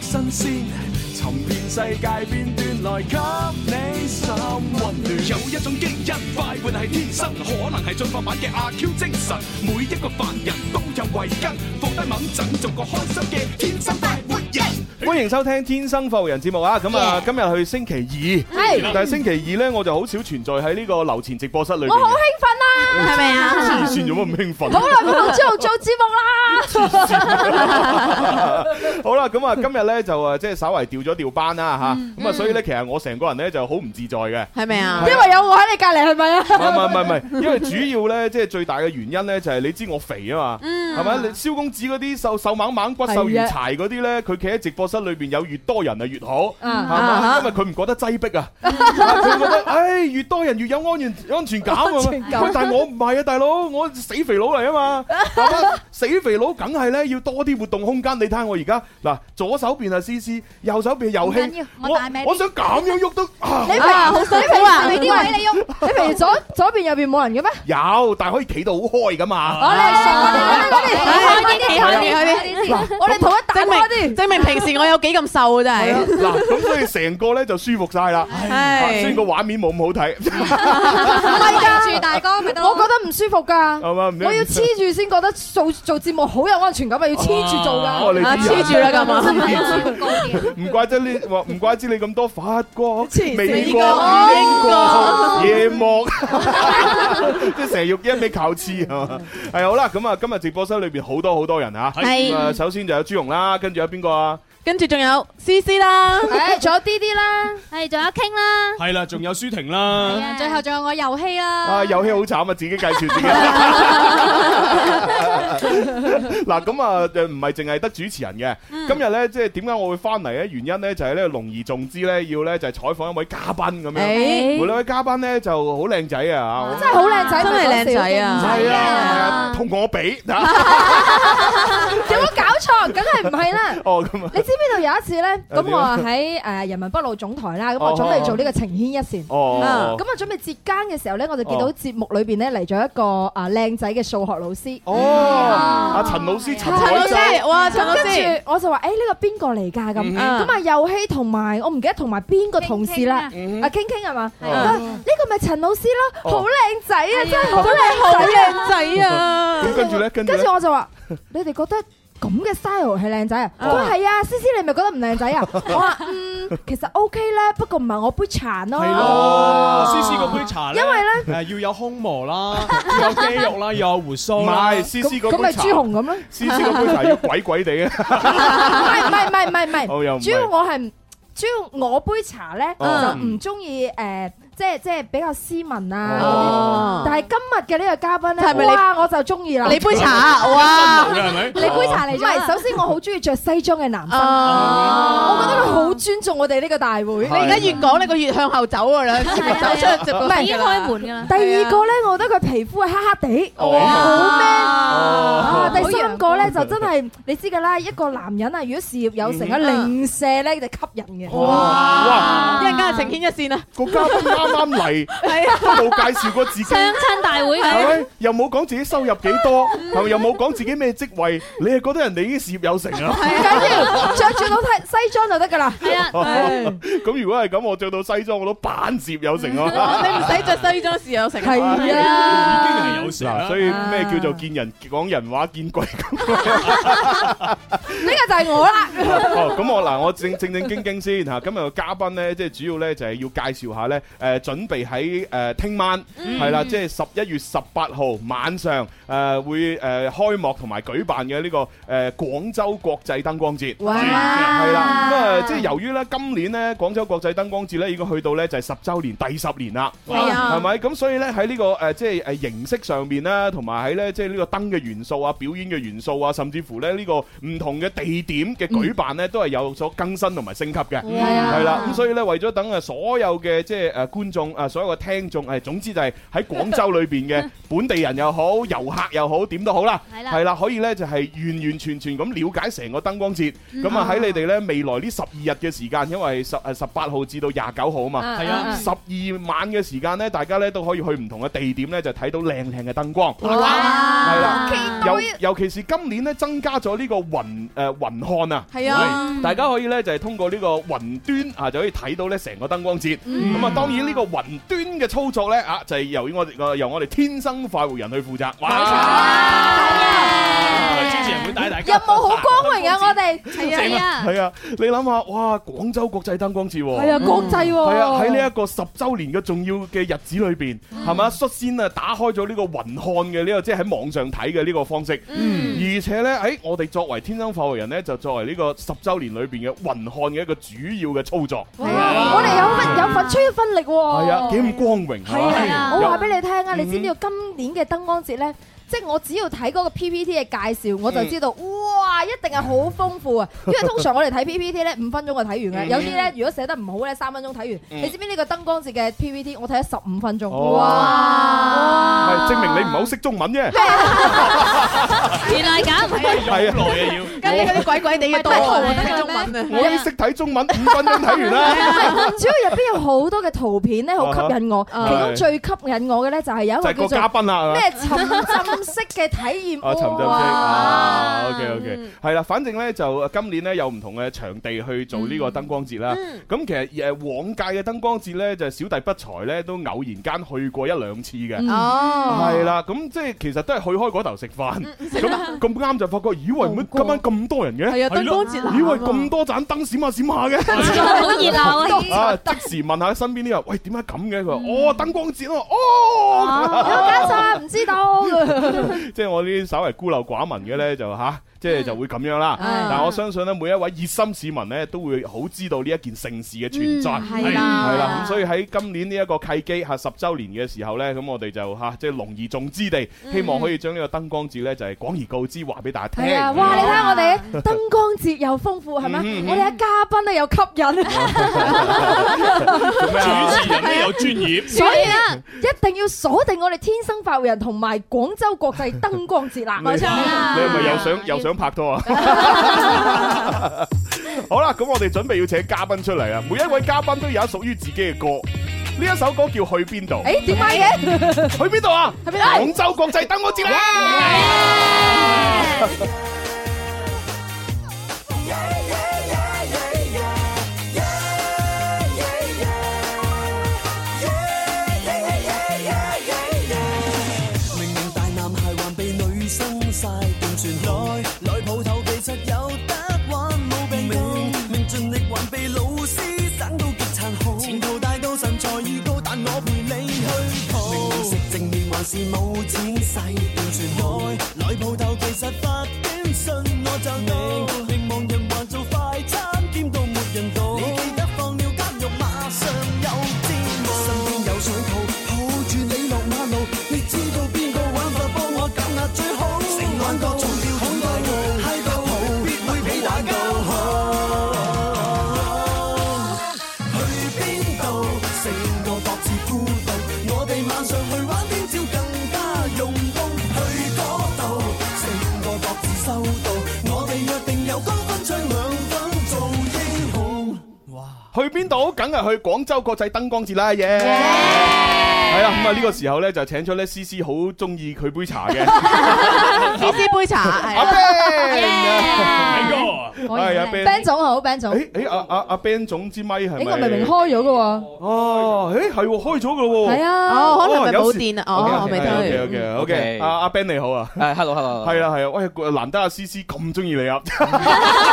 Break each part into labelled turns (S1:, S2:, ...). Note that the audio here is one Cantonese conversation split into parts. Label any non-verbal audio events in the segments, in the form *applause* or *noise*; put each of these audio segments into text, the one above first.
S1: 新鮮，尋遍世界片段來給你心溫暖。
S2: 有一種基因快活係天生，可能係進化版嘅阿 Q 精神。每一個凡人都有慧根，放低掹陣，做個開心嘅天生快活人。
S3: 歡迎收聽《天生浮人》節目啊！咁啊，
S4: Yeah
S3: 今日去星期二，
S4: 係
S3: 但係星期二咧，我就好少存在喺呢個樓前直播室裏邊
S4: 我好
S3: 嘅。
S4: 興奮啊，係咪
S3: 黐
S4: 啊？
S3: 線做乜咁興奮？
S4: 好耐冇做做節目啦，
S3: *laughs* 好啦，咁啊，今日咧就啊，即係稍為調咗調班
S4: 嗯
S3: 啦吓，咁啊，所以咧，其實我成個人咧就好唔自在嘅。
S4: 係咪啊？因為有我喺你隔離，係咪啊？
S3: 唔係唔係唔係，因為主要咧，即係最大嘅原因咧，就係你知我肥啊嘛，係咪？你蕭公子嗰啲瘦瘦猛猛、骨瘦如
S4: 係啊
S3: 柴嗰啲咧，佢企喺直播室裏邊有越多人啊越好，係
S4: 啊
S3: 嘛？因為佢唔覺得擠迫啊，佢覺得唉越多人越有安全安全感啊嘛。喂，但係我唔係啊，大佬，我死肥佬嚟啊嘛，係嘛？死肥佬梗係咧要多啲活動空間。你睇下我而家嗱，左手邊係思思，右手邊又
S5: 唔緊要
S3: 興，
S5: 我
S3: 我
S5: 大咩
S3: 我想咁樣喐都啊
S4: 你平時好辛苦啊！
S5: 俾啲位你喐，
S4: 你平時左左邊右邊冇人嘅咩？
S3: 有，但係可以企到好開噶嘛。
S6: Ờ,
S4: 我哋我哋我哋
S5: 企開啲，企開啲。
S3: 嗱
S4: 我哋同一打開啲。
S6: 證明平時我有幾咁瘦真係。
S3: 嗱，咁所以成個咧就舒服晒啦，啊雖然個畫面冇咁好睇，
S5: 唔係住大哥咪得
S4: 我
S5: 咯。
S4: 覺得唔舒服㗎，
S3: 係嘛唔
S4: 我要黐住先覺得做做節目好有安全感啊！要黐住做
S3: 哦
S4: 㗎，
S3: 你
S6: *laughs* 啊
S3: 知
S6: 黐住啦咁啊！
S5: 得高啲。
S3: 唔怪得 *laughs* 呢，話唔怪之你咁多法國、
S4: 黐
S3: 美
S4: 美
S3: 國、哦
S4: 國
S3: 英國、夜幕， *laughs* 即係成日要一味靠黐係嘛？係好啦，咁啊，今日直播室裏邊好多好多人啊，咁啊，首先就有朱容啦，跟住有邊個啊？
S6: 跟住仲有思思
S4: 誒，
S6: 啦，
S4: 仲有啲啲啦，
S5: 係，仲有傾啦，
S2: 係啦，仲有舒婷啦，
S5: 啊最後仲有我遊戲啦
S3: 啊，。遊戲好慘啊，自己介紹 *laughs* 自己。嗱，咁啊，誒唔係淨係得主持人嘅。今日咧，即係點解我會翻嚟咧？原因咧就係咧，隆而重之咧，要咧就係採訪一位嘉賓咁樣。
S6: 誒，
S3: 每位嘉賓咧就好靚仔啊！
S4: 真係好靚仔，
S6: 真係靚仔
S3: 係
S6: 啊
S3: 啊係
S4: Dạ.
S3: 啊，
S5: 啊
S3: 同我比
S4: 有冇搞錯？梗係唔
S3: *laughs*
S4: 係啦！
S3: 哦咁啊，
S4: 你知唔知道有一次咧？
S3: 又
S4: 咁
S3: 點
S4: 我
S3: 啊
S4: 喺誒人民北路總台啦，咁
S3: 哦
S4: 我準備做呢個情牽一線。
S3: 哦
S4: 咁我準備節間嘅時候咧，我就見到
S3: 哦
S4: 節目裏邊咧嚟咗一個啊靚仔嘅數學老師。
S3: 哦，阿陳老師陳
S6: 陳老
S3: 海仔，
S6: 師，哇，陳
S4: 咁
S6: 老
S4: 跟
S6: 師，
S4: 住我就話：誒呢個邊個嚟㗎？咁
S6: 嗯
S4: 咁啊，遊戲同埋我唔記得同埋邊個同事啦。啊，傾傾係嘛？啊呢個咪陳老師咯，
S3: 嗯哦
S4: 好靚仔啊，真係好
S6: 好
S4: 靚仔啊！
S6: 靚仔 *laughs* 啊！
S3: 咁跟住咧，跟住
S4: 跟
S3: 咧
S4: 住，我就話：你哋覺得咁嘅 style 係靚仔啊？佢話係啊，思思你咪覺得唔靚仔 *laughs* 啊？我話嗯，其實 OK 啦，不過唔係我杯茶咯。
S2: 係咯，思思嗰杯茶咧，
S4: 因為咧
S2: 誒要有胸毛啦，要有肌肉啦，要有胡
S3: 唔
S2: 鬚啦，
S3: 係思思
S4: 咁
S3: 嗰杯
S4: 咪
S3: 茶
S4: 朱，紅 *laughs* 咁咯？
S3: 思思嗰杯茶要鬼鬼地啊！
S4: 唔係唔係唔係唔係唔係。
S3: 哦又唔
S4: 主要
S3: 係，
S4: 我係唔主要我杯茶咧
S3: 哦
S4: 就唔中意誒，即係即係比較斯文啊。
S6: 哦，
S4: 但係今日嘅呢個嘉賓
S6: 係咪
S4: 咧，
S6: 你
S4: 哇！我就中意啦。
S6: 你杯茶，哇！
S2: 係咪？
S5: 你杯茶
S4: 唔
S5: 嚟
S4: 係，
S5: 咗。
S4: 首先我好中意着西裝嘅男生，我覺
S6: 哦，
S4: 得佢好尊重我哋呢個大會。
S6: 你而家越講，你個越向後走啊！你直接走出直播室㗎啦
S5: 已經開門㗎啦。
S6: 啊
S4: 第二個咧，我覺得佢皮膚係黑黑地，
S3: 哦
S4: 好 man。啊！
S3: 哦
S4: 第三個咧就真係你知㗎啦，一個男人啊，如果事業有成啊，零舍咧就吸引嘅。
S3: 哇！
S6: 一陣間係情牽一線啊！
S3: 個嘉賓啱啱嚟，
S6: 係啊，
S3: 都冇介紹過自己，
S5: 相親大會
S3: 係
S5: 咁。
S3: 咪？又冇講自己收入幾多，係咪？又冇講自己咩職位，你係覺得人哋已經事業有成啊？
S4: 唔緊要，着住到西西裝就得㗎啦。
S5: 係啊，
S3: 咁如果係咁，我着到西裝我都扮事業有成啊！ *laughs*
S6: 你唔使着西裝時有成。
S4: 係
S2: 已
S4: 啊，
S2: 經係有成
S3: 嗱，
S2: 啦
S3: 所。以咩叫做見人講人話，見鬼咁？
S4: 呢個就係我啦。
S3: 哦，咁我嗱，我正正正經經先嚇。今日個嘉賓咧，即係主要咧就係要介紹下咧，誒準備喺誒聽晚係啦，即係十一月十八號晚上誒會誒開幕同埋舉辦嘅呢個誒廣州國際燈光節。
S4: 哇！
S3: 係
S4: 係
S3: 啦，咁啊，即係由於咧今年咧廣州國際燈光節咧已經去到咧就係十週年第十年啦，
S6: 係啊
S3: 係咪？咁所以咧喺呢個誒即係誒形式上面啦，同埋喺咧即係呢個燈嘅元素啊、表演嘅元素啊，甚至乎咧呢個唔同嘅地點嘅舉辦咧，都係有所更新同埋升級嘅。
S4: 係啊
S3: 係啦，咁所以咧為咗等啊所有嘅即係誒觀眾啊，所有嘅聽眾誒，總之就係喺廣州裏邊
S5: *laughs*
S3: 嘅本地人又好、遊客又好，點都好啦，
S5: 係啦
S3: 係啦，可以咧就係完完全全咁了解成個燈光節。咁啊喺你哋咧未來呢十二日嘅時間，因為十誒十八號至到廿九號啊嘛。
S2: 係啊
S3: 十二晚嘅時間呢，大家呢都可以去唔同嘅地點呢，就睇到靚靚嘅燈光。
S5: 哇！
S4: 啦
S3: 尤
S4: 我要
S3: 尤其是今年呢，增加咗呢個雲誒雲漢啊。
S6: 係啊，
S3: 係大家可以呢，就係通過呢個雲端啊，就可以睇到呢成個燈光節。咁啊，當然呢個雲端嘅操作呢，啊，就係由於我哋個由我哋天生快活人去負責。
S4: 啊
S3: 哇！啊
S2: 主持人會帶大家
S4: 任務好光榮啊！我哋
S5: 係啊，
S3: 係啊，你諗下，哇！廣州國際燈光節喎。
S4: 係啊，國際喎，
S3: 係啊，喺呢一個十週年嘅重要嘅日子裏邊，係嘛率先啊打開咗呢個雲漢嘅呢個即係喺網上睇嘅呢個方式，而且呢，喺我哋作為天生快活人呢，就作為呢個十週年裏邊嘅雲漢嘅一個主要嘅操作，
S4: 哇我哋有份有份出一分力喎。
S3: 係啊，幾咁光榮係嗯嘛
S5: 係啊
S4: 我話俾你聽啊，你知唔知道今年嘅燈光節咧？即係我只要睇嗰個 PPT 嘅介紹，我
S3: 嗯
S4: 就知道，哇，一定係好豐富
S3: *laughs*
S4: 啊！因為通常我哋睇 PPT 咧，五分鐘就睇
S3: 嗯
S4: 完嘅，有啲咧如果寫得唔好咧，三分鐘睇完。你知唔知呢個燈光節嘅 PPT 我睇咗十五分鐘？
S3: 哦
S4: 哇！
S3: 係證明你唔係好識中文啫，
S5: 原來咁，
S3: 係啊，
S6: 跟住嗰啲鬼鬼地嘅多啊，
S5: 唔係
S6: 睇中文啊，
S3: 我已經識睇中文，五分鐘睇完
S4: 啊
S3: 啦，
S4: 主要入邊有好多嘅圖片咧，好吸引我。
S6: 啊
S4: 其中最吸引我嘅咧，就係有
S3: 就
S4: 一個
S3: 係個
S4: 叫做
S3: 嘉賓啦，係嘛
S4: *laughs* 咩沉浸式嘅體驗。
S3: *laughs* 啊，沉浸式
S4: 哇
S3: 啊，OK OK，係啦，反正咧就呃今年咧有唔同嘅場地去做呢個
S6: 嗯
S3: 燈光節啦。咁其實誒往屆嘅燈光節咧，就小弟不才咧都偶然間去過一兩次嘅。
S6: 哦，
S3: 係啦，咁即係其實都係去開嗰頭食飯，
S6: 嗯
S3: 咁咁啱就發覺，咦喂，乜今晚咁多人嘅？
S6: 係啊，啊燈光節
S3: 咦喂，咁多盞燈閃下閃
S6: *laughs*
S3: 下嘅？
S5: 好熱鬧啊！
S3: 啊！即時問下身邊啲人，喂，點解咁嘅？佢話：
S6: 嗯
S3: 哦，燈光節咯，哦，
S6: 啊
S4: 有家陣啊唔知道。
S3: *laughs*
S4: *laughs*
S3: 即係我呢啲稍為孤陋寡聞嘅咧，就吓，即係就會咁樣啦。
S6: 嗯
S3: 但我相信咧，每一位熱心市民咧，都會好知道呢一件盛事嘅存在。
S6: 嗯
S3: 係
S6: 係啦
S3: 係啦，咁所以喺今年呢一個契機嚇十週年嘅時候咧，咁我哋就嚇即係隆而重之地，希望可以將呢個燈光節咧就係廣而告之，話俾大家
S4: 係啊，
S3: 聽。
S4: 哇！你睇下我哋嘅燈光節又豐富，係咪？我哋嘅嘉賓咧又吸引，
S3: 做咩啊
S2: 主持人咧有專業，
S4: *laughs* 所以咧一定要鎖定我哋天生快活人同埋廣州國際燈光節啦。嗯
S3: 冇錯 *laughs*
S5: 啦
S3: 你係咪又想又想拍拖啊？好啦，咁我哋準備要請嘉賓出嚟啊！每一位嘉賓都有一屬於自己嘅歌，呢一首歌叫《去邊度》。
S4: 誒點解嘅？
S3: 去邊度啊？
S4: 去邊度
S3: 廣州國際燈光節啦！
S7: 明明大男孩還被女生晒點算好？來來抱頭被柒有得玩冇病痛，明盡力還被老師省到極殘酷，前途大到神在預告，但我陪你去抱。明明食正面還是冇錢使點算好？來來抱頭其實發短信我就到，明望人還做快餐兼到沒人到，你記得放了監獄馬上有戰務，身邊有水泡抱住你落馬路，你知道邊個玩法幫我減壓最好？成玩個重要恐懼，嗨到好，必會比打夠好。去邊度？四個各自孤獨，我哋晚上去玩，聽朝更加用功。去嗰度，四個各自收到，我哋約定有高分唱兩分做英雄。
S3: 去邊度？梗係去廣州國際燈光節啦！耶！係啦，咁啊呢個時候咧就請出咧思思好中意佢杯茶嘅
S6: C C 杯茶係
S3: 阿
S6: 啊
S5: dạ.
S3: Dạ. Ben。
S2: 明哥，
S3: 係啊 *laughs* Ben。
S4: Ben 總好，Ben 總，
S3: 誒誒，阿阿阿 Ben 總支咪係
S4: 誒
S3: 咪？
S4: 我明明開咗嘅喎，
S3: 哦，誒係喎，開咗噶喎。
S4: 係啊，
S6: 哦，可能咪冇電啊，哦，我未
S3: ，OK OK
S6: 推。
S3: OK，
S8: OK
S3: 阿阿 Ben 你好啊。
S8: 誒，hello hello，
S3: 係啦係啊，喂，難得阿思思咁啊中意你啊！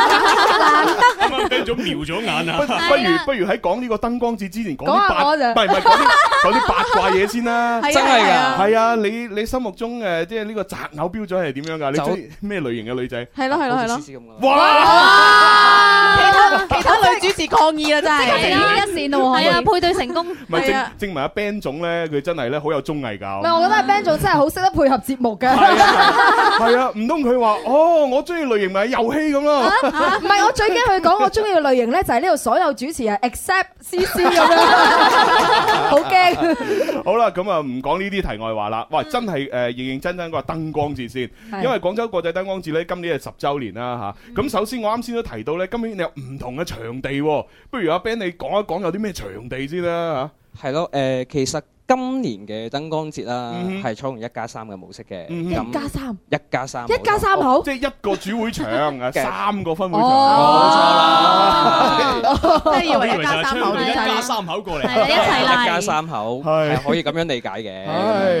S2: 啱啱俾咗瞄咗眼
S3: 不
S2: 啊！
S3: 不如不如喺講呢個燈光節之前講
S4: 講
S3: 啲
S4: 下
S3: 八，
S4: 我
S3: 唔
S4: 就
S3: 係唔係講啲講啲八卦嘢先啦。
S6: 係啊
S8: 真係㗎
S6: 係啊
S3: 係啊，你你心目中誒，即係呢個擇偶標準係點樣㗎？你中意咩類型嘅女仔？
S6: 係咯係咯係咯，
S8: 咯，
S3: 哇！
S6: 其他其他女主持講抗議啦，真係。
S5: 即刻
S4: 一線咯喎。
S5: 係啊，配對成功，
S3: 咪
S6: 係啊
S3: 證證明阿 Ben 總咧，佢真係咧好有綜藝
S4: 唔
S3: 㗎。
S4: 係，我覺得阿 Ben 做真係好識得配合節目嘅。
S3: 係啊，係啊，唔通佢話哦，我中意類型咪係遊戲咁咯？
S4: 唔係，我最驚佢講我中意嘅類型咧，就係呢度所有主持人 except CC 咁
S3: *laughs*
S4: 樣，好驚。
S3: 好啦，咁啊唔講呢啲題外話啦。喂，真係誒認認真真講燈光節先，
S4: 係
S3: 因為廣州國際燈光節咧今年係十週年啦嚇。咁首先我啱先都提到咧，今年有唔同嘅場地喎，不如阿 Ben 你講一講有啲咩場地先啦
S8: 係咯，誒，其實今年嘅燈光節啦，
S3: 嗯哼
S8: 係採用一加三嘅模式嘅，
S3: 嗯哼
S4: 一
S8: 咁
S4: 加三，
S8: 一加三，
S4: 一家三
S3: 嚇，
S4: 口。
S3: 哦即係一個主會場啊，三個分會場。
S4: 哦，
S6: 真係以為一家三口
S5: 我以為
S6: 點
S5: 就係
S2: 一家
S6: 睇？
S2: 三口過
S5: 係
S2: 嚟。
S9: Dạ.
S5: 啦，一齊嚟，
S8: 一家三口
S3: 係
S8: 哦係可以咁樣理解嘅。
S3: 係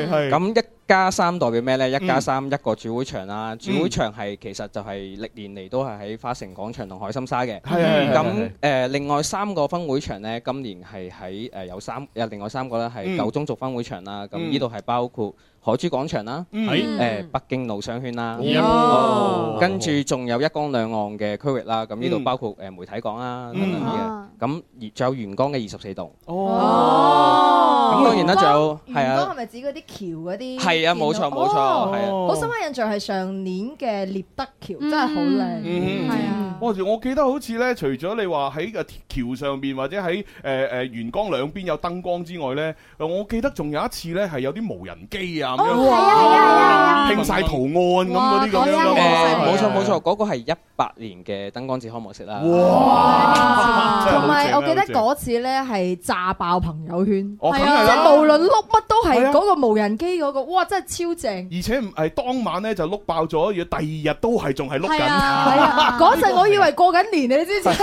S3: 係
S8: 咁一加三代表咩呢？一加三一個主會場啦，主會場係其實就係歷年嚟都係喺花城廣場同海心沙嘅。
S3: 嗯係係
S8: 咁誒，另外三個分會場呢，今年係喺誒有三誒，另外三個呢係
S3: 嗯
S8: 舊中族分會場啦。咁
S3: 嗯
S8: 呢度係包括海珠廣場啦，
S3: 係
S4: 嗯
S8: 誒北京路商圈啦。
S3: 嗯哦
S8: 跟住仲有一江兩岸嘅區域啦，咁呢度
S3: 嗯
S8: 包括誒媒體港啦
S3: 嗯
S8: 等等嘅，
S5: 哦
S8: 咁而仲有元江嘅二十四度，
S4: 哦
S8: 咁當然啦，仲有係
S4: 元江
S8: 啊
S4: 係，咪指嗰啲橋嗰啲？
S8: 係啊，冇錯冇錯，
S4: 哦
S8: 係啊，
S4: 好深刻印象係上年嘅獵德橋，真係好靚。
S3: 嗯
S4: 係啊，
S3: 我我記得好似咧，除咗你話喺個橋上邊或者喺誒誒沿江兩邊有燈光之外咧，呃我記得仲有一次咧係有啲無人機啊咁樣，拼晒圖案咁嗰啲咁樣噶
S8: 誒
S4: 哇
S3: 嘛，
S8: 冇錯冇
S4: 啊
S8: 錯，嗰個啊係一八年嘅燈光節開幕式啦，
S3: 哇！真係好正啊
S4: 同埋我記得
S3: 好正
S4: 嗰次咧係炸爆朋友圈，
S3: 哦梗
S4: 係
S3: 係
S4: 啊，即
S3: 啦
S4: 係無論碌乜都係
S3: 係啊
S4: 嗰個無人機嗰個，哇！真係超正。
S3: 而且唔係當晚咧就碌爆咗，要第二日都係仲係碌
S5: 係
S3: 緊，
S5: 啊，
S4: 係啊，
S5: Dạ.
S4: 嗰陣我以為過緊年你知唔
S3: *laughs*
S4: 知？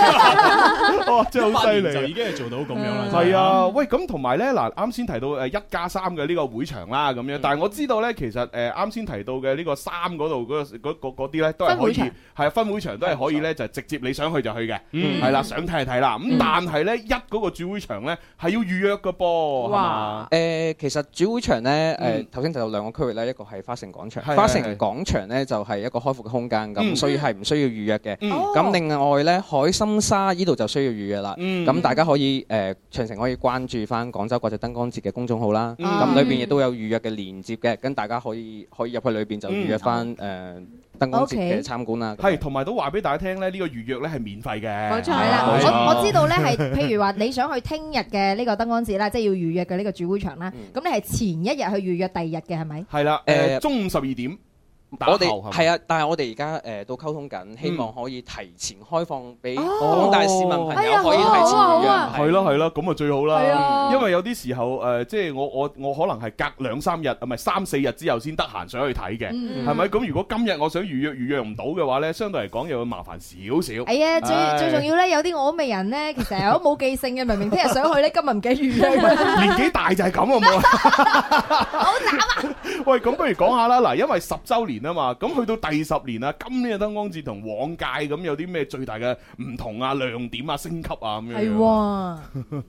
S3: 哇！真係好犀
S2: 就已
S3: 利。啊
S2: 經係做到咁樣啦。
S3: 係啊，喂，咁同埋咧，嗱，啱先提到誒一加三嘅呢個會場啦，咁樣，但係我知道咧，其實誒啱先提到嘅呢個三嗰度嗰嗰嗰嗰啲咧，都係
S4: 分
S3: 可
S4: 會
S3: 以
S4: 場
S3: 係啊分會場都係可以咧，就直接你想去就去嘅，
S2: 嗯
S3: 係啦，想睇就睇啦。咁但係咧一嗰個主會場咧係要預約嘅噃，係嘛
S6: 哇！
S8: 誒，其實主會場呢，
S3: 嗯
S8: 誒頭先提到兩個區域咧，一個係花城廣場，
S3: 係
S8: 花
S3: 係
S8: 城
S3: 係
S8: 廣場呢就係一個開闊嘅空間，
S3: 嗯
S8: 咁所以係唔需要預約嘅。
S3: 嗯
S4: 哦
S8: 咁另外呢，海心沙呢度就需要預約啦。
S3: 嗯
S8: 咁大家可以誒詳情可以關注翻廣州國際燈光節嘅公眾號啦。
S3: 嗯
S8: 咁裏邊亦都有預約嘅連接嘅，跟大家可以可以入去裏邊就預約翻誒燈光節
S4: OK
S8: 嘅參觀啦。
S3: 嗯係同埋都話俾大家聽咧，呢個預約咧係啊免費嘅，
S6: 冇錯
S4: 係啦，
S3: 冇錯
S4: 我我知道咧係，譬如話你想去聽日嘅呢個燈光節啦，即係要預約嘅呢個主會場啦，咁你係前一日去預約第二日嘅係咪？
S3: 係啦，誒
S8: 誒
S3: 中午十二點打後
S8: 我
S3: 係嗯嘛
S8: 哋係啊，但係我哋而家誒都溝通緊，希望可以提前開放俾廣大市民朋
S4: 哎
S8: 友
S4: 呀
S8: 可以提前
S4: 好啊好
S8: 預約
S4: 啊。
S3: 係咯係咯，咁啊最好
S5: Dạ.
S4: 係
S3: 啦
S4: 啊。
S3: 因為有啲時候誒、呃即係我我我可能係隔兩三日，唔係三四日之後先得閒想去睇嘅，
S4: 嗯
S3: 係咪？咁如果今日我想預約預約唔到嘅話呢，相對嚟講又會麻煩少少。
S4: *laughs* 係啊，
S3: 唉
S4: 最最重要咧，有啲我味人咧，其實係好冇記性嘅，明明聽日想去咧，今日唔記得
S3: *laughs*
S4: 預約。
S3: 年紀大就係咁啊，冇啊！好慘啊！ *laughs* 喂，咁不如講下啦，嗱，因為十週年啊嘛，咁去到第十年啦，今年嘅燈光節同往屆咁有啲咩最大嘅唔同啊、亮點啊、升級啊咁樣？
S4: 係喎，
S8: 誒、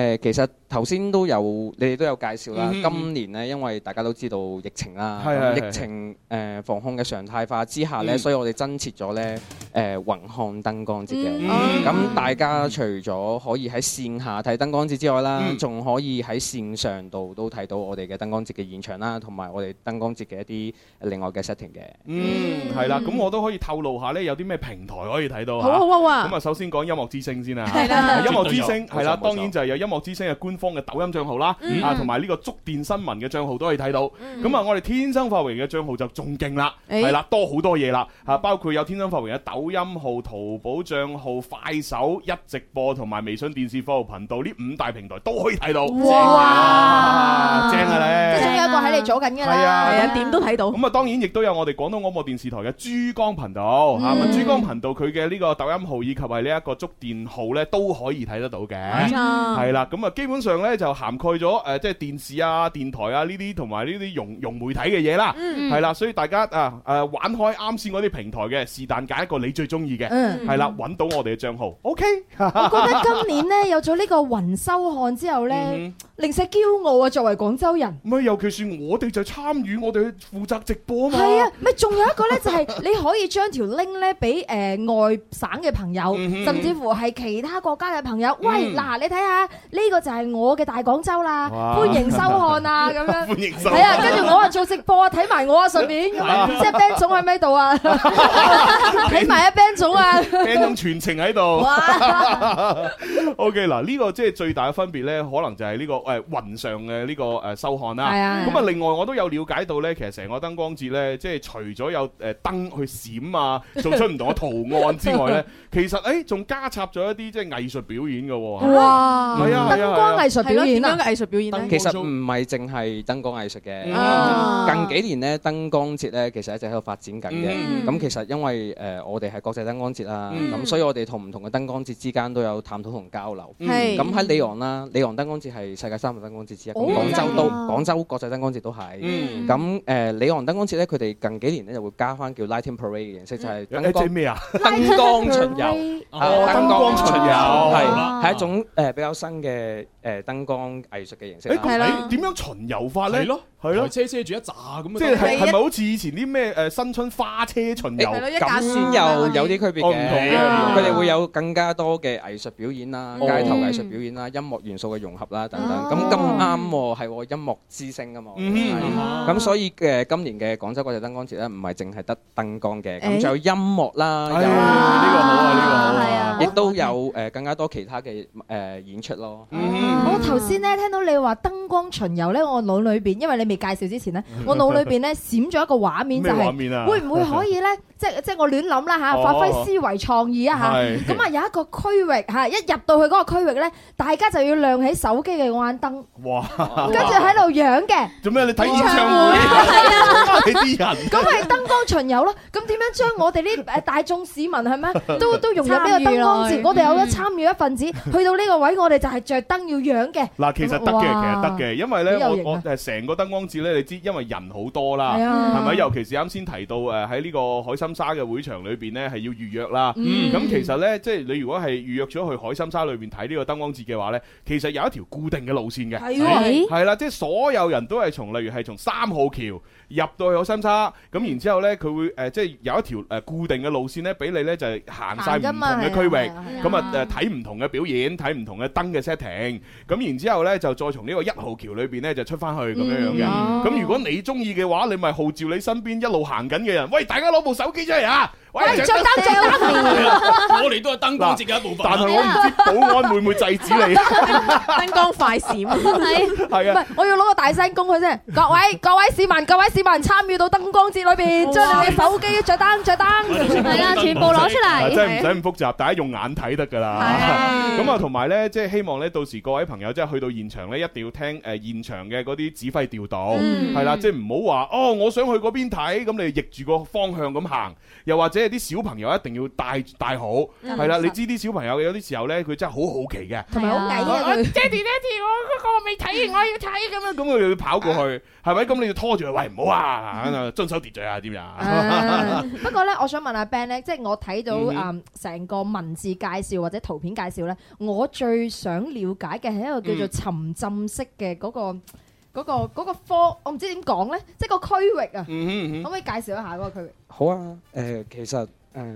S8: 呃其實頭先都有你哋都有介紹啦。
S3: 嗯哼
S8: 今年呢，因為大家都知道疫情啦，
S3: 係係係
S8: 咁疫情誒、呃防控嘅常態化之下呢，
S3: 嗯
S8: 所以我哋增設咗呢誒雲看燈光節嘅。
S3: 嗯
S8: 咁、大家除咗可以喺線下睇燈光節之外啦
S3: 嗯，
S8: 仲、可以喺線上度都睇到我哋嘅燈光節嘅現場啦，同埋我哋燈光節嘅一啲另外嘅 setting 嘅。
S3: 嗯，係啦，咁我都可以透露下呢，有啲咩平台可以睇到
S6: 好
S3: 嚇
S6: 啊好啊好啊
S3: 咁！啊，首先講音樂之聲先啦。
S6: 係啦
S3: 音樂之聲
S2: 啊絕對有
S3: 係啦，
S2: 冇錯嗯
S3: 當然就係有音樂之聲嘅官方嘅抖音帳號啦，啊，同埋呢個觸電新聞嘅帳號都可以睇到。咁啊，我哋天生發榮嘅帳號就仲勁啦，
S6: 誒
S3: 係啦，多好多嘢啦，啊，包括有天生發榮嘅抖音號、淘寶帳號、快手一直播同埋微信電視服務頻道呢五大平台都可以睇到。
S5: Dạ.
S3: 哇，正啊
S4: 即
S3: 咧！
S4: 係總有一個喺你做緊㗎
S3: 係啊
S4: 啦。
S6: 係啊，點都睇到。
S3: 咁啊，當然亦都有我哋廣東廣播電視台嘅珠江頻道嚇，咁
S2: 嗯
S3: 啊珠江頻道佢嘅呢個抖音號以及係呢一個觸電號呢，都可以睇得到
S2: 嗯
S3: 嘅。
S6: 錯，
S3: 係啦，咁啊，基本上呢就涵蓋咗誒，即係電視啊、電台啊呢啲，同埋呢啲融融媒體嘅嘢啦。
S4: 嗯
S3: 係啦，所以大家啊誒玩開啱先嗰啲平台嘅，是但揀一個你最中意嘅，
S4: 嗯，
S3: 係啦，揾到我哋嘅帳號，OK，
S4: 我覺得今年咧有咗呢個雲收看之後咧，
S3: 嗯
S4: 零舍驕傲啊！作為廣州人。
S3: 咪尤其是我哋就參與，我哋去負責直播啊嘛。
S4: 係啊，咪仲有一個咧，就係你可以將條 link 咧俾誒外省嘅朋友，甚至乎係其他國家嘅朋友。喂，嗱，你睇下呢個就係我嘅大廣州啦，
S3: 哇
S4: 歡迎收看啊，咁
S3: *laughs*
S4: 樣。
S3: 歡迎收
S4: 係啊，跟住我啊做直播啊，睇埋我啊，順便咁樣即係 Ben 總喺咪
S3: *laughs*
S4: 度啊？睇埋啊 Ben 總啊！
S3: 聽眾全程
S4: *laughs*
S3: 喺度。
S4: 哇，
S3: OK 嗱，呢個即係最大嘅分別咧，可能就係呢個誒雲上嘅呢個誒收看啦。
S4: 係啊
S3: 咁啊，另外我都有了解到咧，其實成個燈光節咧，即係除咗有誒燈去閃啊，做出唔同嘅圖案之外咧，其實誒仲加插咗一啲即係藝術表演嘅喎。
S4: 哇
S3: 係啊係啊
S4: 燈光藝術表演啊！
S6: 係咯，點樣嘅藝術表演
S8: 其
S6: 咧？
S8: 實唔係淨係燈光藝術嘅。
S3: 嗯
S6: 啊。
S8: 近幾年咧燈光節咧，其實一直喺度發展緊嘅。
S3: 嗯
S8: 咁、其實因為誒、呃我哋係國際燈光節啦，咁、
S3: 嗯
S8: 所以我哋同唔同嘅燈光節之間都有探討同交流。
S6: 係。
S3: 嗯
S8: 咁喺里昂啦，里昂燈光節係世界三大燈光節之一，咁
S4: 哦
S8: 廣州都
S4: 真係啊
S8: 廣州國際燈光節都係。
S3: 嗯，
S8: 咁誒里昂燈光節咧，佢哋近幾年咧就會加翻叫 Lighting Parade 嘅形式，就係燈
S3: 誒即係
S8: 光
S3: 咩啊？
S8: 燈光巡遊。啊
S3: 哦燈光巡遊
S8: 係係一種呃誒比較新嘅誒燈光藝術嘅形式
S3: 誒
S8: 啦。
S3: 咁誒點樣巡遊法咧？
S2: 係咯，
S3: 係咯
S2: 台車車住一紮咁啊，
S3: 即係係
S6: 你一
S3: 係咪好似以前啲咩誒新春花車巡遊？
S6: 係咯，一架啊
S8: 咁又有啲區別
S3: 哦唔同
S8: 嘅
S3: 嘅。
S8: 佢哋會有更加多嘅藝術表演啦、
S3: 哦
S8: 街頭藝術表演啦、音樂元素嘅融合啦等等。
S6: 哦
S8: 咁咁啱喎，係我音樂之星啊嘛。
S3: 嗯
S8: 係咁所以誒，今年嘅廣州國際燈光節咧，唔係淨係得燈光嘅，
S6: 誒哦
S8: 咁仲有音樂啦，
S3: 哎呢個好啊，呢個好
S5: 係
S3: 啊。
S5: 啊
S8: 有亦都有誒更加多其他嘅誒演出咯。
S3: 嗯
S4: 我哦頭先咧聽到你話燈光巡遊咧，我腦裏邊，因為你未介紹之前咧，我腦裏邊咧閃咗一個畫面就
S3: 嗯咩畫
S4: 係、
S3: 面啊？
S4: 會唔會可以咧，即係即係我亂諗啦嚇，
S3: 哦
S4: 發揮思維創意一下。
S3: 係
S4: 咁啊有一個區域嚇，一入到去嗰個區域咧，大家就要亮起手機嘅嗰眼燈，
S3: 哇！
S4: 跟住喺度養嘅，
S3: 做咩？你睇演唱會？ *laughs* 你啲人
S4: 咁咪燈光巡遊咯。咁點樣將
S3: *laughs*
S4: 我哋呢誒大眾市民係咩都都融入呢個燈光
S6: 參與
S4: 節？
S6: 內
S4: 我哋有得參與一份子，去到呢個位我哋就係着燈要養嘅。
S3: 嗱，其實得嘅，其實
S4: 啊哇
S3: 得嘅，因為咧，
S4: 幾有
S3: 我
S4: 型啊
S3: 我誒成個燈光節咧，你知，因為人好多
S4: 係
S3: 啦。
S4: 啊
S3: 係咪？尤其是啱先提到誒喺呢個海心沙嘅會場裏邊咧，係要預約啦。
S4: 嗯
S3: 咁其實咧，即係你如果係預約咗去海心沙裏邊睇呢個燈光節嘅話咧，其實有一條固定嘅路線嘅。
S4: 係喎。
S3: 係啦，即係所有人都係從，例如係從三號橋入到去海心沙，咁然之後呢，佢會誒、呃即係有一條誒固定嘅路線呢，俾你呢就係行晒唔同嘅區域，咁啊誒睇唔同嘅表演，睇唔同嘅燈嘅 setting，咁然之後呢，就再從呢個一號橋裏邊呢就出翻去咁樣樣嘅。咁、如果你中意嘅話，你咪號召你身邊一路行緊嘅人，喂，大家攞部手機出嚟啊！喂，
S4: 喂，
S3: 着
S4: 着燈着燈。
S6: 嗯
S2: 我哋都係燈光節嘅一部分
S3: *laughs* 但
S2: 啊。
S3: 係我唔知保安會唔會制止你？ *laughs*
S6: 燈光快
S3: 係
S6: 閃。
S4: 唔
S3: 啊
S4: 係，，我要攞個大聲公佢啫。各位各位市民，各位市民參與到燈光節裏邊，將你嘅手機着燈着燈。
S5: 係啦，全部攞出
S3: 啊
S5: 嚟。
S3: 真係唔使咁複雜，大家用眼睇得㗎啦。咁啊，同埋呢，即係希望呢，到時各位朋友即係去到現場呢，一定要聽誒現場嘅嗰啲指揮調度，係
S2: 嗯
S3: 啦，即係唔好話哦，我想去嗰邊睇，咁你逆住個方向咁行，又或者係啲小朋友一定要帶帶好，
S2: 嗯
S3: 係啦，你知啲小朋友有啲時候呢，佢真係好好奇嘅，
S4: 同埋好矮啊佢。
S3: 咁佢就要跑過去，係咪？咁你要拖住佢，喂唔好啊，遵守秩序 *laughs* 啊，點樣？
S4: 啊不過咧，我想問阿 Ben 咧，即係我睇到啊成個文字介紹或者圖片介紹咧，我最想了解嘅係一個叫做沉浸式嘅嗰個嗰個嗰個科，我唔知點講咧，即係個區域啊，
S3: 嗯哼嗯
S4: 可
S3: 哼
S4: 唔可以介紹一下嗰個區域？
S8: 好啊，誒其實誒。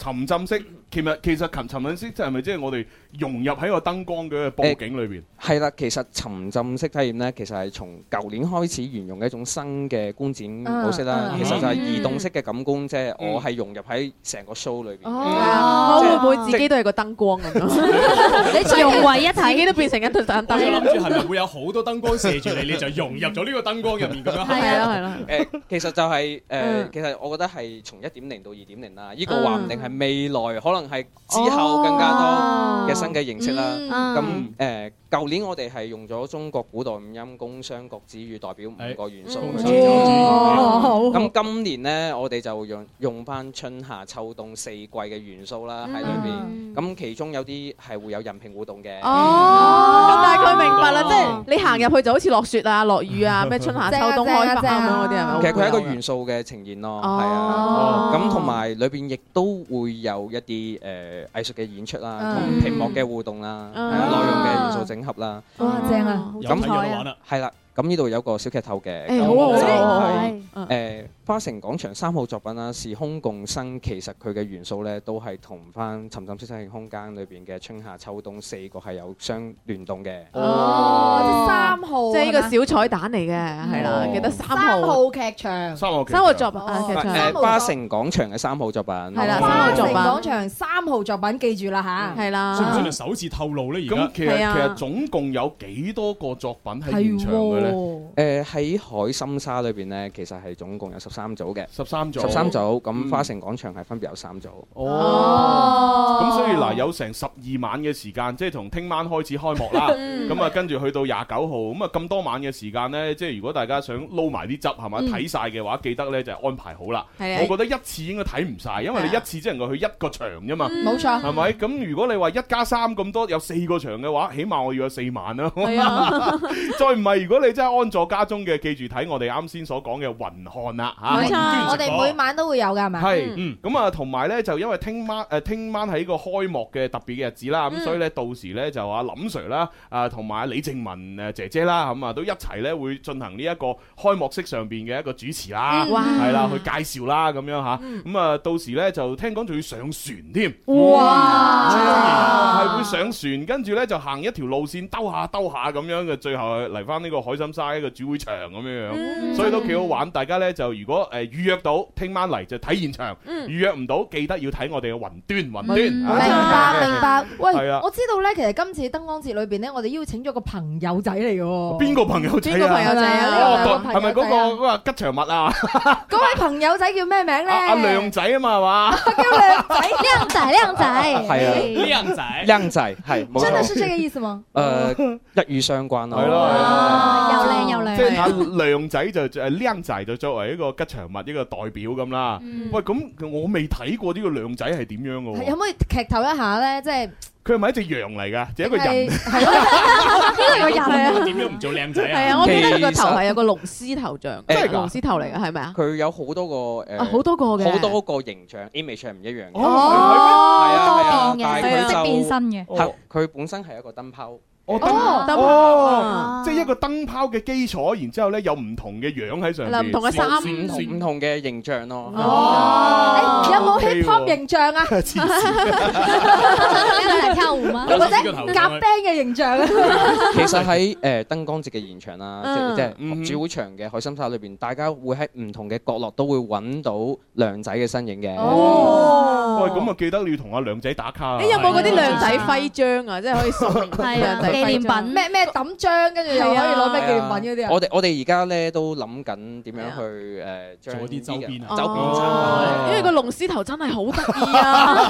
S3: 沉浸式，其實其實沉沉浸式即係咪即係我哋融入喺個燈光嘅佈景裏邊？
S8: 係啦，其實沉浸式體驗咧，其實係從舊年開始沿用嘅一種新嘅觀展模式啦。
S4: 嗯
S8: 其實就係移動式嘅感官，即係我係融入喺成個 show 裏邊。
S4: 哦
S6: 我會唔會自己都係個燈光咁樣？
S4: 你最
S5: 融為一體。
S6: 自己都變成一盞燈。
S2: 我諗住係咪會有好多燈光射住你，你就融入咗呢個燈光入面咁樣行？
S6: 係啊，係啊。
S8: 誒，其實就
S4: *laughs*
S8: 係誒
S6: 嗯，
S8: 其實我覺得係從一點零到二點零啦。呢
S4: 嗯
S8: 個話唔定係未來，可能係之後更加
S4: 哦
S8: 多嘅新嘅形式啦。
S4: 嗯
S6: Ừ. 嗯
S8: 咁誒，舊年我哋係用咗中國古代五音工商國子語代表五個元素去做咗咁今年呢，我哋就用用翻春夏秋冬四季嘅元素啦
S6: 嗯
S8: 喺裏邊。咁其中有啲係會有人評互動嘅，
S6: 哦，咁大概明白啦，
S8: *laughs*
S6: 啊即係你行入去就好似落雪啊、落雨啊、咩春夏秋冬開花咁樣嗰啲係咪？
S8: 其實佢係一個元素嘅呈現咯，
S6: 哦。
S8: 係呃啊。咁同埋裏邊亦都會有一啲誒藝術嘅演出啦，同評幕嘅互動啦，係
S6: 嗯
S8: 啊內容嘅元素整合啦，
S4: 哇，正啊！
S2: 有
S8: 咁
S2: 睇有得玩啦。
S8: 係啦。咁呢度有個小劇透嘅，
S6: 誒
S8: 咁
S6: 好啊
S8: 就
S6: 好啊好啊
S8: 係
S6: 嗯
S8: 誒花城廣場三號作品啦，《時空共生》其實佢嘅元素咧都係同翻《沉浸式生命空間》裏邊嘅春夏秋冬四個係有相聯動嘅。
S4: 哦，即係三號，
S6: 啊即係呢
S4: 係嘛
S6: 個小彩蛋嚟嘅，係啦，
S8: 哦
S3: 嗯
S6: 記得三
S4: 三
S6: 號
S4: 號劇場，
S3: *laughs* 三號劇
S6: 三號作品
S4: 哦
S6: 啊，劇
S8: 誒、
S4: 三
S6: 場
S4: 號
S8: 花
S4: 作
S8: 城廣場嘅三號作品
S6: 係啦三
S4: 花
S6: 號作
S4: 城
S6: 品
S4: 廣場三號作品，記住啦吓。
S6: 係
S2: 算唔算係，
S6: 啦
S2: 首次透露咧？而
S3: 咁
S2: 家
S3: 其實
S6: 係啊
S3: 其實總共有幾多個作品喺現場嘅咧？
S8: 誒喺海心沙裏邊咧，其實係總共有十三組嘅，
S3: 十三組。
S8: 十三組咁
S3: 嗯
S8: 花城廣場係分別有三
S6: *laughs*
S8: 組。
S3: 哦。咁所以嗱，有成十二晚嘅時間，即係從聽晚開始開幕
S6: *laughs*
S3: 啦。
S6: 嗯
S3: 咁啊，跟住去到廿九號，咁啊咁多晚嘅時間呢，即係如果大家想撈埋啲汁係嘛，睇晒嘅話，記得呢就係安排好啦。
S6: 嗯係啊
S3: 我覺得一次應該睇唔晒，因為你一次只能夠去一個場啫嘛，
S4: 冇錯。
S3: 係咪？咁如果你話一加三咁多，有四個場嘅話，起碼我要有四晚啦。
S6: 係啊，
S3: *laughs* 再唔係，如果你真係安坐家中嘅，記住睇我哋啱先所講嘅雲漢啦嚇。
S6: 冇錯
S4: 我哋每晚都會有㗎，係咪？嗯
S3: 係，
S2: 嗯
S3: 咁啊，同埋咧就因為聽晚誒聽晚係一個開幕嘅特別嘅日子啦，咁所以咧到時咧就阿林 Sir 啦，啊同埋李靜文誒姐姐啦，咁啊都一齊咧會進行呢一個開幕式上邊嘅一個主持啦，
S6: 哇，
S3: 係啦，去介紹啦咁樣吓，
S4: 嗯
S3: 咁啊到時咧就聽講仲要上船添，係會上船，跟住咧就行一條路線兜下兜下咁樣嘅，最後嚟翻呢個海心沙一個主會場咁樣樣。
S4: 嗯
S6: 嗯
S3: 所以都幾好玩。大家呢，就如果誒預約到，聽晚嚟就睇現場；預約唔到，記得要睇我哋嘅雲端啊雲
S4: 嗯明
S3: 端。
S4: 白明白，喂
S3: 係啊，
S4: 我知道咧，其實今次燈光節裏邊咧，我哋邀請咗個朋友仔嚟嘅喎。
S3: 邊個朋友仔
S6: 邊個朋
S3: 啊
S6: 友？仔
S4: 邊個
S6: 啊？
S3: 哦，
S4: 朋友仔啊
S3: 係咪嗰個嗰個吉祥物啊？
S4: 嗰位朋友仔叫咩名咧？
S3: 阿阿亮仔啊嘛，係嘛？
S4: 叫亮仔，
S5: 靓仔靓仔，
S8: 係
S2: 靚仔
S8: 靚仔係冇
S4: 真係
S8: 錯，
S4: 是這個意思嗎？
S8: 誒一語相關咯。
S3: 係咯
S5: Ờ,
S3: 係咯
S5: 又靚
S6: 啊
S5: 又
S3: 即
S5: 靚，
S3: 係阿亮仔就誒靚仔就作為一個吉祥物一個代表咁啦。
S5: Ừ.
S6: 嗯
S3: 喂，咁我未睇過呢個亮仔係點樣嘅
S4: 係可
S3: 喎？
S6: 啊
S4: 唔可以劇透一下咧？即係
S3: 佢係咪一隻羊嚟㗎？就一個人。 *laughs*
S4: 係咯，呢個人
S3: Dạ,
S4: 啊，
S2: 點樣唔做靚仔
S6: 係
S2: 啊？
S6: 啊，我記得佢個頭
S8: 其實
S6: 係有個龍獅頭像，
S8: 真係㗎
S6: 龍獅頭嚟嘅係咪啊？
S8: 佢有好多個
S6: 啊，好
S8: 誒，
S6: 多個嘅，
S8: 好多個形象 image 係唔一樣嘅。
S3: 哦，
S8: 係啊
S6: à,
S5: 多
S8: 係啊，
S5: 變
S8: 但係
S5: 嘅，識變
S8: 佢就
S5: 身嘅，
S6: 哦
S8: 係佢本身係一個燈泡。
S3: 我
S6: 燈
S3: 燈
S6: 燈
S3: 哦
S6: 啊
S5: Ờ.
S3: 即係一個燈泡嘅基礎，然之後呢，有唔同嘅樣喺上
S6: 係啦，
S3: 邊
S6: 唔。同嘅
S8: 唔
S6: 衫，
S8: 同
S3: 嗯
S8: 唔同嘅形象咯。
S6: 哦
S4: 誒有冇 hip hop
S3: ，OK 喎
S4: 形象啊？
S3: 黐
S6: *laughs*
S3: 線
S5: 你嚟跳舞嗎？
S4: 或者夾 band 嘅形象啊？
S8: 其實喺誒燈光節嘅現場啦，
S6: 嗯
S8: 即係
S3: 嗯
S8: 即係主會場嘅海心沙裏邊，大家會喺唔同嘅角落都會揾到梁仔嘅身影嘅。
S6: 哦
S3: 喂，咁啊，記得你要同阿梁仔打卡啦。啊
S6: 你有冇嗰啲靚仔徽章啊？即係可以送
S5: 係啊
S6: 靚仔徽章
S5: 紀念品
S4: 咩咩抌章，跟住又可以攞咩紀念品嗰啲啊？
S8: 我哋我哋而家咧都諗緊點樣去誒將
S2: 做啲周邊啊
S8: 周
S6: Ờ.
S8: 邊產
S6: 哦
S8: 品
S6: 啊因為個龍獅頭真係好得意啊！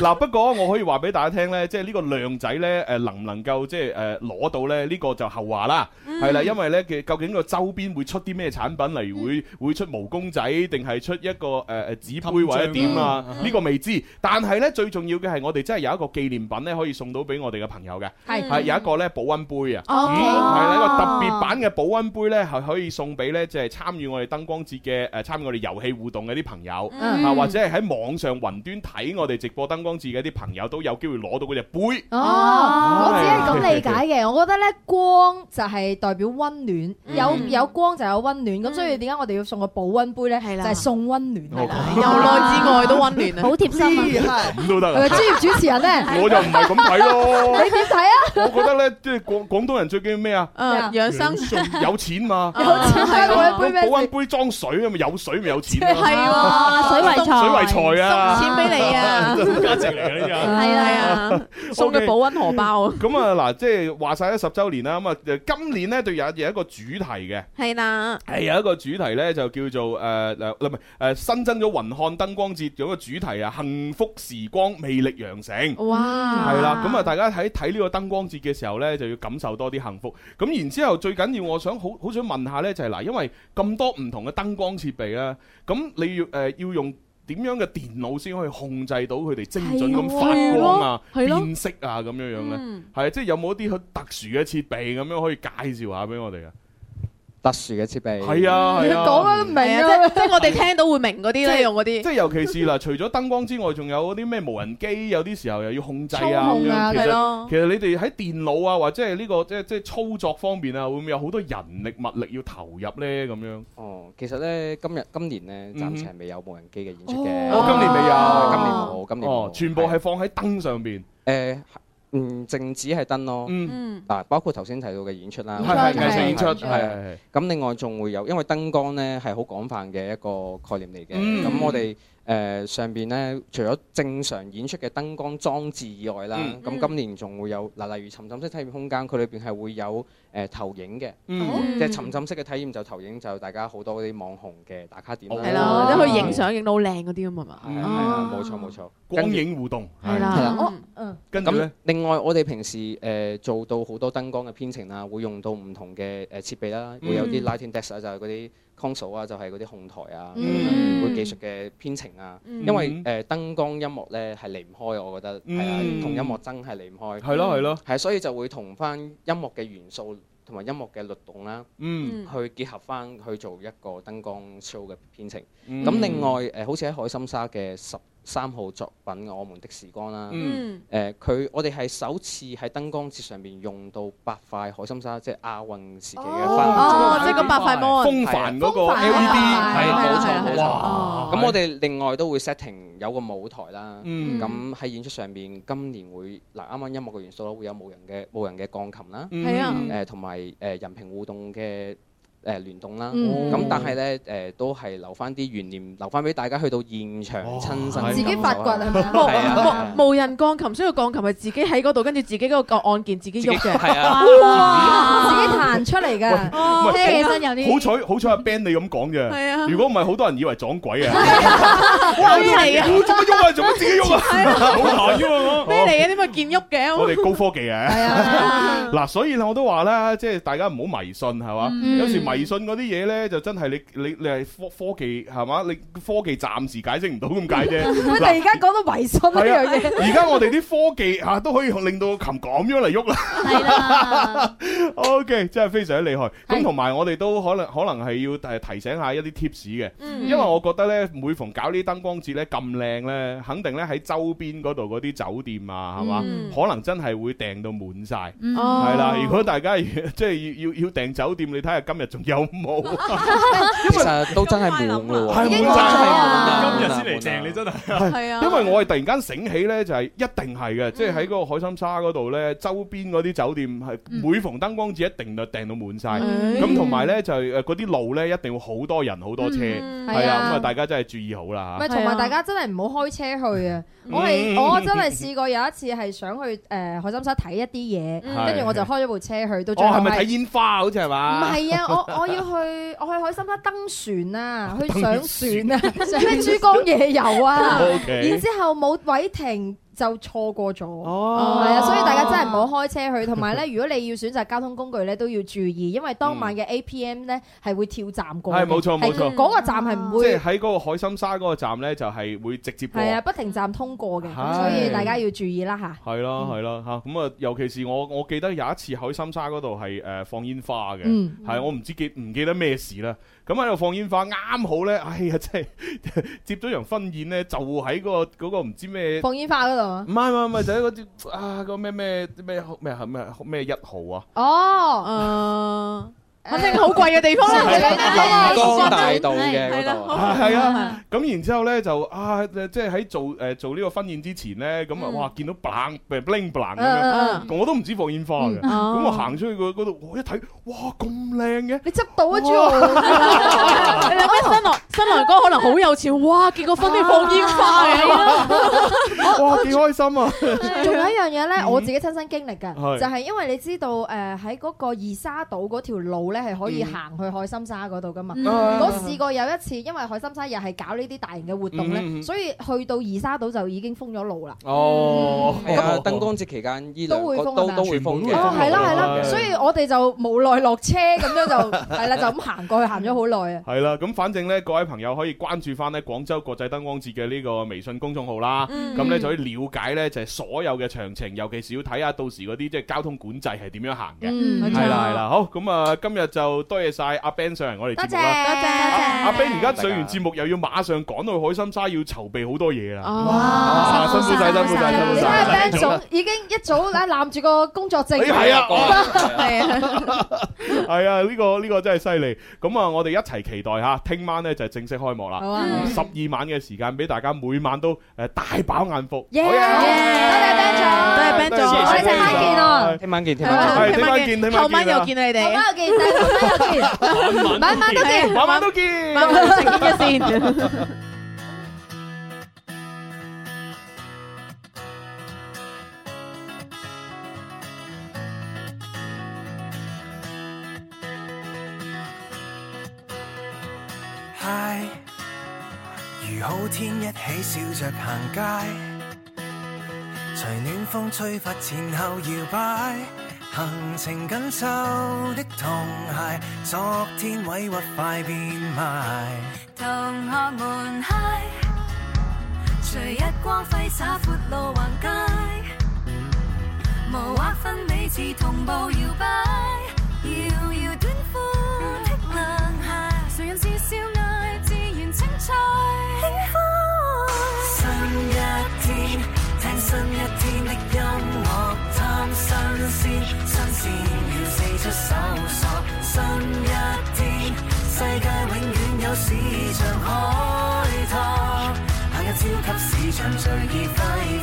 S3: 嗱，不過我可以話俾大家聽咧，即係呢個靚仔咧，誒能唔能夠即係誒攞到咧？呢個就後話啦，係啦，因為咧嘅究竟個周邊會出啲咩產品，例如會會出毛公仔，定係出一個誒誒紙杯或者點啊？呢個未知，但係咧最重要嘅係我哋真係有一個紀念品咧，可以送到俾我哋嘅朋友嘅，
S6: Ừ.
S4: 係
S3: 係有一個咧保温杯啊。
S6: 嗯哦
S3: 係啦，一個特別版嘅保温杯咧，係可以送俾咧，即係參與我哋燈光節嘅誒，參與我哋遊戲互動嘅啲朋友，
S6: Ừ.
S4: 嗯
S3: 啊或者係喺網上雲端睇我哋直播燈光節嘅啲朋友，都有機會攞到嗰隻杯。
S4: 哦，我只係
S3: 係啊
S4: 咁理解嘅，我覺得咧光就係代表温暖，
S6: 嗯
S4: 有有光就有温暖，咁所以點解我哋要送個保温杯咧？
S6: 係
S4: 就
S6: 啦
S4: 係送温暖。啊
S6: 由內至外都温暖啊！
S5: 好貼心啊！
S3: 咁都得
S4: 係咪
S3: 啊！
S4: 專業主持人咧？
S6: *laughs*
S3: 我就唔係咁睇咯，
S4: *laughs* 你點睇啊？
S3: 我覺得咧，即係廣廣東人最緊要咩啊？
S6: 啊，養生
S3: 有錢嘛，
S6: 哦 Ờ,
S4: 有錢買保温杯
S3: 保
S4: 咩
S3: 温？杯裝水啊嘛，有水咪有錢
S6: 係 *laughs*
S3: 咯，
S6: 喎，
S5: 水為財，
S3: 水為財啊！
S6: 送錢俾你啊！
S2: 價值嚟嘅呢啲啊，
S5: 係
S6: 係
S5: 啊，
S6: 啊，送嘅保温荷包啊！
S3: *laughs* 咁啊嗱，即係話晒咗十週年啦，咁啊誒今年咧就有有一個主題嘅。
S6: 係啦，
S3: 係有一個主題咧，就叫做誒誒唔係誒新增咗雲漢燈光節有個主題啊，幸福時光魅力羊城。
S6: 哇！
S3: 係啦，咁啊，大家喺睇呢個燈光節嘅時候呢，就要感受多啲幸福。咁然之後，最緊要我想好好想問下呢，就係、嗱，因為咁多唔同嘅燈光設備啦，咁你要誒、呃要用點樣嘅電腦先可以控制到佢哋精準咁發光啊、
S6: 係咯係咯嗯
S3: 變色啊咁樣樣呢？係啊即係有冇一啲好特殊嘅設備咁樣可以介紹下俾我哋啊？
S8: 特殊嘅設備。
S3: 係啊係啊。
S4: 講啊都唔明
S6: 係
S4: 啊，
S6: 啊，即即我哋聽到會明嗰啲咧，用嗰啲
S3: 即係尤其是嗱，除咗燈光之外，仲有嗰啲咩無人機，有啲時候又要控制啊
S4: 操控
S3: 咁樣
S4: 啊
S3: 其實
S6: 係咯，
S3: 其實你哋喺電腦啊，或者係呢個即係即係操作方面啊，會唔會有好多人力物力要投入呢？咁樣
S8: 哦，其實咧，今日今年咧，暫時係未有無人機嘅演出嘅。
S3: 嗯哦今年未有
S8: 係今年冇，今年
S3: 哦
S8: 冇，
S3: 全部係放喺燈上邊。
S8: 誒，嗯，呃淨止係燈咯。
S3: 嗯，
S6: 嗯，
S8: 嗱，包括頭先提到嘅演出啦，
S3: 係係
S4: 演出
S3: 藝術演出，
S8: 係係係
S3: 係
S8: 咁另外仲會有，因為燈光咧係好廣泛嘅一個概念嚟嘅。
S3: 嗯
S8: 咁、我哋誒、呃上邊咧，除咗正常演出嘅燈光裝置以外啦，
S3: 嗯
S8: 咁、今年仲會有嗱，例如沉浸式體驗空間，佢裏邊係會有誒、呃投影嘅，
S3: 嗯
S8: 即係沉浸式嘅體驗就投影就大家好多嗰啲網紅嘅打卡點啦。
S3: 哦
S6: 係
S3: 哦
S6: 咯，即係去影相影到好靚嗰啲咁啊嘛，
S8: 係係啊，冇錯冇錯。
S3: 光影互動
S6: 係
S8: 係啦
S6: 啦，
S4: 哦
S6: 嗯
S4: 嗯，
S3: 跟住
S8: 咁
S3: 咧，
S8: 另外我哋平時誒、呃做到好多燈光嘅編程啊啦，會用到唔同嘅誒呃設備啦，會有啲
S6: 嗯
S8: lighting desk 啊，就係嗰啲 console 啊，就係嗰啲控台啊，咁
S4: 嗯
S8: 樣會技術嘅編程啊。
S6: 嗯
S8: 因為誒、
S3: 嗯
S8: 呃、燈光音樂咧係離唔開，我覺得係啊
S3: 嗯，
S8: 同音樂真係離唔開。
S6: 嗯
S3: 係咯係咯，
S8: 係，所以就會同翻音樂嘅元素同埋音樂嘅律動啦，
S3: 嗯，
S8: 去結合翻去做一個燈光 show 嘅編程。
S6: 嗯
S3: 咁
S8: 咁、另外誒、呃好似喺海心沙嘅十三號作品《我們的時光》啦。
S3: 嗯
S8: 誒呃佢、我哋係首次喺燈光節上面用到八塊海心沙，即係亞運時期嘅花。
S6: 哦，即係嗰八塊 mon，
S3: 嗯風帆嗰個
S6: 啊
S3: E
S4: 風
S8: 係
S3: LED
S4: 帆係
S8: 冇錯
S4: 啊
S6: 係啊
S8: 冇錯。
S6: 係
S3: 哇！
S8: 咁我哋另外都會 setting 有個舞台啦。
S3: 嗯
S8: 咁喺演出上面，今年會嗱啱啱音樂嘅元素啦，會有無人嘅無人嘅鋼琴啦，
S3: 嗯
S6: 係啊
S8: 誒同埋誒人屏互動嘅誒聯動
S3: 哦
S8: 啦。
S4: 嗯
S8: 咁但係咧誒都係留翻啲懸念，留翻俾大家去到現場
S3: 哦
S8: 親
S3: 係
S8: 身
S4: 自己
S8: 感
S4: 發
S8: 受
S4: 掘
S8: 下
S4: 係咪
S6: 無
S4: 啊？
S8: 係啊係啊
S6: 無無人鋼琴，所以個鋼琴係自己喺嗰度，跟住自己嗰個按鍵自己
S8: 自己
S6: 喐嘅。
S8: 係啊。
S3: 哦
S4: 自己彈出嚟㗎。
S3: 唔
S6: 哦
S3: 係
S5: 聽起身有啲
S3: 好彩好彩阿 Ben 你咁講啫。
S6: 係啊，
S3: 如果唔係，好多人以為撞
S6: *laughs*
S3: 鬼啊！
S6: 咩嚟嘅？
S3: 我做乜喐啊？做乜自己喐啊？
S6: *laughs*
S3: 好難喐啊！我
S6: 咩嚟嘅？點解見喐嘅？
S3: 我哋高科技啊！
S4: 係啊，
S3: 嗱，所以咧我都話啦，即係大家唔好迷信係嘛，
S5: Ừ.
S3: 有時迷信嗰啲嘢咧就真係你你你係科科技係嘛，你科技暫時解釋唔到咁 *laughs* 解啫。
S4: 佢突然間講到迷信呢
S3: 係
S4: 樣嘢。
S3: 啊，而家我哋啲科技嚇都可以令到琴咁樣嚟喐啦。 *laughs*
S5: 係啦，
S3: OK，真係非常之厲害。咁
S5: 係
S3: 同埋我哋都可能可能係要誒提醒下一啲 tips 嘅，因
S6: 嗯
S3: 為我覺得咧每逢搞呢啲燈光節咧咁靚咧，肯定咧喺周邊嗰度嗰啲酒店啊係嘛，
S6: 嗯
S3: 可能真係會訂到滿晒。
S5: 嗯
S6: 哦
S3: 係啦，如果大 *laughs* 家即係要要要訂酒店，你睇下今日仲有冇？
S8: 其實都真係滿咯
S3: 係
S8: 喎，
S3: 已經
S8: 真係啊滿啦
S6: 啊
S5: 滿咗
S2: 啊今日先嚟正，你真係
S6: 係啊，
S3: 因為我係突然間醒起呢，就係一定係嘅，即係喺嗰個海心沙嗰度呢，周邊嗰啲酒店係每逢燈光節一定就訂到滿晒。
S6: 嗯
S3: 咁同埋呢，就係誒嗰啲路呢，一定會好多人好多車，
S6: 嗯
S3: 係
S4: 係
S3: 啊，
S4: 啊
S3: 咁啊大家真係注意好啦
S4: 唔
S3: 嚇。
S4: 係，同埋大家真係唔好開車去啊！我
S3: 啊嗯
S4: 係我真係試過有一次係想去誒海心沙睇一啲
S6: 嗯
S4: 嘢，跟住我就開咗部車去，到最
S3: 哦，
S4: 後
S3: 係咪睇
S4: 係。
S3: 煙花好似係
S4: 唔
S3: 嘛？
S4: 係啊！我我要去我去海心沙登
S3: *laughs*
S4: 船啊，去上船啊， *laughs* 咩珠江夜
S3: *laughs*
S4: 遊啊，
S3: O
S4: 然
S3: K，
S4: 之後冇位停就錯過咗。
S3: 哦，
S4: 係啊，所以大家真係唔好開車去，同埋咧，如果你要選擇交通工具咧，都要注意，因為當晚嘅 APM 咧係會跳站過
S3: 係
S4: 嘅，
S3: 冇錯冇錯
S4: 係嗰個站係唔
S3: 即係
S4: 會
S3: 喺嗰個海心沙嗰個站呢，就係會直接過。
S4: 係啊不停站通過嘅，
S3: 係
S4: 咁所以大家要注意啦吓。
S3: 係啦，係啦，嚇咁啊！尤其是我，我記得有一次海心沙嗰度係誒放煙花嘅，係、啊
S4: 嗯
S3: 我唔知記唔記得咩事啦。咁喺度放煙花，啱好咧， *laughs* 哎呀，真係接咗場婚宴咧，就喺嗰個嗰個唔知咩，
S4: 放煙花嗰度啊
S3: 唔係唔係唔係，就喺嗰啲啊個咩咩咩咩咩咩一號啊，
S4: 哦，
S6: 誒，呃肯
S4: 肯
S6: 定
S4: 定
S6: 好貴嘅地方啦，
S4: 係啦
S8: *laughs* 南江大道嘅嗰
S6: 係
S8: 度啊。
S6: 啦
S3: 啊係啊，咁然之後咧就啊，即係喺做誒、做呢個婚宴之前咧，咁啊
S6: 嗯
S3: 哇，見到 bling bling bling 咁樣，
S4: 嗯嗯
S3: 我都唔知放煙花
S4: 嗯
S3: 嘅，咁、
S6: 咁
S4: 哦
S3: 我行出去嗰嗰度，我一睇，哇咁靚嘅！
S4: 你執到啊朱浩，
S6: *laughs* 你諗下新郎新郎哥可能好有錢，哇！結個婚都要放煙花 *laughs*
S5: Ờ.
S6: 嘅，
S3: 哇，幾開心
S4: *laughs*
S3: 啊！
S4: *laughs* 仲有一樣嘢咧，我自己親身經歷
S3: 嗯係
S4: 㗎，就係因為你知道誒喺嗰個二沙島嗰條路咧係可
S3: 嗯
S4: 以行去海心沙嗰度㗎嘛。
S5: Ừ.
S4: 我試過有一次，因為海心沙又係搞呢啲大型嘅活動
S3: 嗯嗯
S4: 咧，
S3: 嗯
S4: 所以去到二沙島就已經封咗路啦。
S3: 哦，
S8: 係啊，燈光節期間依兩
S4: 都會
S8: 個
S4: 封
S8: 都
S4: 㗎
S8: 都會封嘅。
S3: 全部都
S4: 哦，
S3: 會封
S4: 係啦
S3: 路
S4: 係
S3: 係
S4: 啦，所以我哋就無奈落車咁樣就係啦，就咁行過去行咗好耐啊。
S3: 系啦，咁反正咧，各位朋友可以關注翻咧廣州國際燈光節嘅呢個微信公眾號啦。
S4: 嗯
S3: 咁咧就可以了解咧，就係所有嘅詳情，尤其是要睇下到時嗰啲即係交通管制係點樣行嘅。
S4: 嗯
S3: 係啦係啦，好咁啊，今日日就多謝晒阿 Ben 上嚟我哋
S4: 多
S3: 節
S4: 謝，
S3: 目啦。阿
S4: 阿
S3: Ben 而家上完節目又要馬上趕去海心沙，要籌備好多嘢啦。
S6: 嗯
S4: 哦
S6: 哇
S5: Ờ,
S3: 啊辛苦晒，辛苦晒，辛苦
S4: 你睇
S3: 晒
S4: 下。Ben 總已經一早咧攬住個工作證，
S3: 哎係啊哇
S4: Dạ.
S6: 係啊，
S3: 係啊，呢個呢個真係犀利。咁啊，我哋一齊期待吓，聽晚呢就正式開幕啦。
S4: 好啊，
S6: 嗯
S3: 十二晚嘅時間俾大家每晚都誒大飽眼福。
S4: 耶！
S3: 好
S4: 多
S3: 嘢
S4: 謝 Ben
S6: 多
S4: 總，
S6: 謝 Ben 總，
S3: 多謝
S4: 我哋聽晚見啊，
S8: 聽晚見，聽晚見。
S3: 係聽晚見啊聽晚見
S6: 後晚又見你
S4: 後
S6: 哋，啊
S4: 晚又見，後晚又見，晚
S3: 晚晚
S4: 晚都見。
S3: 都見。
S6: 晚晚
S5: Dạ,
S6: 食煙一先。
S7: 嗨，如好天一起笑着行街，隨暖風吹拂前後搖擺，行程緊湊的童鞋，昨天委屈快變賣。
S10: 同學們嗨，隨日光揮灑闊路橫街，無劃分彼此同步搖擺，搖搖短褲的涼鞋，誰人是少艾自然精彩。
S7: 新一天，聽新一天的音樂，貪新鮮，新鮮要四出搜索。新一天，世界永遠有市場開拓。行入超級市場隨意揮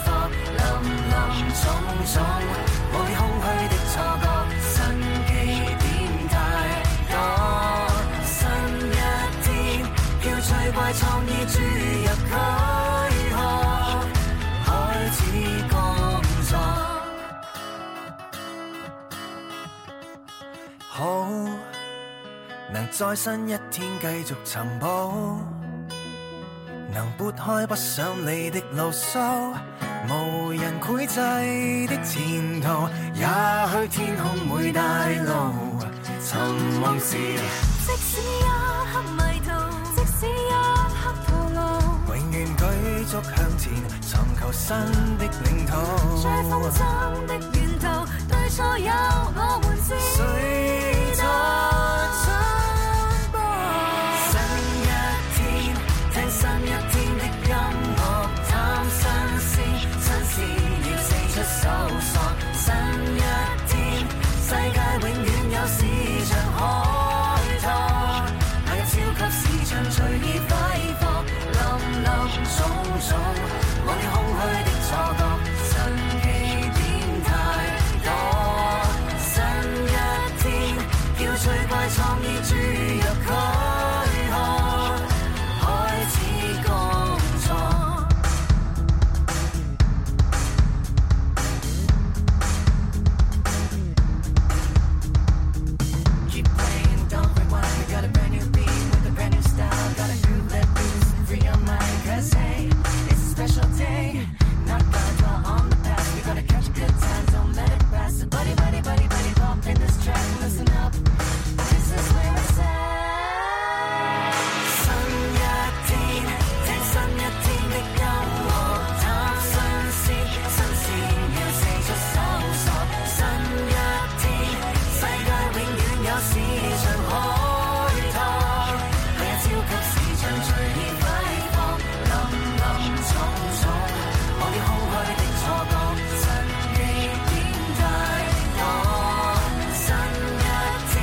S7: 霍，林林種種，無理空虛的錯覺，新機點太多。新一天，叫最怪創意注入軀殼，開始工作。好，能再新一天繼續尋寶，能撥開不想理的牢騷，無人繪製的前途，也許天空會帶路，尋夢時。
S10: 即使一刻迷途，即使一刻徒勞，
S7: 永遠舉足向前，尋求新的領
S10: 最風
S7: 土。
S10: 箏的沿途，對錯有我們知
S7: 水
S10: 道進步。
S7: 新一天，聽新一天的音樂，貪新鮮，新鮮要四出搜索。新一天，世界永遠有市場開拓，行入超級市場隨意揮霍，林林種種，忘掉空虛的錯覺，新起點太多。新一天，叫最怪創意注入軀殼，開始工作。新一天，聽新一天的音樂，貪新鮮，新鮮要四出搜索。新一天，世界永遠有市場開拓，係啊，超級市場隨意揮霍，林林種種，忘掉空虛的錯覺，新起點太多。新一天，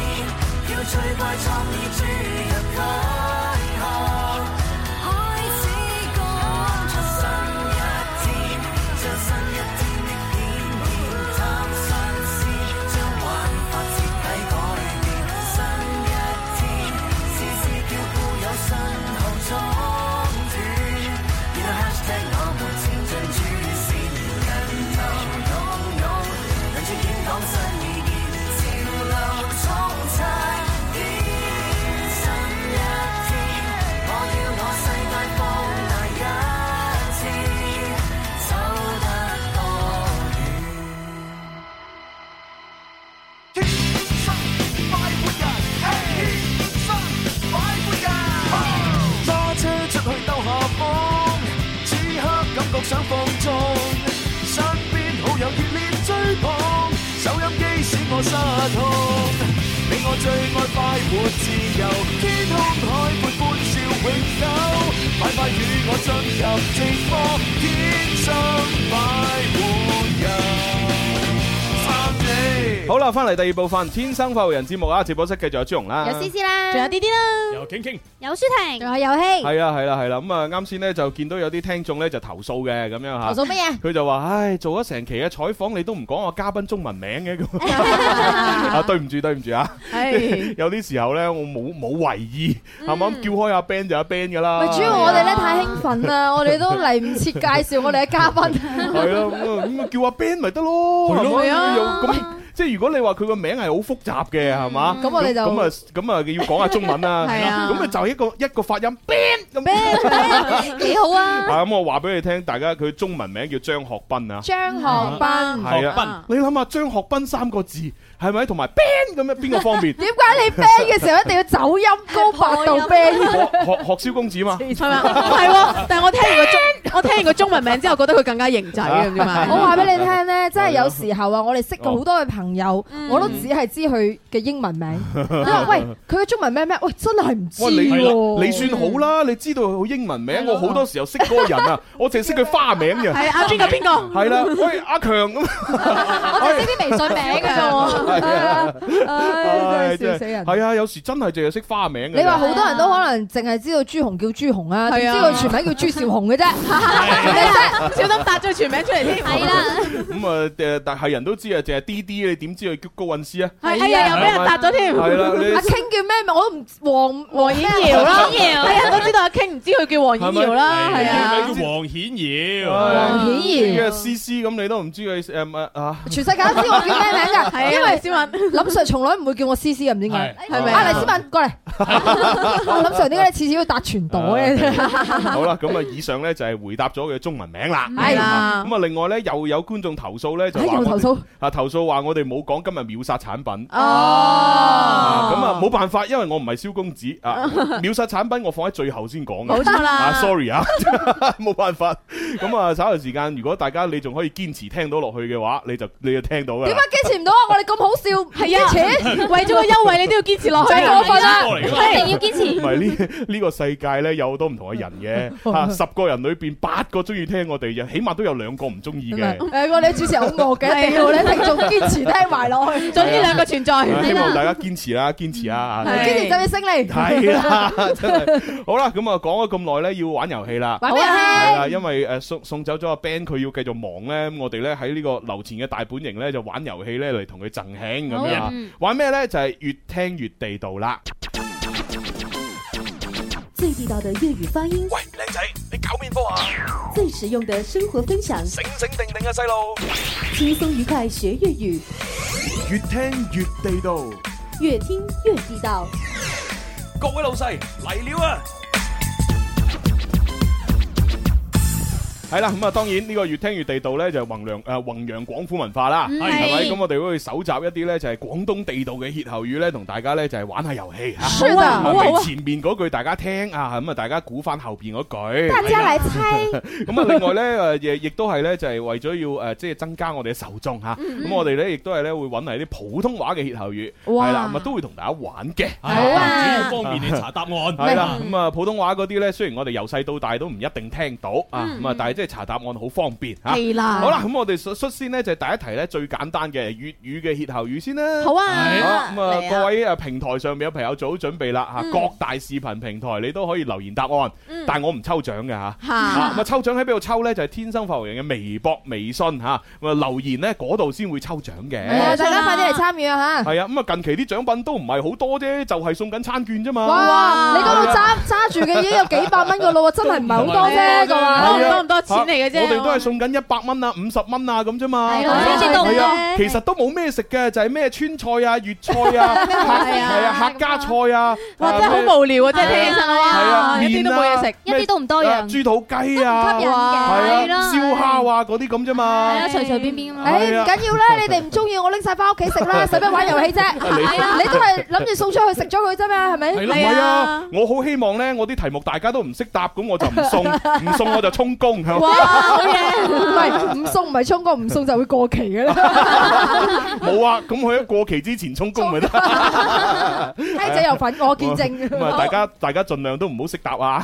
S7: 叫最怪創意注入軀殼，開始工作。新一天，將新一天的片面貪新鮮，將玩法徹底改變。新一天，試試叫固有新號中斷，然後 hashtag 我們前進主線，跟頭湧湧，輪住演講新意見。潮流中擦肩，新一天，我要我世界放大一次，走得多遠。
S2: 天生快活人，天生快活人。
S1: 揸車出去兜下風，此刻感覺想放縱，身邊好友熱烈追捧，收音機使我失控。你我最愛快活自由，天空海闊歡笑永久，快快與我進入直播，天生快活人，翻你。
S3: 好啦，翻嚟第二部分《天生快活人》節目啊，直播室繼續有朱紅啦，
S5: 有思思啦，
S6: 仲有啲啲啦，
S2: 由傾傾，
S5: 有舒婷，
S4: 仲有遊戲，
S3: 係啦係啦係啦，咁啊啱先咧就見到有啲聽眾咧就投訴嘅咁樣
S4: 投
S3: 吓。
S4: 訴乜嘢？
S3: 佢就話：唉，做咗成期嘅採訪，你都唔講我嘉賓中文名嘅
S4: *laughs*
S3: 咁。啊，對唔住對唔住啊！
S6: 係
S3: 有啲時候咧，我冇冇懷意，係咪？咁叫開阿 Ben 就阿 Ben 噶啦。
S4: 咪主要我哋咧太興奮啦，我哋都嚟唔切介紹我哋嘅嘉賓。
S3: 係咯，咁啊咁啊叫阿 Ben 咪得咯。係
S6: 係啊
S3: 又咁即係如果你話佢個名係好複雜嘅係嘛？
S4: 咁我哋就
S3: 咁啊咁啊要講下中文啦。
S6: 係啊
S3: 咁啊就一個一個發音 Ben 咁。
S5: 幾好啊！
S3: 啊咁我話俾你聽，大家佢中文名叫張學斌啊。
S4: 張
S6: Ờ.
S4: 學斌，？
S3: 係啊，你諗下張學斌三個字係咪？同埋 Ben 咁樣邊個方面
S4: 點解你 band 嘅時候一定要走音高八度 band？
S3: 學學學蕭公子嘛，
S6: 係咪？唔係喎，但係我聽完個中， *laughs* 我聽完個中文名之後，覺得佢更加型仔嘅，唔知啊點解
S4: *laughs* 我話俾你
S3: *laughs*
S4: 聽咧，真係有時候啊，我哋識過好多嘅朋友，我都只係知佢嘅英文
S3: *laughs*
S4: 名。因為喂，佢嘅中文名咩？喂，真係唔知
S3: 喂你
S4: *laughs* 喎。
S3: 你算好啦，你知道佢英文名，我好多時候識嗰個人啊，我淨係識佢花名嘅，
S6: 係啊，邊個邊個？
S3: 係啦，喂阿強咁，
S5: 我哋呢啲微信名㗎啫喎。
S3: 係啊
S4: 唉，真係笑死人。
S3: 係啊，有時真係淨係識花名嘅。
S4: 你話好多人都可能淨係知道朱紅叫朱紅啊，
S6: 係
S4: 點
S6: 啊
S4: 知佢全名叫朱兆紅
S3: *laughs*
S4: 嘅
S3: 啊
S4: 啫。
S6: 小心答咗全名出嚟添。
S5: 係啦，
S3: 咁啊誒，但係人都知啊，淨係 D D，你點知佢叫高韻詩啊？
S6: 係係啊，又俾人答咗添。
S3: 係啊啦，
S4: 阿
S3: 你
S4: King 叫咩名我都唔黃
S6: 黃顯瑤啦，
S5: 顯瑤
S6: 係啊，都知道阿 King 唔知佢叫黃顯瑤啦，
S3: 係咪哎
S6: 係啊，
S2: 叫黃顯耀。
S3: 唉
S4: 黃顯
S3: 你
S4: 瑤，
S3: 嘅 C C 咁，你都唔知佢誒乜
S4: *laughs*
S3: 啊？
S4: 全世界都知
S6: *laughs*
S4: 我叫咩名
S6: 係啊
S4: 㗎，因為
S6: 小敏
S4: 林 Sir 從來唔會叫我 C C 嘅，唔知點解。
S6: 係咪
S4: 啊，黎思敏過嚟，我林 Sir 點解你次次要搭全袋嘅？
S3: 好啦，咁啊，以上咧就係回答咗佢嘅中文名啦。
S6: 係啦，
S3: 咁啊，另外咧又有觀眾投訴咧，就
S4: 哎，
S3: 話
S4: 又投
S3: 我哋
S4: 訴。啊
S3: 啊投訴話我哋冇講今日秒殺產品。
S4: Ờ.
S6: 哦，
S3: 咁啊，冇辦法，因為我唔係蕭公子啊，秒殺產品我放喺最後先講
S6: 冇
S3: 嘅。
S6: 錯
S3: 啊
S6: 啦，
S3: ，sorry 啊， *laughs* 冇辦法。咁啊，稍後時間，如果大家你仲可以堅持聽到落去嘅話，你就你就聽到㗎
S4: 點
S3: 啦。
S4: 解堅持唔到啊？我哋咁好笑，
S6: 係啊
S4: 堅持
S6: 為咗個優惠你都要堅持落去，
S4: 真係過分啦！
S5: 一定要堅
S3: 唔
S5: 持。
S3: 係呢 *laughs* 呢個世界咧有好多唔同嘅人嘅，啊十個人裏邊八個中意聽我哋嘅，起碼都有兩個唔中意嘅。
S4: 誒，我哋主持人好惡嘅，一定要咧聽眾堅持聽埋落去，
S6: 總之兩個存在，
S3: 啊希
S6: 係
S3: 望大家堅持啦，堅持啦啊！
S6: 係
S4: 堅持就要勝利。
S3: 係啦，真係好啦，咁啊講咗咁耐咧，要玩遊 *laughs* 戲啦。
S4: 玩咩
S3: 係
S4: 啊？
S3: 啦，因為誒送送走咗阿 Ben，佢要繼續忙咧，咁我哋咧喺呢個樓前嘅大本營咧就玩遊戲咧嚟同佢贈興
S5: Ừ.
S3: 咁樣啊。玩咩咧？就係越聽越地道啦。
S11: 最地道的粵語發音，
S2: 喂，靚仔，你搞面科啊？
S11: 最實用的生活分享，
S2: 醒醒定定啊，細路！
S11: 輕鬆愉快學粵語，
S1: 越聽越地道，
S11: 越聽越地道。
S2: 各位老細嚟了啊！
S3: 係啦，咁啊當然呢個越聽越地道咧就弘揚誒弘揚廣府文化啦，嗯係咪？咁我哋會搜集一啲咧就係廣東地道嘅歇後語咧，同大家咧就係玩下遊戲嚇。
S4: 是的，
S3: 啊俾前面嗰句大家聽啊，咁啊大家估翻後邊嗰句。 *laughs*
S4: 大家嚟猜。
S3: 咁啊，另外咧，誒亦亦都係咧，就係為咗要誒，呃即係增加我哋嘅受眾嚇。咁我哋咧，亦都係咧會揾嚟啲普通話嘅歇後語，
S4: 哇
S3: 係啦，咁啊都會同大家玩嘅。
S2: 好
S4: 啊
S2: 主要方便你查答案。
S3: 係啦，咁啊普通話嗰啲咧，雖然我哋由細到大都唔一定聽到啊，咁啊，但係即係查答案好方便嚇。
S6: 係啦，
S3: 好啦，咁我哋率率先呢，就係第一題咧最簡單嘅粵語嘅歇後語先啦。
S6: 好
S3: 好
S6: 啊，嗯
S3: 咁啊，
S6: 嚟
S3: 各位誒平台上面嘅朋友做好準備啦嚇，各大視頻平台你都可以留言答案，
S6: 嗯
S3: 但係我唔抽獎嘅嚇。啊
S6: 嚇，
S3: 咁啊抽獎喺邊度抽呢？就係、天生發福人嘅微博、微信嚇，咁啊留言呢嗰度先會抽獎嘅。
S4: 係
S6: 嗯
S4: 啊，大家快啲嚟參與啊嚇！
S3: 係啊，咁啊近期啲獎品都唔係好多啫，就係、送緊餐券啫嘛。
S4: 哇！你嗰度揸揸住嘅已經有幾百蚊個咯喎，真係唔係好多啫個
S6: 多唔
S4: 話。
S6: 多唔多錢嚟嘅啫，
S3: 我哋都係送緊一百蚊啊、五十蚊啊咁啫嘛。
S5: 係啊
S4: 知道
S3: 係啊
S5: 啫
S3: 其實都冇咩食嘅，就係咩川菜啊、粵菜啊、客
S6: 係啊
S3: 係啊客家菜啊，
S6: 哇，真係
S3: 咩
S6: 好無聊啊！真係聽起身
S3: 係啊
S6: 哇，一啲都冇嘢食，
S5: 一啲都唔多
S3: 啊
S5: 樣，
S3: 豬肚雞啊，
S5: 吸引嘅，
S3: 係
S5: 係
S3: 啊
S5: 啦
S3: 燒烤啊嗰啲咁啫嘛
S5: 係。啊，隨隨便便咁
S4: 誒唔
S5: 咯。
S4: 緊要啦，你哋唔中意我拎晒翻屋企食啦，使乜玩遊戲啫？你都係諗住送出去食咗佢啫嘛，係咪？
S3: 係啦，唔係啊！我好希望咧，我啲題目大家都唔識答，咁我就唔送，唔送我就充公，係
S4: 哇，
S6: 好
S4: 嘢！唔系唔送，唔係充公，唔送就會過期
S3: *laughs*
S4: 嘅啦。
S3: 冇啊，咁佢喺過期之前充公咪得。
S4: 雞仔有份，我見證。
S3: 咁啊，大家大家盡量都唔好識答啊！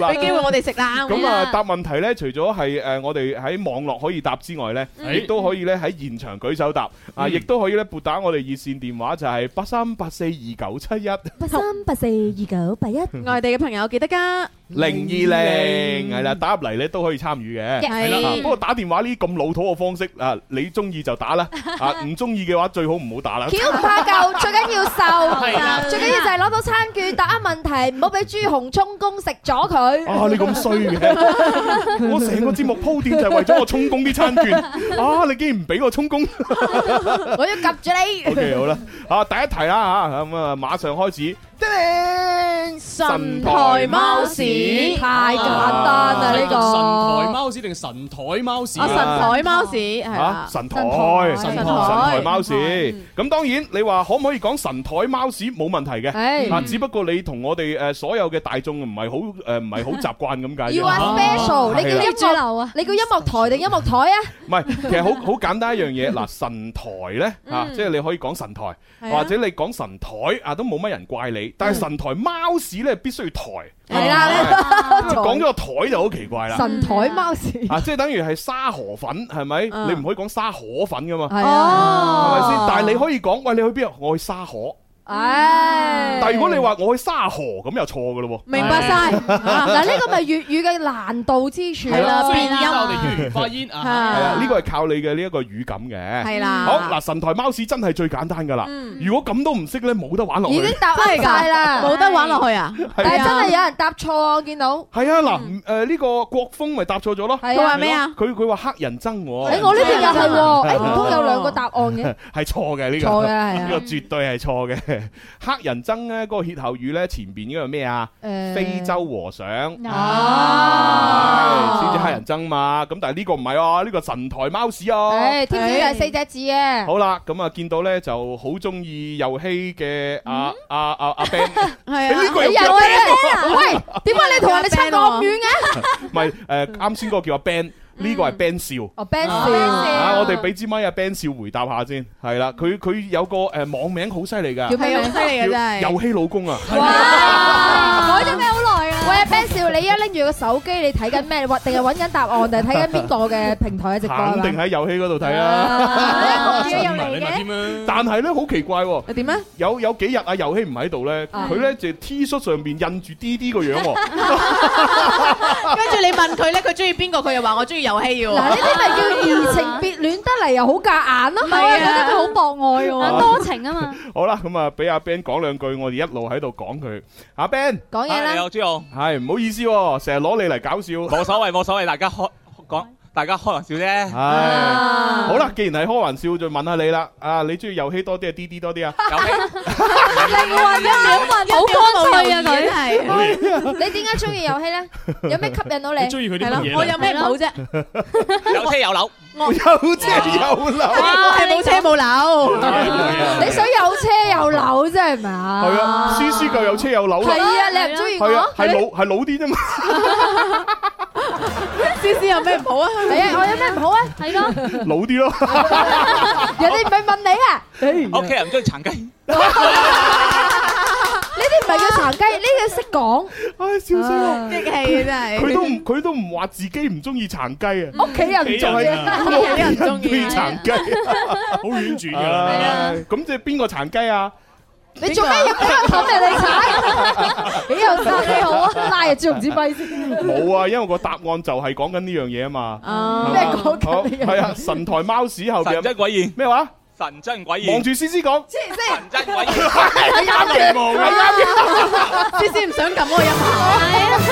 S3: 嗱
S6: 俾機會我哋食啦。
S3: 咁啊，
S6: 咁
S3: 答問題咧，除咗係誒我哋喺網絡可以答之外咧，
S6: 嗯
S3: 亦都可以咧喺現場舉手答啊，亦都可以咧撥打我哋熱線電話就係八三八四二九七一
S4: 八三八四二九八一，
S6: 外地嘅朋友記得加。
S3: 零二零係啦，打入嚟咧都可以參與嘅。
S6: Yes
S3: 係啦
S6: 係
S3: 不過打電話呢啲咁老土嘅方式啊，你中意就 *laughs* 打啦，啊唔中意嘅話最好唔好打啦。
S4: 橋唔怕舊，最緊要
S3: 係啦
S4: 瘦，最緊要就係攞到餐券，答問題，唔好俾朱紅充公食咗佢。
S3: 啊！你咁衰 *laughs* 嘅，我成個節目鋪墊就係為咗我充公啲餐券，啊！你竟然唔俾我充公。
S4: 我要及住你。
S3: O K，好啦，啊，第一題啦吓，咁啊，馬上開始。
S4: 神
S3: 台
S9: 貓屎
S4: 太簡單啦呢
S9: 神台
S4: 個。
S9: 貓屎定神台貓屎？
S6: 啊，神台貓屎係
S3: 吓
S6: 啦，
S3: 神台，
S6: 神
S3: 神
S6: 台
S3: 台貓屎，咁當然你話可唔可以講神台貓屎冇問題
S4: 係
S3: 嘅，啊，只不過你同我哋誒所有嘅大眾唔係好誒唔係好習慣咁解啫。啊
S4: You are special，你叫
S3: 係啦
S4: 音樂啊？你叫音樂台定音樂台啊？
S3: 唔係，其實好好簡單一樣嘢。嗱，神台咧啊，
S4: 嗯
S3: 即係你可以講神台，
S4: 係啊
S3: 或者你講神台啊，都冇乜人怪你。但係神台貓屎咧，必須要台。
S4: 係啦
S3: 啊，講咗個台就好奇怪啦。
S4: 神台貓屎。
S3: 啊，即係等於係沙河粉係咪？
S4: 啊
S3: 你唔可以講沙河粉噶嘛？
S4: 係啊
S3: 係咪先？但係你可以講，喂，你去邊度？我去沙河。
S4: 唉，
S3: 但係如果你話我去沙河，咁又錯噶咯喎。
S4: 明
S3: *laughs*
S4: 白晒，嗱呢個咪粵語嘅難度之處
S3: 係啦
S4: 咯，
S3: 變音
S9: 我哋粵語發音
S3: 係啊，呢個係靠你嘅呢一個語感嘅。
S4: 係啊啦
S3: 好嗱，神台貓屎真係最簡單噶啦。如果咁都唔識咧，冇得玩落去。
S4: 已經答啱晒啦，
S6: 冇得玩落去啊！
S4: 但係真係有人答錯啊，我見到。
S3: 係啊，嗱，誒呢個國風咪答錯咗咯。
S4: 嗯係啊佢話咩啊
S3: 佢佢話黑人憎我。
S4: 誒我呢邊又係喎，誒唔通有兩個答案嘅？
S3: 係錯嘅呢個，
S4: 錯嘅係啊
S3: 呢個絕對係錯嘅。黑人憎咧，嗰個歇後語咧，前邊嗰個咩啊？
S4: 誒
S3: 非洲和尚
S4: 哦啊
S3: 係先至黑人憎嘛。咁但係呢個唔係啊，呢個神台貓屎啊
S4: 誒，。添子係四隻字嘅。
S3: 好啦，咁啊，見到咧就好中意遊戲嘅啊
S4: 嗯
S3: 阿阿阿阿 Ben， *laughs*
S6: 係啊
S3: 呢個
S4: 你
S3: 又
S4: 又
S3: 叫
S4: 咩啊
S3: Ben
S4: 喂，點解你同人哋差咁遠嘅？
S3: 唔係誒，啱先嗰個叫阿 Ben，呢
S4: 嗯
S3: 個係 Ben 少。
S4: 哦，Ben 少，
S3: 啊！我哋俾支咪阿 Ben 少回答下先，係啦，佢佢有個誒網名好犀利㗎，
S4: 叫咩名
S3: 叫
S4: 犀利㗎真係
S3: 遊戲老公啊！
S4: 改咗咩好耐啊？喂，Ben 少，你而家拎住個手機，你睇緊咩？或定係揾緊答案，定係睇緊邊個嘅平台嘅直播啊
S3: 肯定喺遊戲嗰度睇啊！
S9: 啊
S3: 但係咧好奇怪喎，
S6: 點咧？
S3: 有有幾日啊遊戲唔喺度咧，
S6: 啊
S3: 佢咧就 T 恤上面印住 D D 個樣
S4: *laughs*
S3: 喎，
S6: 跟住你問佢咧，佢中意邊個，佢又話我中意遊戲嘅喎。
S4: 嗱，呢啲咪叫移情別戀得嚟又好夾硬咯，
S6: 係啊
S4: 我又覺得佢好博愛
S3: 啊
S4: 喎，
S3: 多
S4: 情啊嘛。
S3: 好啦，咁啊俾阿 Ben 講兩句，我哋一路喺度講佢。阿 Ben
S4: 講
S9: Ờ,
S4: 嘢啦
S3: 有朱紅，係唔好意思喎，成日攞你嚟搞笑。
S4: 啊
S3: 冇所謂，冇所謂，大家開講，大家開
S8: *laughs*
S3: 玩笑啫。唉，
S4: Ờ.
S3: 好啦，既然係開玩笑，就問下你啦。啊，你中意遊戲多啲啊，D D 多啲啊？遊戲。
S4: 靈魂一秒問，
S6: 好乾脆啊佢
S4: 你點解中意遊戲咧？有咩吸引到你？
S9: 你中意佢啲
S4: 係
S9: 乜嘢啊
S4: 咯
S9: 咧
S4: 我有咩唔好啫？
S9: 有車有樓，
S3: 我 *laughs* 有車有樓，
S6: 我係冇車冇樓。
S4: 你想有車有樓啫係咪啊？
S3: 係啊，思思夠有車有樓啦。
S4: 係啊你又唔中意我
S3: 係啊，係老係老啲啫 *laughs* 嘛。
S6: 思思有咩唔好啊？
S4: 係啊，我有咩唔好啊？係咯，
S3: 老啲咯。
S4: 人哋唔係問你啊。
S9: 屋企人唔中意殘雞。
S4: 呢啲唔係叫殘雞，呢啲識講。
S3: 唉，笑死我！
S6: 激氣真係。
S3: 佢都唔佢都唔話自己唔中意殘雞啊，
S4: 屋企人唔中意
S3: 啊啊
S4: 屋企人唔中意
S3: 屋企人殘雞，好婉轉㗎。咁即係邊個殘雞啊？
S4: 你做咩
S6: *laughs*
S4: 要俾我氹人哋踩？幾有心你好啊！拉啊，朱紅紙幣先。
S3: 冇啊，因為個答案就係講緊呢樣嘢啊嘛。
S4: 咩講緊呢樣嘢
S3: 係啊，神台貓屎後邊神真鬼現咩話？神真鬼現。望住思思講。
S4: 先先。
S9: 真鬼
S3: *laughs* 係啱嘅，係啊啱
S6: 思思唔想撳嗰個音效，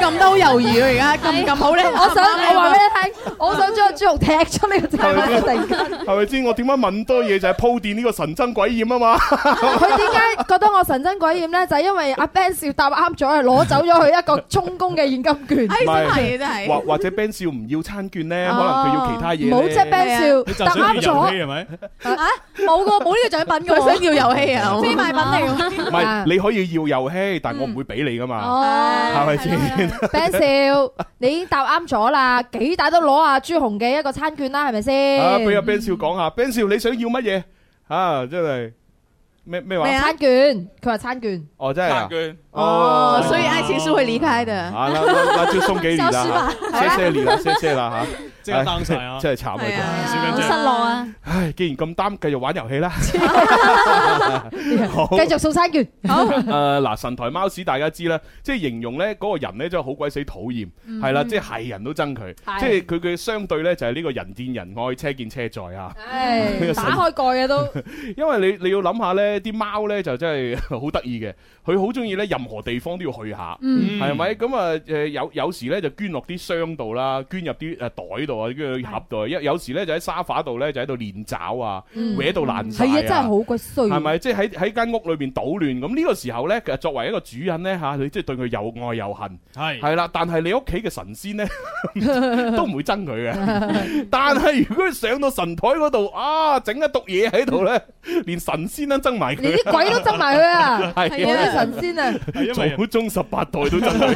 S6: 撳得好猶豫啊！而家撳唔撳好咧？
S4: *laughs* 我想我話俾你聽，我想將朱紅踢出呢個站啊！突然間，
S3: 嘅。係咪先？我點解問多嘢就係鋪墊呢個神憎鬼厭啊嘛？
S4: 佢點解覺得我神憎鬼厭咧？就係因為阿 Ben 少答啱咗，攞走咗佢一個充公嘅現 *laughs* 金券。
S3: 唔或或者 Ben 少唔要餐券咧，可能佢要其他嘢呢。
S4: 冇啫，Ben 少答啱咗，
S3: 咪？
S4: 啊冇個冇呢個獎品嘅喎，
S6: 佢想要遊戲啊
S4: 非賣品嚟
S3: 唔
S4: 㗎。
S3: 係，你可以要遊戲，但我唔會俾你噶嘛，
S4: 哦
S3: 係咪先？先？
S4: Ben 少，你已經答啱咗啦，幾大都攞阿朱紅嘅一個餐券啦，係咪
S3: 啊，俾阿
S4: 先？
S3: Ben 少講下，Ben 少你想要乜嘢啊？真係咩咩話？
S4: 餐券，佢話餐券。
S3: 哦，真係啊
S9: 餐券
S3: 哦，
S6: 所以爱情是会离开的。
S3: 啊，那那那就送給你啦，
S6: 消失吧
S3: 謝謝你啦，謝謝啦嚇，
S9: *laughs* 即刻 down 晒啊
S3: 唉啊真係慘
S9: 係
S3: 啊
S9: 啊
S3: 佢，
S9: 好失落啊！
S3: 唉，既然咁擔，繼續玩遊戲啦。 *laughs* 好，
S4: 繼續。送餐券。好，
S3: 誒嗱，神台貓屎大家知啦，即係形容咧嗰個人咧真係好鬼死討厭，
S5: Ừ.
S4: 嗯
S3: 係啦，即係係人都憎佢，
S4: 係
S3: 即係佢嘅相對咧就係呢個人見人愛，車見車載啊。
S4: 唉，打開
S3: *laughs*
S4: 蓋啊都。
S3: 因為你你要諗下咧，啲貓咧就真係好得意嘅，佢好中意咧任何地方都要去下，
S5: Ừ.
S4: 嗯
S3: 係咪？咁啊誒有有時咧就捐落啲箱度啦，捐入啲誒袋度啊，跟住盒度啊，有有時咧就喺沙發度咧就喺度練爪啊，
S4: 嗯
S3: 搲到爛晒
S4: 係啊，真係好鬼衰。
S3: 係咪？即係喺喺間屋裏邊搗亂，咁呢個時候咧，其實作為一個主人咧嚇，你即係對佢又愛又恨，
S9: 係
S3: 係啦。但係你屋企嘅神仙
S4: *laughs*
S3: 咧，都唔會憎佢嘅。但係如果佢上到神台嗰度啊，整一篤嘢喺度
S4: *laughs*
S3: 咧，連神仙都憎埋佢，
S4: 連啲鬼都憎埋佢啊！
S3: 係 *laughs* 啊
S4: 我啲神仙啊！
S9: 因為
S3: 祖宗十八代都憎佢，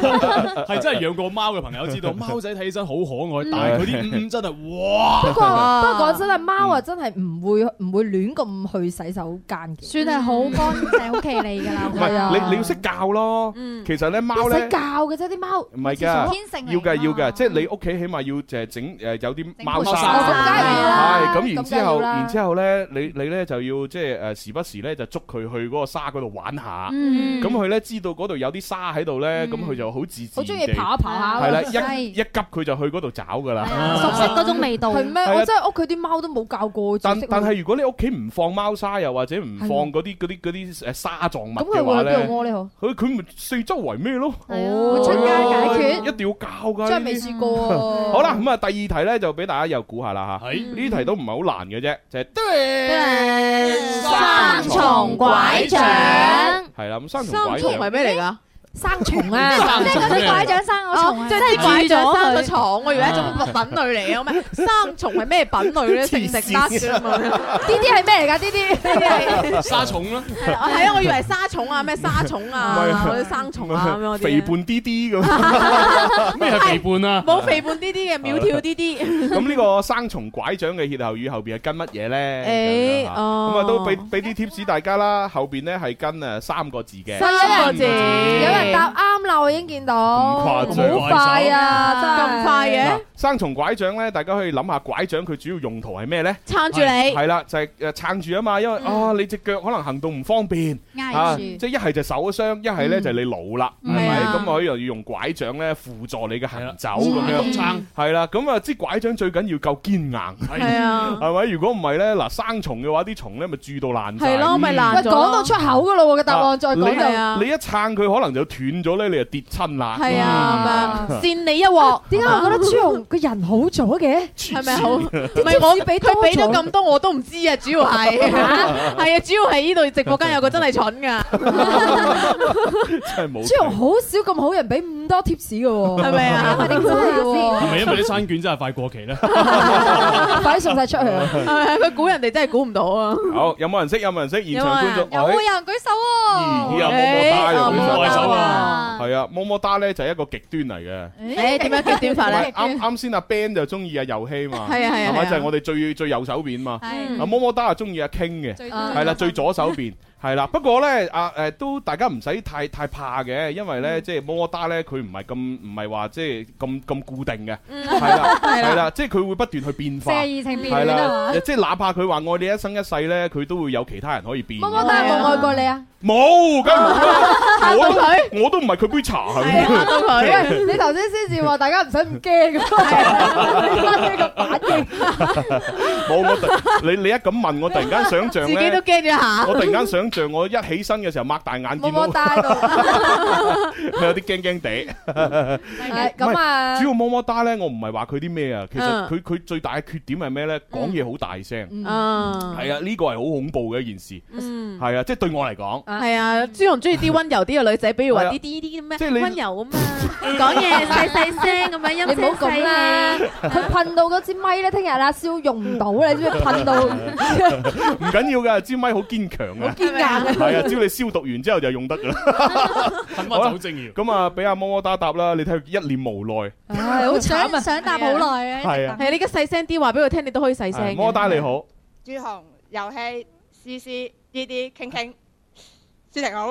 S9: 係真係養過貓嘅朋友知道，貓仔睇起身好可愛，但係佢啲五真係哇！
S3: *laughs*
S4: *laughs* 不過不過講真啊，貓啊真係唔會唔會亂咁去洗手間嘅，算係好乾淨好企理㗎啦
S3: 唔係你你要識教咯。其實咧貓
S4: 唔
S3: 咧
S4: 使。嗯教嘅啫，啲貓
S3: 唔係㗎，
S4: 天性嚟㗎嗯
S3: 要嘅要嘅，即係你屋企起碼要就係整誒有啲貓
S4: 盆
S3: 砂，
S4: 貓砂
S3: 係咁然
S4: 咁
S3: 之
S4: 梗要
S3: 後，
S4: 啦
S3: 然之後咧，你你咧就要即係誒時不時咧就捉佢去嗰個沙嗰度玩下，
S5: Ừ.
S4: 嗯
S3: 咁佢咧知道嗰度有啲沙喺度咧，咁佢就好自自
S4: 好
S3: 然
S4: 中
S3: 地
S4: 意爬一爬下
S3: 係啦，
S4: 嗰個
S3: 一一急佢就去嗰度找㗎啦，
S4: 熟悉嗰種味道係咩？
S3: 係啊
S4: 我真係屋企啲貓都冇教過，
S3: 但
S4: 只識
S3: 但
S4: 我
S3: 係如果你屋企唔放貓砂，又或者唔放
S4: 係啊
S3: 嗰啲嗰啲嗰啲誒沙狀物
S4: 咁佢
S3: 嘅話
S4: 會去邊
S3: 咧
S4: 度，屙呢？
S3: 佢佢咪四周圍咩咯？哎
S4: 哦會出街解決
S3: 一定要教㗎。
S4: 真係未試過嗯喎
S3: 好啦，咁啊，第二題咧就俾大家又估下啦吓，呢題都唔係好難嘅啫，就係
S4: 三重拐杖
S3: 係啦，咁三重
S6: 三
S3: 拐
S6: 重
S3: 杖
S6: 係咩嚟㗎？
S4: 生 *laughs* 蟲
S6: 啊
S5: 即係嗰啲拐杖生個
S3: 哦
S5: 蟲啊
S6: 即係啲拐杖生個蟲，我以為一種
S5: 啊
S6: 品類嚟嘅，咩三重係咩品類咧？食唔食得㗎嘛？呢
S4: 啲係咩嚟㗎？呢啲
S6: 啲係
S9: 沙蟲啦，
S6: 係啊，我以為沙蟲啊，咩沙蟲啊，
S3: 唔
S6: 或
S3: 係
S6: 者生蟲啊咁樣嗰啲
S3: 肥
S6: 咧。
S3: 胖啲啲
S4: *laughs*
S3: 咁，咩係肥胖啊
S6: 冇肥。胖啲啲嘅，苗條啲
S3: *laughs*
S6: 啲。
S3: 咁呢個生蟲拐杖嘅歇後語後邊係跟乜嘢咧？咁
S6: 誒
S3: 樣啊
S6: 哦
S3: 咁啊都俾俾啲 tips 大家啦，後邊咧係跟誒三個字嘅，
S4: 三個字有人答啱啦，我已經見到，
S3: 誇張
S4: 好快啊，
S3: 嗯
S4: 真係
S6: 咁快嘅
S3: 嗱，生蟲拐杖咧，大家可以諗下拐杖佢主要用途係咩咧？
S6: 撐住你
S3: 係啦，就係誒撐住啊嘛，因為
S6: 嗯
S3: 啊你隻腳可能行動唔方便，
S6: 挨
S3: 啊
S6: 住
S3: 即係一係就受咗傷，一係咧就係
S6: 嗯
S3: 你老啦，係咪？
S6: 係啊
S3: 咁我可以又要用拐杖咧輔助你嘅行走咁
S9: 嗯
S3: 樣係啦，咁啊支拐杖最緊要夠堅硬，係
S6: 係啊
S3: 係咪？如果唔係咧，嗱生蟲嘅話，啲蟲咧咪蛀到爛晒，
S6: 係咯咪
S3: 嗯
S6: 爛咗
S4: 喂講到出口㗎咯喎，個答
S3: 啊
S4: 案再講
S3: 你
S4: 就。
S3: 你一撐佢可能就斷咗咧，你就跌親啦。
S6: 係啊，咁
S3: 嗯
S6: 樣扇你一鑊。
S4: 點解我覺得朱紅個人好咗嘅？
S6: 係咪好？
S3: 黐線
S6: 唔係我
S4: 俾多咗
S6: 佢俾咗咁多我都唔知啊，主要係係啊，主要係呢度直播間有個真係蠢噶，
S3: 嗯
S6: *laughs*
S3: 真係冇計。
S4: 朱紅好少咁好人俾咁多 tips 嘅喎，
S6: 係咪啊
S4: 我哋真係嘅
S9: 係咪因為啲餐券真係快過期咧？
S4: 喎，快啲送晒出去啊！
S6: 係咪佢估人哋真係估唔到啊！
S3: 好，有冇人識？有冇人識？現場觀眾，
S5: 有
S3: 哎
S5: 冇人舉手喎？
S3: 咦有摸摸
S6: 哎
S3: 打
S5: Ờ,
S3: 又
S6: 啊有摸摸打
S5: à?
S6: 啊
S3: 係啊，摸摸打咧就係一個極端嚟嘅。
S6: 誒點樣極端法 *laughs* 咧？
S3: 啱啱先阿 Ben 就中意阿遊戲嘛，
S6: 係啊係啊
S3: 咪
S6: 係啊
S3: 就係我哋最最右手邊嘛。
S6: 係
S5: ừ.
S6: 啊嗯
S3: 阿麼麼打就啊中意阿 King 嘅，
S6: 最
S3: 係啦最左手邊。係啦，不過咧，啊誒都大家唔使太太怕嘅，因為
S6: 嗯
S3: 咧即係麼麼打咧，佢唔係咁唔係話即係咁咁固定嘅，
S6: 嗯
S3: 係
S6: *laughs*
S3: 啦
S5: 係啦
S3: 係啦，即係佢會不斷去變化，
S5: 四廿二情變
S3: 係
S5: 戀啊
S3: 啦
S5: 嘛，
S3: 即係哪怕佢話愛你一生一世咧，佢都會有其他人可以變。
S4: 麼麼打有冇愛過你啊？
S3: 冇，梗係
S6: *laughs*
S3: 冇啦！
S6: 啊
S4: 嚇
S3: 我
S4: 到
S3: 都我都唔係佢杯茶，係咪
S4: 嚇到喂，你頭先先至話大家唔使咁驚 *laughs* 嘅，呢個反應
S3: 冇我突你你一咁問我，突然間想像
S6: *laughs* 自己都
S3: 咧，
S6: 驚咗一下。
S3: 我突然間想像我一起身嘅時候擘大眼
S4: 麼
S3: 見到
S4: 麼打喺度，
S3: 佢有啲驚驚地。
S6: Ừ.
S4: 係咁
S3: 唔係
S4: 啊
S3: 主。要麼麼哒咧，我唔係話佢啲咩啊，其實
S4: 嗯
S3: 佢佢最大嘅缺點係咩咧？講嘢好大聲，啊
S4: 嗯
S3: 係啊，呢個係好恐怖嘅一件事。
S6: 嗯嗯
S3: 係啊，即係對我嚟講。
S6: 係啊，朱紅中意啲温柔啲嘅女仔，比如話啲啲啲咁
S3: 係你
S6: 樣温柔咁啊，
S5: Ờ,
S6: 講嘢細細聲咁樣，音
S4: 你唔好
S6: 聲
S4: 咁
S6: 細
S4: 啦
S6: 氣。，
S4: 佢噴到嗰支咪咧，聽日阿蕭用唔到啦，你知唔知噴到
S3: 唔緊要㗎，支咪好堅強
S4: *laughs*
S3: 啊！
S4: 堅硬啊
S3: 係啊，只要你消毒完之後就用得㗎啦。好啦咁啊，俾阿麼麼打答啦，你睇佢一臉無奈。
S5: Ờ,
S4: 唉，好慘啊！
S6: 想答好耐
S3: 啊係啊
S6: 係啊你而家細聲啲話俾佢聽，你都可以細聲嘅。
S3: 麼打你好，
S12: 朱紅遊戲思思呢啲傾傾，思婷好，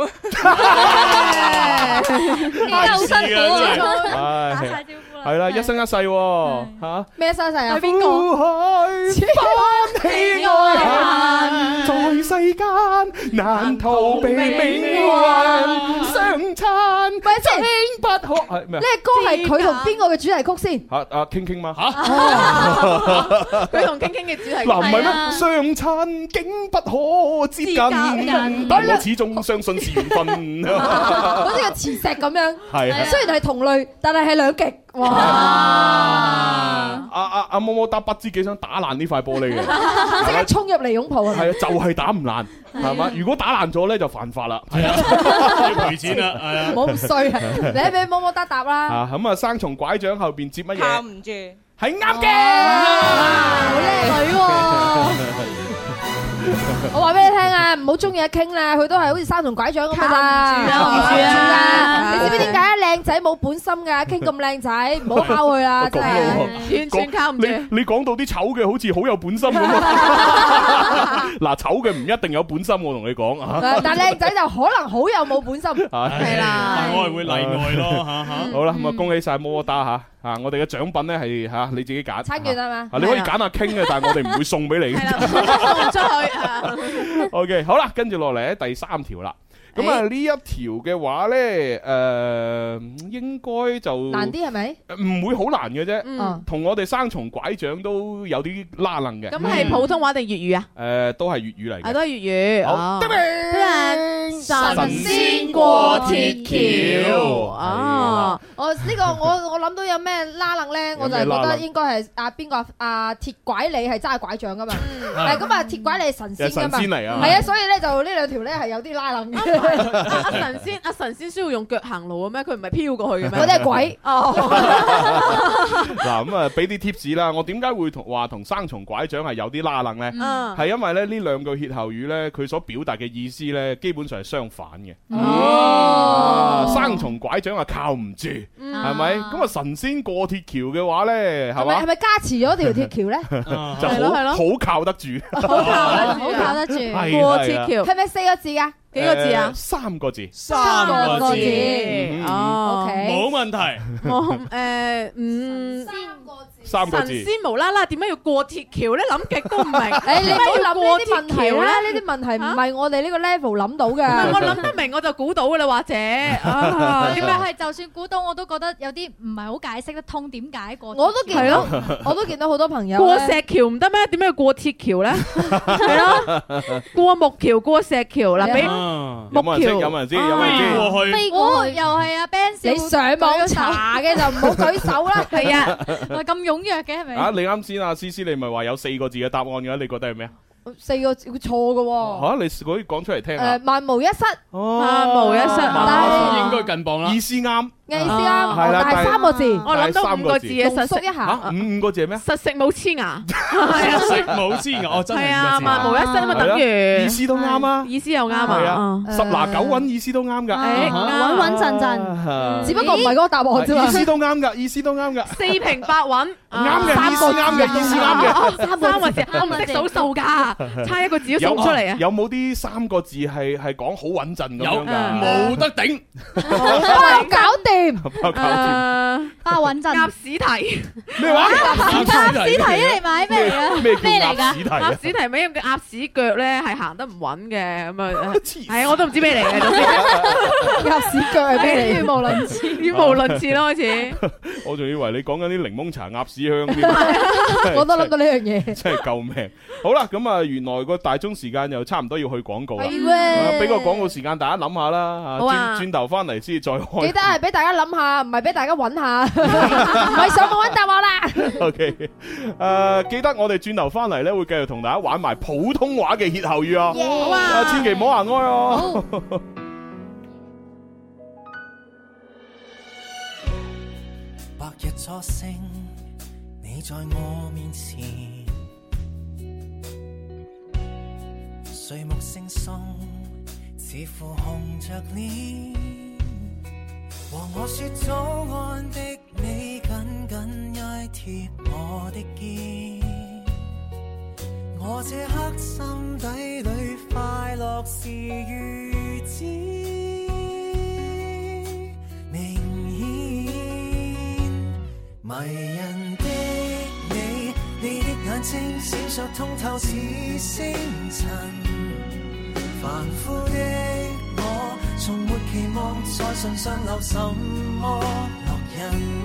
S4: 好辛苦
S3: 唉
S4: 啊打晒招呼啦
S3: 係啦，一生一世喎嚇。
S4: 咩生日啊？
S1: 對邊
S3: *laughs*
S1: 個
S4: 翻
S1: 喜
S5: 啊
S1: 愛恨，在世間難逃避命運相親，
S4: 即
S1: 不可
S3: 係咩
S4: 呢
S3: 啊
S4: 個歌係佢同邊個
S3: *laughs*
S4: 嘅主題曲先？
S3: 嚇啊，傾傾嘛
S4: 嚇
S3: 嚇。
S6: 佢同傾傾嘅主題
S3: 嗱，唔係咩？啊
S4: 係
S3: 相親竟不可接近，但我始終相信是緣分。 *laughs*
S4: 好似個磁石咁樣，
S3: 係係
S4: 雖然係同類，但係係兩極。哇！
S3: 阿阿啊阿麼麼打不知幾想打爛呢塊玻 *laughs* 璃嘅，
S4: 即刻衝入嚟擁抱
S3: 係啊，
S4: 啊！
S3: 就係打唔爛，係嘛？如果打爛咗咧，就犯法啦，係啊，
S9: 賠錢啦，係啊
S4: 唔好咁衰啊！你俾麼麼得答啦，
S3: 啊，咁啊，生蟲拐杖後邊接乜
S12: 靠
S3: 嘢？
S12: 唔住，
S3: 係啱哦嘅，
S4: 好我話俾你聽啊，唔好中意阿傾咧，佢都係好似生同拐杖咁噶咋，
S6: 靠唔住啊
S4: 啊！你知唔知點解靚仔冇本心㗎？傾咁靚仔，唔好拋佢啦，真係
S3: 完全
S4: 靠
S3: 你你講到啲醜嘅好似好有本心咁啊！嗱，醜嘅唔一定有本心，我同你講啊。
S4: 但靚仔就可能好有冇本心。
S3: 係
S4: 啦
S9: 但我係會例外咯嚇嚇。
S3: 好啦，咁啊，恭喜晒摩摩打嚇嚇，我哋嘅獎品咧係嚇你自己揀。
S4: 餐券係嘛
S3: 啊你可以揀下傾嘅，但係我哋唔會送俾你啊嘅。O K，好啦，跟住落嚟咧第三條啦。咁啊
S4: 誒
S3: 呢一條嘅話咧，誒應該就
S4: 難啲係咪？
S3: 唔會好難嘅啫
S4: 嗯，
S3: 同我哋生蟲拐杖都有啲拉楞嘅。嗯
S6: 咁係普通話定粵語啊？
S3: 誒都嗯係粵語嚟
S6: 啊，
S3: 嘅。
S6: 都係粵語。
S3: 好
S6: 哦
S3: 得
S6: 神
S3: 仙過鐵橋
S6: 哦，
S4: 我呢個 *laughs* 我我諗到有咩拉楞咧，我就係覺得應該係啊邊個啊鐵拐李係揸拐杖噶嘛，係咁啊鐵拐李係神仙噶嘛，
S6: 係神仙嚟啊
S4: 係啊，所以咧就呢兩條咧係有啲拉楞嘅。
S3: 啊
S6: 阿阿神仙，阿神仙需要用腳行路嘅咩？佢唔係飄過去嘅
S4: *laughs*
S6: 咩？
S4: 嗰
S3: 啊
S4: 啲係 *laughs* 鬼
S6: 哦，
S3: 嗱咁啊，俾啲 tips 啦。我點解會同話同生蟲拐杖係有啲拉楞呢？
S5: Ờ.
S6: 嗯
S3: 係因為咧呢兩句歇後語呢，佢所表達嘅意思呢，基本上係相反嘅。
S1: 哦
S3: 啊生蟲拐杖啊靠唔住，係咪？咁啊神仙過鐵橋嘅話呢，係
S4: 係咪
S3: 嘛
S4: 係？咪加持咗條鐵 *laughs* 橋咧？
S3: 就
S4: 係咯係咯
S3: 好好靠得住，
S4: 好靠得住，好靠得住。
S3: 啊係過鐵橋係啊
S4: 係咪四個字㗎？
S6: 啊
S3: 誒三個字，
S6: 三個字
S3: 嗯
S6: 哦，OK
S9: 冇問題。
S6: 我誒嗯。
S3: 三個
S6: 神
S3: 字
S6: 仙。無啦啦點解要過鐵橋咧？諗極都唔明。
S4: 誒，你唔好諗呢啲問題啦，
S6: 點解要過鐵橋
S4: 呢啲問題唔係我哋呢個 level 諗到
S6: 唔係 *laughs*
S4: 嘅。
S6: 我諗得明我就估到噶啦，
S3: *laughs*
S6: 或者啊，點解
S5: 係就算估到我都覺得有啲唔係好解釋得通點解過。
S4: 我都見
S6: 係
S4: 到
S6: 咯，
S4: 我都見到好多朋友
S6: 過
S4: 咧
S6: 石橋唔得咩？點解要過鐵橋咧？ *laughs* 係咯，過木橋、過石橋嗱，俾
S3: 有冇人識？有
S6: 木橋
S3: 冇人知？有冇人
S5: 哦
S3: 知？
S9: 過
S5: 飛過去又係啊 Ben 少
S4: 你上網
S5: *laughs*
S4: 查嘅就唔好舉手啦。
S5: 係啊，喂咁踴躍嘅係咪？
S3: 啊！你啱先啊，思思，你咪話有四個字嘅答案嘅，你覺得係咩啊？
S4: 四個字會錯嘅喎。
S3: 嚇，你可以講出嚟聽下
S4: 誒。萬無一失，
S3: 萬
S6: 無一失
S4: 但
S9: 應該近磅
S3: 啦。意思啱，
S4: 意思啱
S3: 係啦，
S4: 但係
S3: 但係
S4: 三個字
S6: 我諗到五個字嘅
S4: 濃
S6: 實
S4: 縮
S6: 食
S4: 一下
S3: 嚇，五五個字係咩啊？
S6: 實食冇黐牙，
S9: 實食冇黐牙，我真係
S6: 係啊，萬無一失
S3: 係
S6: 嘛，
S3: 啦
S6: 等於
S3: 意思都啱啊，
S6: 意思又啱
S3: 係
S6: 啊
S3: 啊，，十拿九穩意思都啱㗎，
S6: 誒啱穩穩陣陣
S3: 陣
S4: 只不過唔係嗰個答案啫嘛
S3: 意思都啱㗎，意思都啱㗎。
S6: 四平八穩，
S3: *laughs* 啱嘅
S6: 啊三
S3: 意思
S6: 個字
S3: 啱嘅意思啱嘅
S6: 啊三個字，我唔識數數
S3: *laughs*
S6: 㗎，差一個字都數唔出嚟啊！
S3: 有冇啲三個字係係講好穩陣咁樣㗎？
S9: 啊冇得頂，
S4: *laughs* 包搞掂，
S3: 包搞
S6: 啊
S3: 掂
S5: 包穩陣，
S6: 鴨屎蹄
S3: 咩話
S6: 鴨屎蹄嚟買咩嚟啊？
S3: 咩咩叫鴨屎蹄啊
S6: 鴨屎蹄咪因為佢鴨屎腳咧係行得唔穩嘅 *laughs* 咁啊，
S3: 係
S6: 啊我都唔知咩 *laughs* 嚟嘅，總之
S4: 鴨屎腳係咩嚟？
S6: 語無倫次，語無倫次咯開始。
S3: 我仲以為你講緊啲檸檬茶鴨屎香添，
S4: 我都諗到呢樣嘢。
S3: 真係救命！好啦，咁啊，原來個大鐘時間又差唔多要去廣告啦，
S4: 係喎
S3: 啊俾個廣告時間大家諗下啦，
S4: 好啊
S3: 轉轉頭翻嚟先再開。
S4: 記得係俾大家大家諗下，唔係俾大
S3: *laughs*
S4: 家揾下，唔係上網揾答案啦。
S3: OK，诶、記得我哋轉頭翻嚟咧，會繼續同大家玩埋普通話嘅歇後語啊
S4: Yeah 好啊
S3: 千祈唔好行開 *laughs* 哦。
S7: 白日初升，你在我面前，睡目惺忪，似乎紅着臉，和我說早安的你，緊緊挨貼我的肩，我這刻心底裏快樂是如此明顯。迷人的你，你的眼睛閃爍通透似星辰。凡夫的我，從沒期望在唇上留什麼烙印，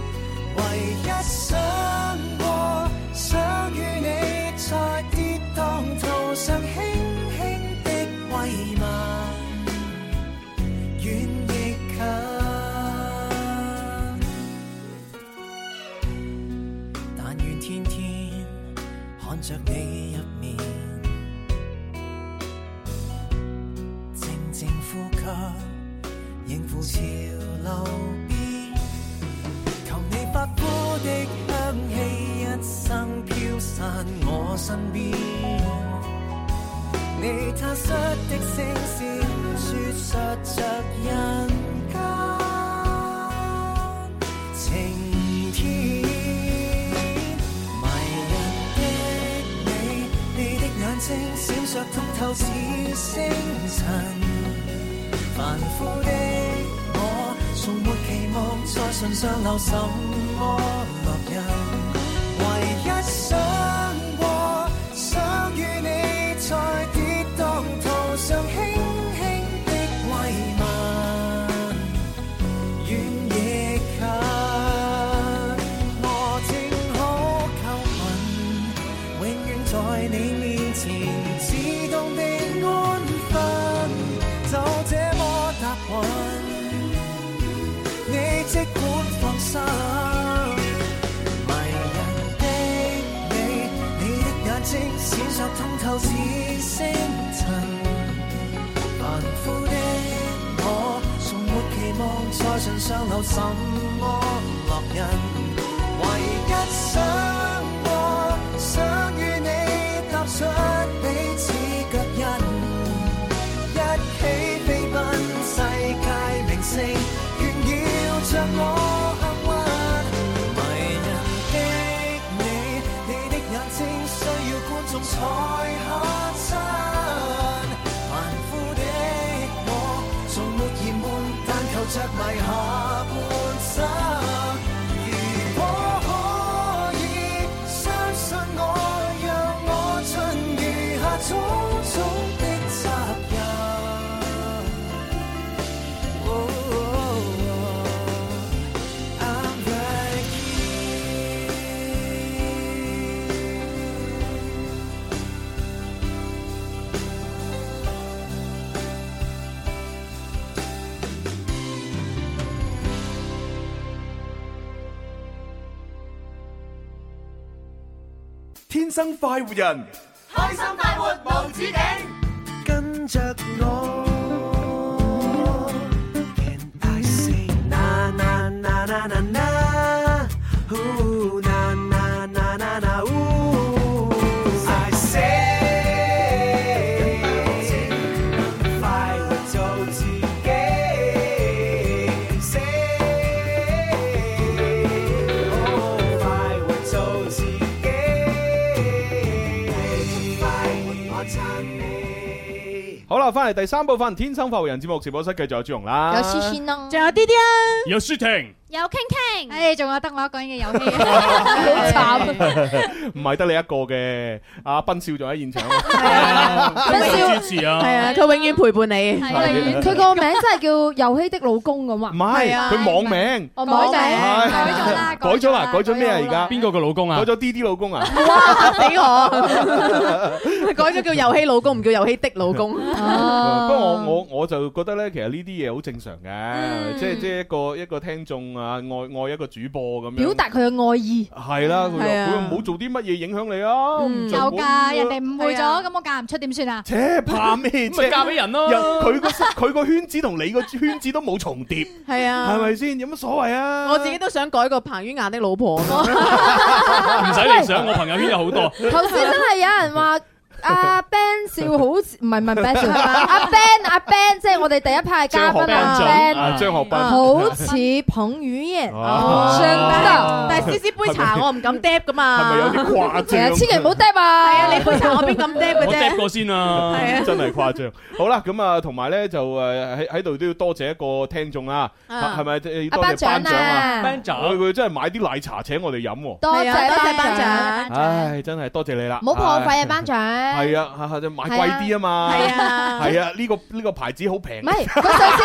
S7: 唯一想過想與你在跌宕途上輕輕的慰問，遠亦近。但願天天看着你入面，靜靜呼吸，應付潮流變。求你髮膚的香氣一生飄散我身邊，你他率的聲線説述着人間晴天。迷人的你，你的眼睛閃爍通透似星辰。凡夫的我，從沒期望在唇上留什麼烙印，唯一想過想與你在跌宕途上輕輕的慰問。遠亦近，我正好靠近，永遠在你面前自動地安分，就這麼踏韻，你即管放心。迷人的你，你的眼睛閃爍通透似星辰。凡夫的我，從沒期望在唇上留什麼烙印，唯一想過想與你踏出彼此腳印，一起飛奔世界名勝，炫耀着我幸運。迷人的你，你的眼睛需要觀眾才可親。凡夫的我，從沒嫌悶，但求着迷下半生。如果可以，相信我，讓我盡餘下種種的責任。Oh, I'm right
S1: Thiên sinh快活人，
S7: 開心快活無止境，跟着我。And I say na na na na na na, ooh na na na na na ooh. I say 快活做自己，say 哦快活做自己。
S3: 好啦，翻嚟第三部分《天生浮人》節目直播室，繼續有朱容啦，
S5: 有
S3: 思
S5: 先咯，
S6: 仲有啲啲啊，
S3: 有舒婷，
S5: 有傾傾，唉，仲有得我一個人嘅 *laughs* 遊戲，
S4: 好
S5: 好
S4: 慘
S3: 唔係得你一個嘅，阿斌少仲喺現
S4: *laughs*
S3: 場，
S6: 斌
S3: 主持啊
S6: 係啊，佢永遠陪伴你。
S3: 係
S4: 佢個名真係叫遊戲的老公咁啊！
S3: 唔係佢網名，
S4: 我改
S3: 係
S4: 名。
S3: 改咗啦，改咗咩啊？而家邊個嘅老公啊？改咗 D D 老公啊？
S6: 哇，俾我，佢 *laughs* 改咗叫遊戲老公，唔叫遊戲的老公。
S3: 不過我我我就覺得咧，其實呢啲嘢好正常嘅，即係即係一個一個聽眾啊，愛愛一個主播咁樣。
S4: 表達佢嘅愛意。
S3: 係啦，佢又
S4: 係啊
S3: 佢又冇做啲乜嘢影響你啊，唔做
S5: 有
S3: 冇
S5: 㗎，人哋誤會咗，咁我嫁唔出點算啊？
S3: 切怕咩
S5: 咁
S3: 啫？
S5: 咪嫁俾人咯
S3: 又佢個佢個圈子同你個 *laughs* 圈子都冇重疊，
S6: 係啊
S3: 係咪先？有乜所謂啊？
S6: 我自己都想改個彭于晏的老婆。
S9: 唔使你想，我朋友圈有好多。
S4: 頭先真係有人
S3: *laughs*
S4: 話。阿 Ben 笑好似唔係唔係 Ben 笑，阿 Ben 阿 Ben 即係我哋第一派嘉賓
S3: 張
S4: 阿
S3: 學斌
S4: Ben，
S3: 啊張學斌
S4: 好似彭于
S3: *laughs*
S4: 晏，
S3: 哦
S4: 相
S6: 但係思思杯茶我唔敢 d 噶嘛。
S3: 係咪有啲誇
S4: 其實
S3: 張？
S4: 千祈唔好 d 啊！係
S6: 啊，你杯茶我邊敢 d 嘅
S9: 我 d
S6: 啫。
S9: 過先啊。
S6: 係啊
S3: 真係誇張。好啦，咁啊，同埋咧就誒喺喺度都要多謝一個聽眾啊，
S6: 啊
S3: 係咪要多謝
S6: 阿班長
S3: 班
S6: 啊
S3: 長啊？
S6: 班長
S3: 佢佢真係買啲奶茶請我哋飲喎。
S4: 啊多謝
S6: 多
S4: 班
S6: 謝班
S3: 唉，真係多謝你啦！
S4: 唔好破費啊，班長。
S3: 係啊，嚇嚇就買貴啲啊嘛。
S4: 係啊
S3: 係啊，呢個呢個牌子好平
S4: 唔。係啊佢上次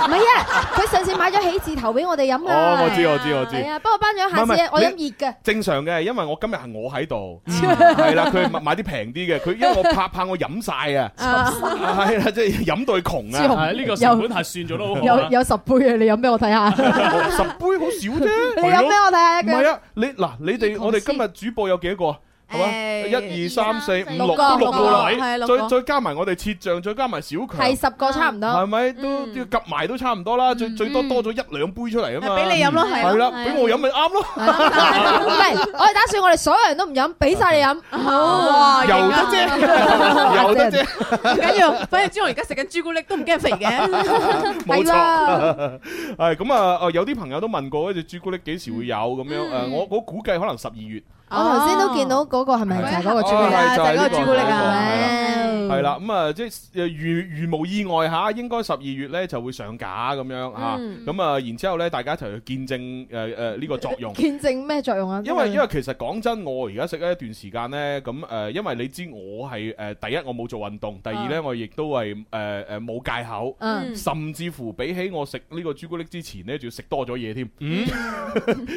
S4: 唔係啊，佢上次買咗喜字頭俾我哋飲
S3: 哦
S4: 啊。，
S3: 我知我知我知。
S4: 係啊，不過班長下
S3: 唔係唔係
S4: 次我飲
S3: 你
S4: 熱嘅。
S3: 正常嘅，因為我今日係我喺度，係啦，佢買買啲平啲嘅，佢因為我怕怕我飲晒啊，
S4: 啊
S3: 係啦，即係飲到佢窮
S4: 朱紅
S3: 啊，
S4: 係呢個成本
S9: 核算咗都
S4: 有有十杯啊！你飲俾我睇下，
S3: 十杯好少啫，
S4: *laughs* 你飲俾我睇下一
S3: 唔
S4: 句。
S3: 係啊，你嗱，你哋我哋今日主播有幾多個啊？係嘛？一二三四五六
S4: 六
S3: 都
S4: 個
S3: 六個啦，哎
S4: 係六
S3: 再
S4: 個
S3: 再加埋我哋設像，再加埋小強，
S4: 係十個差唔多
S3: 係咪都都夾埋都差唔多啦？最最多多咗一兩杯出嚟啊嘛，
S6: 俾你飲咯係咯
S3: 係啦，
S6: 係啊
S3: 俾我飲咪啱咯，
S4: 唔係，我哋打算我哋所有人都唔飲，俾晒你飲。
S5: 哦
S6: 哇
S3: 又
S6: 型
S3: 得
S6: 啊
S3: 啫， *laughs* 又得啫。
S6: 唔緊要，反正朱紅而家食緊朱古力都唔驚肥嘅。
S3: 冇
S6: 係啦
S3: 錯， *laughs* 係咁啊！誒有啲朋友都問過，嗰只朱古力幾時會有咁樣？誒，我我估計可能十二月。
S4: 我頭先都見到嗰個係咪就係嗰個朱古力
S3: 哦係
S4: 啊？
S3: 就係呢個
S4: 嗰個朱古力啊！
S3: 係啦，咁啊，即係誒如如無意外嚇，應該十二月咧就會上架咁樣
S4: 嗯
S3: 嚇。咁啊，然之後咧，大家一齊去見證誒誒呢個作
S4: *laughs*
S3: 用。
S4: 見證咩作用啊？
S3: 因為因為其實講真，我而家食咗一段時間呢，咁誒、呃因為你知我係誒、呃第一我冇做運動，第二呢，我亦都係誒誒冇戒口，
S4: 嗯
S3: 甚至乎比起我食呢個朱古力之前呢，仲要食多咗嘢添，
S4: 嗯
S3: *laughs*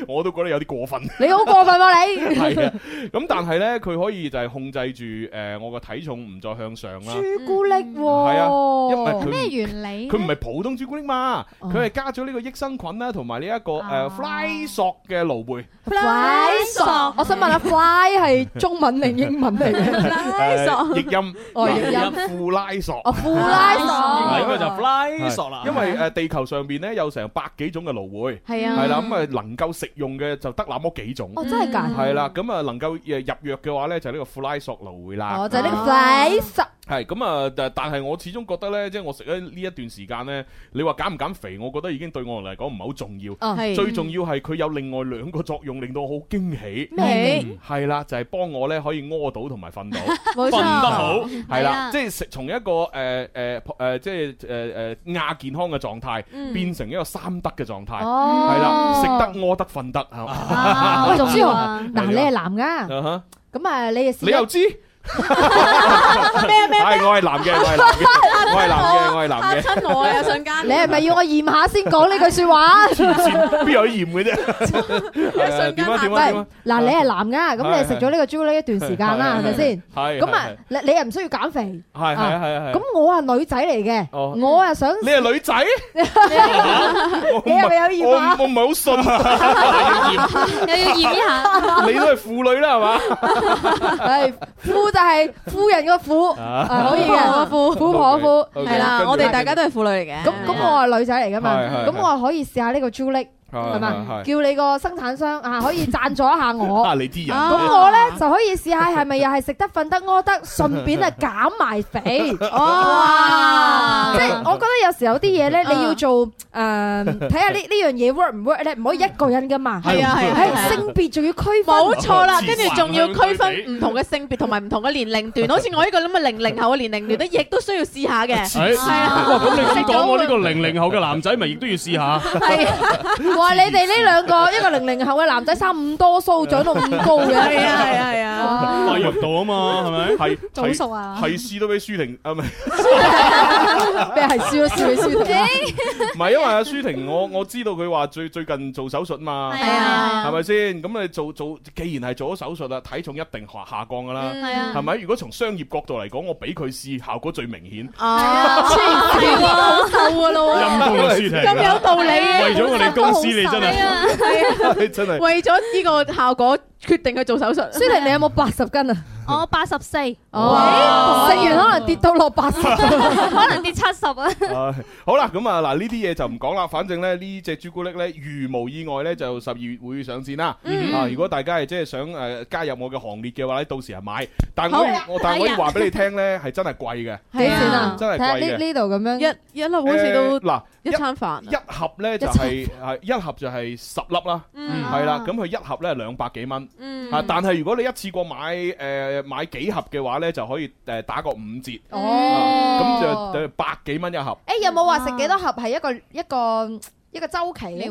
S3: 我都覺得有啲過
S4: *laughs*
S3: 分。
S4: 你好過分喎你！
S3: 係啊，咁但係呢，佢可以就係控制住誒、呃我個體重唔再向上啦。
S4: 朱古力
S3: 係啊因為
S4: 喎，
S3: 佢咩
S4: 原理
S3: 佢唔係普通朱古力嘛，
S4: 哦
S3: 佢係加咗呢個益生菌啦，同埋呢一個誒
S4: 啊
S3: fly 索嘅蘆薈。
S4: 快索，我想問下快係中文定英文嚟嘅？
S3: 誒
S4: 索
S3: 譯音，
S4: 哦譯音
S3: 庫拉索，
S4: 哦庫拉索
S9: 應該就 fly 索啦
S3: 係因為誒地球上邊咧有成百幾種嘅蘆薈，
S4: 係啊
S3: 係啦，咁誒能夠食用嘅就得那麼幾種，
S4: 哦真係㗎
S3: 係啦，咁啊能夠誒入藥嘅話咧就呢個庫拉索蘆薈啦，嗯
S4: 我哦就係呢個快索。
S3: 係咁啊，但但係我始終覺得咧，即係我食咗呢一段時間咧，你話減唔減肥，我覺得已經對我嚟講唔係好重要。
S4: 哦係
S3: 最重要係佢有另外兩個作用，令到我好驚喜。
S4: 咩
S3: 嗯係啦，就係幫我咧可以屙到同埋瞓到，
S4: *laughs* 冇錯瞓得好
S3: 係
S4: 係
S3: 啦
S4: 啊，
S3: 即係食從一個誒誒誒，即係誒誒亞健康嘅狀態，
S4: 嗯
S3: 變成一個三得嘅狀態，
S4: 哦啊
S3: 係啦，食得屙得瞓得係嘛。
S4: 喂，朱
S3: 啊
S4: 紅，嗱你係男噶，
S3: 啊哈
S4: 咁啊你又試
S3: 你又
S4: *laughs*
S3: 知？
S4: 咩咩
S3: 係我係男嘅，我係
S4: *laughs*
S3: 男嘅，我係男嘅，我係男嘅。
S4: 親我啊瞬間！你係咪要我驗下先講呢句説話？
S3: 邊有鹽嘅啫？係啊點啊點啊點啊！
S4: 喂，嗱你係男噶，咁你係食咗呢個朱古力一段時間啦，係咪先？
S3: 係
S4: 咁啊
S3: 係，
S4: 你你又唔需要減肥，
S3: 係係係係係
S4: 咁我係女仔嚟
S3: 哦
S4: 嘅，我啊想
S3: 你係女
S4: *laughs*
S3: 仔？我
S4: 你係咪有
S3: 我
S4: 驗啊？
S3: 我唔係好
S4: *laughs*
S3: 信 *laughs* 啊！要驗
S4: 又要驗一下
S3: 你都係婦女啦，係嘛？
S4: 係婦就係婦人個婦，
S3: 啊
S4: 啊可以嘅婦婆個婦
S3: OK，OK，
S4: 係啦，
S3: 跟住
S4: 我哋
S3: 大
S4: 家都係婦女嚟嘅。咁咁我係女仔嚟噶嘛
S3: 係係，
S4: 咁
S3: 係
S4: 我係可以試下呢個朱力。
S3: 係
S4: 係嘛？
S3: 係
S4: 叫你個生產商啊，可以贊助一下我。
S3: 啊你啲人
S4: 咁我咧就可以試下係咪又係食得、瞓得、屙得，順便啊減埋肥。哇！即係我覺得有時有啲嘢咧，你要做誒，睇下呢呢樣嘢 work 唔 work 咧，唔可以一個人噶嘛。
S6: 係啊係啊係啊
S4: 係性別仲要區分。
S6: 冇錯啦，跟住仲要區分唔同嘅性別同埋唔同嘅年齡段，好似我呢個咁嘅零零後嘅年齡段咧，亦都需要試下嘅。
S9: 係
S6: 係啊，
S9: 哇！咁你咁講，我呢個零零後嘅男仔咪亦都要試下。
S6: 係啊，
S4: 話你哋呢兩個，一個零零後嘅男仔生咁多須，長到咁高嘅，
S6: 係啊係啊係啊
S4: 哇
S3: 買入到啊嘛，係咪？係
S4: 早熟啊
S3: 係試都俾舒婷啊，唔係
S4: 咩係笑啊笑啊笑啊！
S3: 唔係，因為阿舒婷，我我知道佢話最最近做手術
S4: *laughs*
S3: 嘛，
S4: 係啊
S3: 係咪先？咁你做做，既然係做咗手術啦，體重一定下下降噶啦，
S6: 嗯係啊
S3: 係咪？如果從商業角度嚟講，我俾佢試效果最明顯。
S6: Ờ. 啊，黐線喎，好瘦噶咯喎，
S3: 陰公啊舒婷
S6: 咁有道理嘅，
S3: 為咗我哋公司你真係
S6: 係啊，
S3: 真係
S6: 為咗呢個效果決定去做手術。
S4: 舒婷，你有冇八十斤啊？
S5: 我八十四，
S4: 哦，食完可能跌到落八十，
S5: 可能跌七十啊。
S3: 唉好啦，咁啊嗱，呢啲嘢就唔講啦。反正咧呢只朱古力咧，如無意外咧就十二月會上線啦。
S2: 嗯
S3: 啊，如果大家係即係想誒加入我嘅行列嘅話咧，到時係買。但係
S4: 好
S3: 我可以我但係我可以
S4: 哎呀
S3: 話俾你聽咧，係真係貴嘅。
S4: 幾錢啊？
S3: 真係
S4: 睇下呢
S3: 貴
S4: 呢
S3: 嘅。
S4: 度咁樣
S6: 一一粒好似
S3: 誒
S6: 都
S3: 嗱
S6: 一餐飯
S3: 一盒咧就係係一盒就係十粒啦，
S9: 啊
S6: 嗯
S3: 係啦，咁佢一盒咧兩百幾蚊，
S6: 嗯
S3: 啊，但係如果你一次過買誒買幾盒嘅話咧，就可以誒打個五折，
S4: 哦
S3: 啊咁就就百幾蚊一盒。
S4: 誒有冇話食幾多盒係一個一個一個週期咧？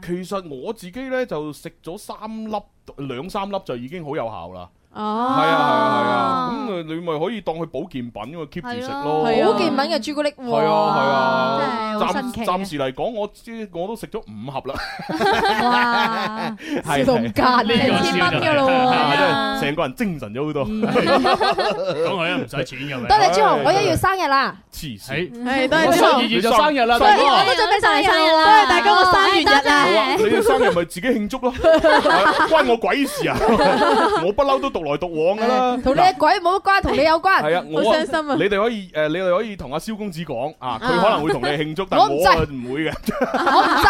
S3: 其其實我自己咧就食咗三粒兩三粒就已經好有效啦。係
S4: 哦
S3: 啊係啊係啊，咁呃你咪可以當佢保健品咁啊 keep 住食咯。
S4: 保健品嘅朱古力喎，
S3: 係啊係啊，
S4: 真係好新奇
S3: 暫
S4: 啊
S3: 暫時嚟講，我知我都食咗五盒
S4: *laughs*
S3: 啦
S4: 哇，
S3: 係
S4: 笑到咁奸
S3: 係
S4: 呢個四千蚊㗎咯喎
S3: 係
S4: 係
S3: 真
S4: 啊嗯
S3: 係成個人精神咗好多。
S9: 講佢啊，唔使錢嘅咪。
S4: 多謝朱紅，我一月生 *laughs* 日啦！
S3: 黐線，
S6: 係多謝朱紅
S9: 我十二月就生日啦，
S4: 所以我都準備生日生日啦，
S6: 多謝大家我生日日啊
S3: 好啊！你嘅生日咪自己慶祝
S4: *laughs*
S3: 咯，關我鬼事啊！ *laughs* 我不嬲都獨來獨往噶啦，
S4: 同你嘅鬼冇關，同你有關，
S3: 係啊，我
S4: 好傷心啊！
S3: 你哋可以誒，你哋可以同阿蕭公子講啊，佢
S4: 啊
S3: 可能會同你慶祝，但我
S4: 我唔制
S3: 啊唔會嘅。
S4: 我唔制，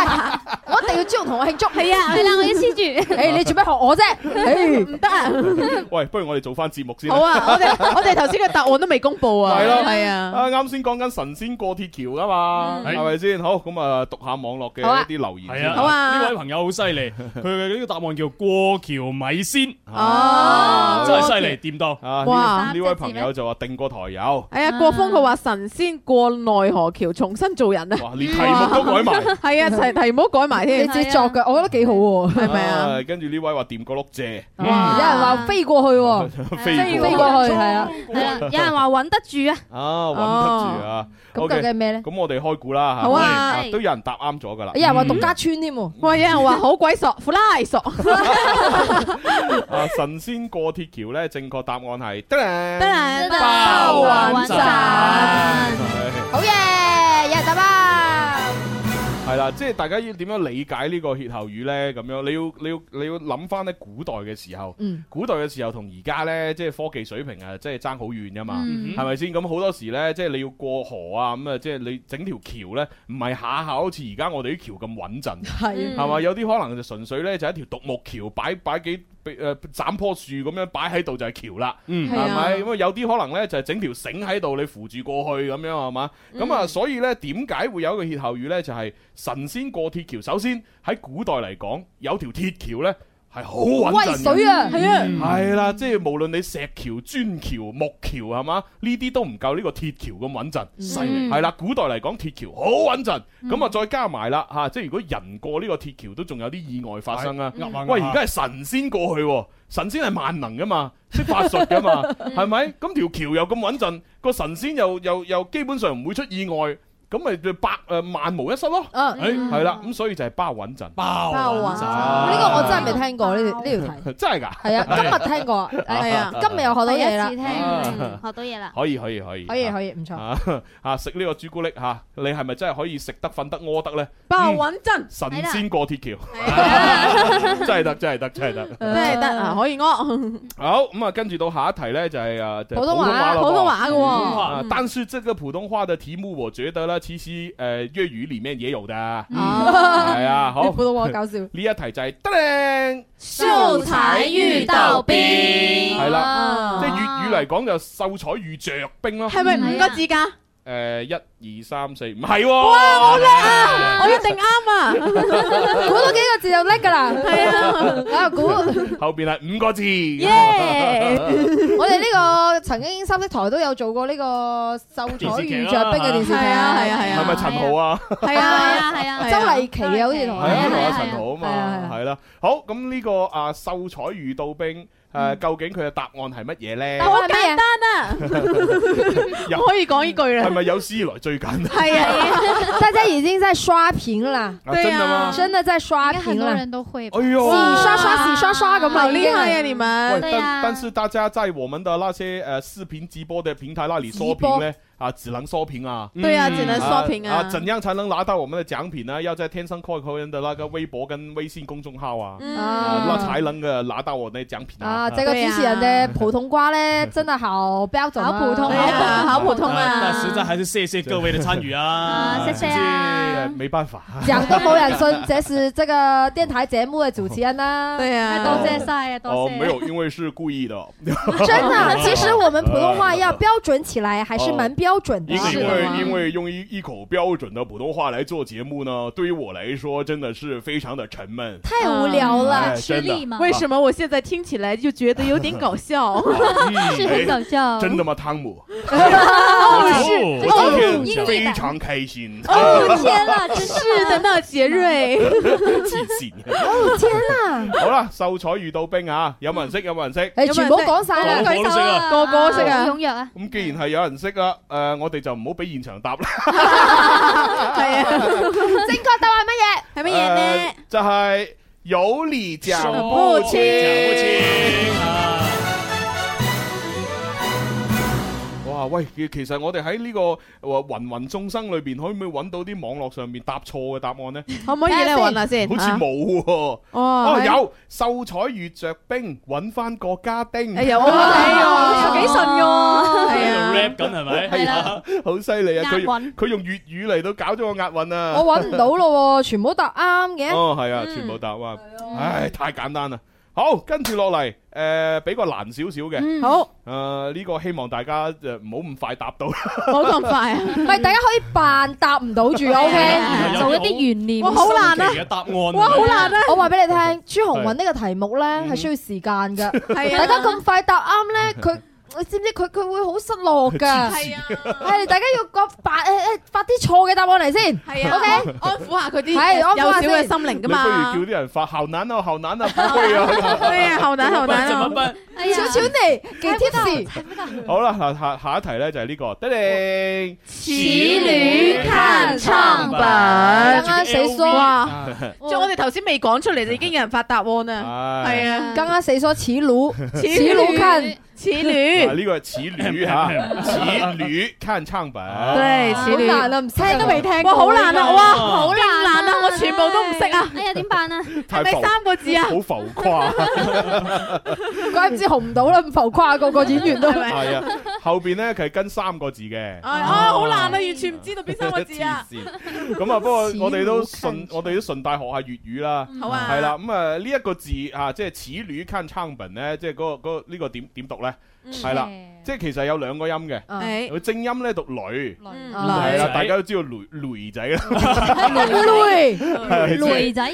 S4: 我一定要朱紅同我慶祝。係
S5: 啊係啦我要
S4: *laughs*
S5: 黐住
S4: 誒，你做咩學我啫？
S6: Ừ,
S4: 誒，唔得啊！
S9: *laughs*
S3: 喂，不如我哋做翻節目先啦。
S6: 好啊，我哋我哋頭先嘅答案都未公布啊，
S3: 係咯，
S6: 係啊。
S3: 啊啱先講緊神仙過鐵橋啊嘛，
S9: 嗯
S3: 係咪先？好，咁啊讀下網絡嘅
S9: 好啊
S3: 一啲留言
S9: 係
S3: 先。
S9: 啊，呢位朋友好犀利，佢嘅呢個答案叫過橋米鮮，
S6: 哦
S9: 真係犀利，掂到
S3: 啊
S6: 哇
S3: 呢呢位朋友就話定過台友。
S6: 係啊，國風佢話神仙過奈何橋，重新做人啊！
S3: 哇，連題目都改埋。
S6: 係啊，題題目都改埋添，
S4: 你自己作嘅，我覺得幾好喎。
S6: 係咪啊？
S3: 啊？跟住呢位話掂過碌蔗，
S4: 有人話飛過去喎，
S3: *laughs* 飛
S4: 飛
S3: 過
S4: 過去係啊，
S5: 係啦，有人話穩得住啊。
S3: 啊，揾得住啊！
S4: 咁
S3: OK，
S4: 究竟係咩咧
S3: 咁我哋開估啦嚇
S6: 好啊
S3: 都有人答啱咗噶啦。
S4: 有人話獨家村添喎。
S6: 哇！有人話好鬼索，fly 索，
S3: 啊！神仙過鐵橋咧，正確答案係得啦，
S6: 得啦得啦
S3: 包穩
S6: 包穩
S3: 陣。
S4: 好嘢，有人答啊！
S3: 係啦，即係大家要點樣理解呢個歇後語咧？咁樣你要你要你要諗翻咧古代嘅時候，
S2: 嗯
S3: 古代嘅時候同而家咧，即係科技水平啊，即係爭好遠噶嘛，
S2: 嗯
S3: 係咪先？咁好多時咧，即係你要過河啊，咁啊，即係你整條橋咧，唔係下下好似而家我哋啲橋咁穩陣，
S2: 係
S3: 係嘛？有啲可能就純粹咧就係一條獨木橋，擺擺幾誒斬棵樹咁樣擺喺度就係橋啦，
S2: 嗯
S3: 係咪？咁啊有啲可能咧就係整條繩喺度，你扶住過去咁樣係嘛？咁啊，
S2: 嗯
S3: 所以咧點解會有一個歇後語咧？就係神仙過鐵橋。首先喺古代嚟講，有條鐵橋咧。係好穩陣嘅
S4: 威水啊係啊
S3: 嗯係啦，即係無論你石橋、磚橋、木橋係嘛，呢啲都唔夠呢個鐵橋咁穩陣。
S2: 犀利
S3: 係啦，古代嚟講鐵橋好穩陣，咁啊再加埋啦嚇，即係如果人過呢個鐵橋都仲有啲意外發生啊
S2: 係噏下噏。下
S3: 喂，而家係神仙過去喎，神仙係萬能噶嘛，識法術噶
S4: *laughs*
S3: 嘛，係咪？咁條橋又咁穩陣，個神仙又又又基本上唔會出意外。咁咪就百誒萬無一失咯，
S6: Ờ,
S3: 誒
S4: 嗯
S3: 係啦，咁所以就係包穩陣，
S9: 包
S4: 包穩陣呢個我真係未聽過呢條呢條題，
S3: 真係㗎，
S6: à,
S4: 係啊，今日聽過啊，
S3: 係啊
S4: 今日又學到嘢啦，
S5: 第一次聽
S3: 啊
S5: 學到嘢
S3: *laughs*
S5: 啦。
S3: 可以可以可以，
S4: 嗯可
S6: à,
S4: 以可以唔錯
S3: 啊啊食呢個朱古力嚇，你係咪真係可以食得瞓得屙得咧？
S6: 包
S3: 嗯
S6: 穩陣，
S3: 神仙過鐵橋，真
S6: 係
S3: 係得，真係得，真係得。
S6: 真係得啊，可以屙。
S3: 好咁啊，跟住到下一題咧就係啊就係
S6: 普通話
S3: 啦噃
S6: 普通話嘅喎
S3: 嗯啊
S6: 嗯
S3: 但是這個普通話的題目，我覺得呢，其實誒粵語裡面也有的。係 *laughs* 啊，好。
S4: 你普通話搞笑
S3: 呢一題就係得令，
S4: 秀才遇到兵
S3: 係啦，
S4: 啊
S3: 哦即係粵語嚟講就秀才遇着兵咯。
S6: 係咪五個字㗎？
S3: 诶，一二三四，唔係喎。
S4: 哇我叻啊
S6: 我一定啱
S3: *laughs*
S6: 啊！
S4: 估到幾個字就叻㗎啦，
S6: 係啊
S4: 我又估。
S3: 後边係五個字。
S4: 耶！我哋呢個曾經三色台都有做過呢個秀才遇着兵嘅電視劇
S6: 係啊係啊係啊
S3: 係咪陳豪啊？
S4: 係啊係啊，周麗淇啊，好似同
S3: 係啊，
S4: 我
S3: 羅陳豪啊嘛，係啦。好，咁呢個啊秀才遇到兵，誒呃究竟佢嘅嗯答案係啊乜嘢咧？
S6: 好簡單啊！
S3: 又
S6: 我可以講呢句啦
S3: 係咪有史以來最簡單？
S6: 係啊，
S4: 大家已經在刷屏啦，
S3: 啊真的嗎
S4: 真的在刷屏
S5: 很多
S4: 啦，
S5: 人都會吧。
S3: 哎呦
S4: 洗刷刷洗刷刷咁啊，
S6: 好厲害啊
S4: 已經
S6: 你們
S3: 喂，
S5: 對呀
S3: 但但是大家在我们的那些呃视频直播的平台那里
S4: 直
S3: 刷
S4: 播
S3: 屏呢，啊，只能刷屏啊。
S6: 对呀只能刷屏啊
S3: 啊。怎样才能拿到我们的奖品呢？要在天生快活人的那个微博跟微信公众号啊，
S4: 嗯
S3: 啊那才能呃拿到我的奖品
S4: 啊，
S3: 啊。
S4: 這個主持人嘅普通瓜咧，真係好標準啊，
S6: 好普通啊好普通
S9: 那
S6: 啊！
S9: 实在还是谢谢各位的参与啊！
S5: 謝謝啊
S3: 是不是没办法，
S4: 人都冇人信，這是這個電台節目嘅主持人啦。
S6: 對啊
S5: 多謝晒啊，多
S3: 哦，*laughs*
S5: 謝。
S3: 没有，因为是故意的。
S4: 真的，其實我們普通話要標準起來，還是啊蠻標準的。
S3: 因为因为用一一口标准的普通话来做节目呢，对于我来说真的是非常的沉闷。
S4: 太無聊了
S3: 哎，真的吃力
S5: *laughs*
S3: 嘛
S6: 为什么我现在听起来就觉得有点搞笑？
S13: *laughs*
S3: 嗯是很搞
S6: 笑
S3: 真的吗，汤姆？
S6: 哦，是
S3: 我
S6: 哦
S3: 今天
S6: 英语
S3: 非常开心。
S6: 哦，天呐，真是的呢，杰瑞。
S3: 黐線嘅
S4: 哦，天啊！
S3: 好啦，秀才遇到兵啊，有冇人識？有冇人識？
S4: 誒，哎全部講晒啦，
S3: 個個都識啊
S6: 個個都識啊
S5: 踴躍啊！
S3: 咁既然係有人識啊，誒，我哋就唔好俾現場答啦。
S6: 係啊，
S4: 正確答案乜嘢？
S6: 係乜
S3: Ờ,
S6: 嘢呢？
S3: 就係有理講不清。哇！喂，其其實我哋喺呢個呃芸芸眾生裏邊，可唔可以揾到啲網絡上面答錯嘅答案呢？
S6: 可唔可以咧揾下先？
S3: 好似冇喎。
S6: 啊哦
S3: 哦，
S6: 係
S3: 有秀才遇着兵，揾翻個家丁。
S6: 哎呀哇哎呀幾順㗎喎係啊
S9: 喺度 rap 緊係咪？
S3: 係啊，好犀利啊！佢
S4: 押韻
S3: 佢用粵語嚟到搞咗個押韻啊！
S4: 我揾唔到。咯喎，全部都答啱嘅。
S3: 哦，係啊，
S6: 嗯
S3: 全部答啊！唉，太簡單啦。好，跟住落嚟，誒，俾個難少少嘅。
S6: Ừ.
S4: 嗯好。
S3: 誒，呢個希望大家誒唔好咁快答到。
S4: 冇咁快啊！唔係，大家可以扮答唔到住，OK？
S9: 做一啲
S4: 懸念
S6: 哇好難啊
S9: 嘅答案，
S4: 哇，好難啊！我話俾你聽，朱紅雲呢個題目咧係需要時間 *laughs* 㗎。
S6: 係
S4: 大
S6: 啊
S4: 家咁快答啱咧，佢你知唔知佢佢會好失落㗎？
S6: 黐線
S4: *laughs* 係大家要講發誒誒發啲錯嘅答案嚟先。
S6: 係啊
S4: o k
S6: 安撫下佢啲
S4: 係安撫
S6: 幼
S4: 下
S6: 小嘅
S4: 先
S6: 心靈噶
S3: 你
S6: 嘛
S3: 不。如叫啲人發後難啊，後難啊，不會啊。
S6: 對啊，好難好難
S9: 怎麼
S6: 啊！
S9: 辦？
S4: 小小你幾 tips？
S3: 好啦，嗱下下一題咧就係呢個，得令。
S4: 剛剛誰說
S6: 哇！即係我哋頭先未講出嚟，就已經有人發答案啦。
S3: 係
S6: 係啊，
S4: 剛剛誰說騎驢？
S6: 騎
S4: 騎
S6: 驢
S4: 驢看，
S6: 此
S3: 嗱，
S6: 戀
S3: 啊呢個係此女嚇，此女看唱本。
S6: 對此
S4: 好
S6: 戀
S4: 難啊，唔聽都未聽過。
S6: 哇，好難啊！哇，好
S5: 好
S6: 難啊！我全部都唔識啊！
S5: 哎呀，點辦啊？
S3: 太
S6: 係咪
S3: 浮
S6: 三個字啊？
S3: 好浮誇。
S4: 怪唔知紅唔到啦，咁浮誇個個演員都。
S3: 係啊，後邊咧佢係跟三個字嘅。
S6: 哎啊，好難啊！完全唔知道邊三個字啊！
S3: 黐線咁啊，不過我哋都
S4: 似乎近
S6: *laughs*
S3: 順，我哋都順帶學下粵語啦。
S6: 好啊
S3: 係啦，咁啊呢一個字啊，即係此女看唱本咧，即係嗰個嗰個呢個點點讀咧？係
S5: 嗯
S3: 啦，即係其實有兩個音嘅，
S6: 誒，
S3: 佢正音咧讀女，
S5: 女
S9: Ờ.
S3: 係啦，
S9: 女
S3: 大家都知道女女仔啦，
S4: 累，
S3: 係即係
S5: 女仔，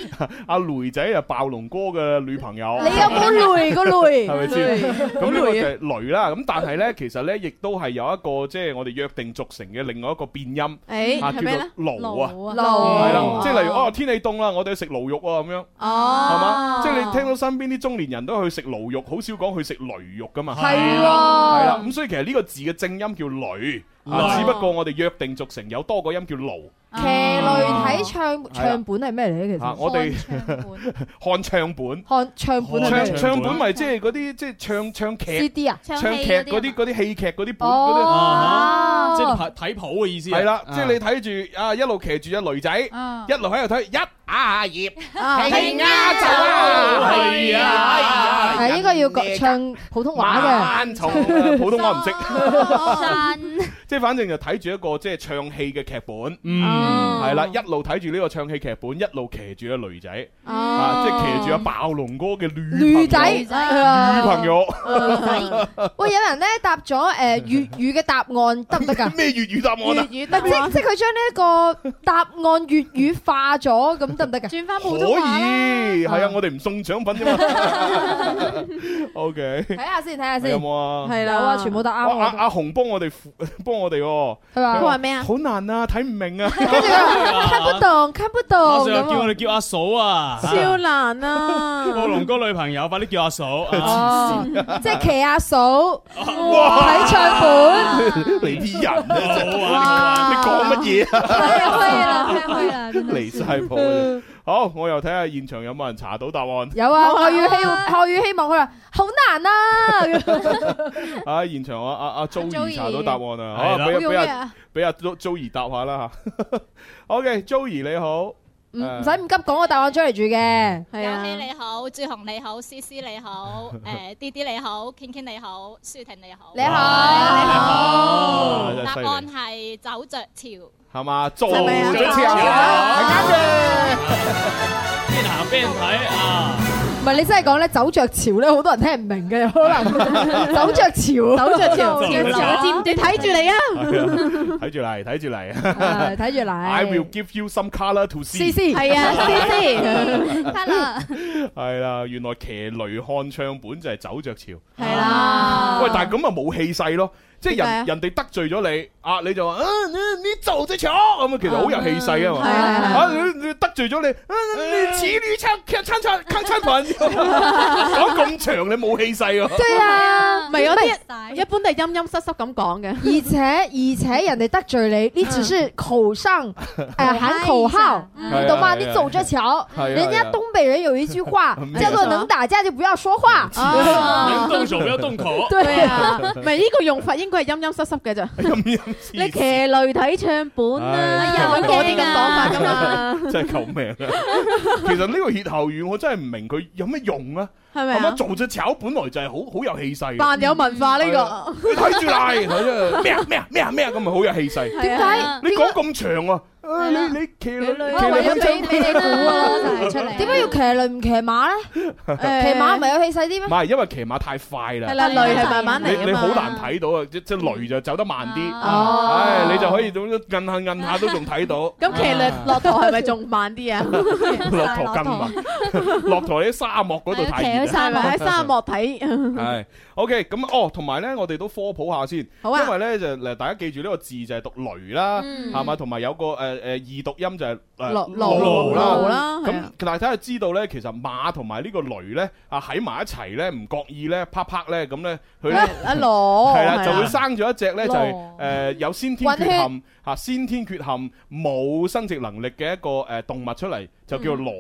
S3: 阿女仔啊，暴龍哥嘅女朋友。
S4: 你有冇累個累？
S3: 係咪先？咁呢個就係雷啦。咁但係咧，其實咧，亦都係有一個即係我哋約定俗成嘅另外一個變音啊，
S6: 誒
S3: 叫
S6: 係咩咧
S3: 做？爐啊。
S5: 奴
S3: 係啦
S4: 勞，
S3: 即係例如哦，天氣凍啦，我哋去食驢肉啊，咁樣
S5: Ờ.
S6: 哦，
S3: 係嘛？即係你聽到身邊啲中年人都去食驢肉，好少講去食驢肉噶嘛。
S4: 係啊喎
S3: 係啦，咁所以其實呢個字嘅正音叫雷，啊
S9: 雷
S3: 只不過我哋約定俗成有多個音叫驢
S4: 騎驢睇唱
S3: 係啦
S4: 唱本係咩嚟咧？其
S3: 啊。
S4: 實
S3: 我哋看唱本，
S4: 看唱本係
S3: 唱
S4: 咩嚟
S3: 唱本咪即係嗰啲即係唱唱劇。
S4: ？CD 啊？
S3: 唱劇嗰啲嗰啲戲劇嗰啲本嗰啲。
S4: Ờ.
S9: 即係
S4: 哦，
S9: 睇睇譜嘅意思啊。
S3: 係啦，
S9: 啊
S3: 即係你睇住啊，一路騎住只女仔，
S5: 啊
S3: 一路喺度睇一啊葉，
S6: 係
S4: 啊
S9: 係啊，
S4: 係應該要講唱普通話嘅。
S13: Ờ.
S3: 慢從啊普通話唔識，
S5: 山
S3: 即係反正就睇住一個即係唱戲嘅劇本，
S9: 嗯
S13: Ờ.
S9: 哦
S3: 係啦，一路睇住呢個唱戲劇本，一路騎住個女仔，啊，即係騎住阿暴龍哥嘅
S4: 哦女
S3: 女
S4: 仔，哦
S3: 女朋
S4: 女
S3: 友，
S4: 喂，有人咧答咗誒粵語嘅答案得唔得㗎？
S3: 咩粵語答案啊？
S4: 唔係即即佢將呢一個答案粵語化咗，咁得唔得㗎？轉翻
S3: 可以，係啊，我哋唔送獎品啫嘛。O
S4: *laughs*
S3: *laughs* K，
S4: 睇下先，睇下先。
S3: 有冇啊？
S4: 係啦有啊全部都啱
S3: 哇
S4: 我
S3: 阿
S4: 覺得
S3: 阿紅幫我哋扶， *laughs* 幫我哋喎。
S4: 佢話佢話咩啊
S3: 好難啊，睇唔明
S4: *laughs*
S3: 啊。
S4: 看不懂，看不懂
S9: 馬上又叫
S4: 咁
S9: 我
S4: 啊。
S9: 哋叫阿嫂啊，
S6: 超難啊！
S9: 暴龍哥女朋友，快啲叫阿嫂。
S4: 哦，即係騎阿嫂
S9: 哇
S4: 哦睇唱本。
S3: 你啲人啊，真係
S4: 哇
S3: 你講乜嘢啊？
S4: 開啦，
S3: 離晒譜啊！好，我又睇下現場有冇人查到答案。
S4: 有啊，何宇希何宇希望佢話好難啊，
S3: 啊！現場啊啊啊，Joey
S4: Joey
S3: 查到答案啊，
S9: 係
S3: 好
S9: 啦
S3: 俾
S4: 好
S3: 俾
S4: 用咩
S3: 阿
S4: 啊
S3: 俾阿 Jo- Joey 答下啦嚇。OK，Joey 你好，
S4: 唔嗯唔
S3: 誒
S4: 使咁急講個答案出嚟住嘅。啊
S6: 係
S13: 有希你好，朱紅你好，思思你好，誒 D D 你好，Ken Ken 你好，舒婷你好，
S4: 你好
S3: 好
S4: 你
S13: 答
S3: 真係
S13: 案
S3: 犀
S13: 係走着瞧。
S3: 係嘛？做
S9: 係咪啊
S3: 咗之
S9: 做咗
S3: 邊行邊睇
S9: À.
S3: 啊！
S4: 唔係你真係講咧，走着潮咧，好多人聽唔明嘅，有可
S3: *laughs*
S4: 能走着潮，
S6: 走着
S4: *laughs*
S6: 潮
S4: 着
S6: 走
S4: 你睇住你啊
S3: *laughs* 係啊睇住嚟，睇住嚟。
S4: 啊係睇住嚟
S3: I will give you some color to see。
S4: CC 係啊，CC
S5: *laughs*
S4: 得啦，
S3: 係啦，原來騎雷漢唱本就係走着潮。
S6: 係啦。
S3: 喂，但係咁啊冇氣勢咯，即係
S6: 點解啊
S3: 人人哋得罪咗你啊，你就話啊你你做隻搶咁啊，其實好有氣勢啊嘛。
S6: 係啊係啊
S3: 啊你你得罪咗你啊你此女參參參參參粉， *laughs* 講咁長你冇氣勢啊。
S4: *laughs* 對啊，
S6: 唔係有
S4: 啲
S6: 一般都係陰陰濕濕咁講嘅。
S4: 而且而且人哋得罪你，呢只是
S3: *laughs*
S4: 口上誒嗯喊口號，
S3: 嗯
S4: 你懂
S3: 係啊
S4: 嗎？
S3: 係啊
S4: 你走着瞧，
S3: 係啊
S4: 人家
S3: 係啊
S4: 東北人有一句
S3: *laughs*
S4: 話
S3: 咩
S4: 叫做能打架就不要說話。
S3: 嗯
S4: Ờ.
S9: 能動手不要動口。
S6: 對啊， *laughs* 唔係呢個用法應該係陰陰濕濕嘅
S3: 哎
S6: 咋。你騎雷睇唱本
S3: 唉
S6: 啊， *laughs* 有嗰啲咁講法噶嘛。
S3: 真係救命啊！其實呢個歇後語我真係唔明佢有咩用啊？
S6: 係咪啊
S3: 咁做隻炒本來就係好好有氣勢嘅，
S6: 扮有文化呢個。
S3: 你睇住嚟，睇住咩啊咩啊咩啊咩啊咁咪好有氣勢。
S6: 點解
S3: 你講咁長啊？啊你你騎女
S4: 我
S3: 騎
S4: 哦為
S3: 女
S4: 咗俾俾你估啊，
S3: 就係
S4: 出嚟。點解要騎驴唔騎馬咧？騎馬唔係有氣勢啲咩
S3: 唔？係，因為騎馬太快啦。
S4: 係啦雷係慢慢嚟啊嘛啊
S3: 你你好難睇到啊！即即雷就走得慢啲，
S6: 哦
S3: 唉，你就可以咁樣摁下摁下都仲睇
S6: *laughs*
S3: 到。 *laughs*
S6: 咁騎雷落台係咪仲慢啲啊？
S3: 落台更慢， *laughs* 落台喺沙漠嗰度睇。
S6: *laughs* 係啊咪喺沙漠睇？
S3: 系，OK，咁哦，同埋咧，我哋都科普下先，
S6: 好啊
S3: 因為咧就嗱，大家記住呢個字就係讀雷啦，
S6: 嗯
S3: 係嘛，同埋有個誒誒二讀音就係呃誒
S6: 羅羅羅啦係
S3: 咁
S6: 啊
S3: 大家知道咧，其實馬同埋呢個雷咧啊喺埋一齊咧，唔覺意咧啪啪咧咁咧，佢咧
S6: 阿羅
S3: 哦係啊啦，就會生咗一隻咧就係
S6: 羅
S3: 誒有先天缺
S6: 混
S3: 陷嚇，先天缺陷冇生殖能力嘅一個誒動物出嚟，就叫羅，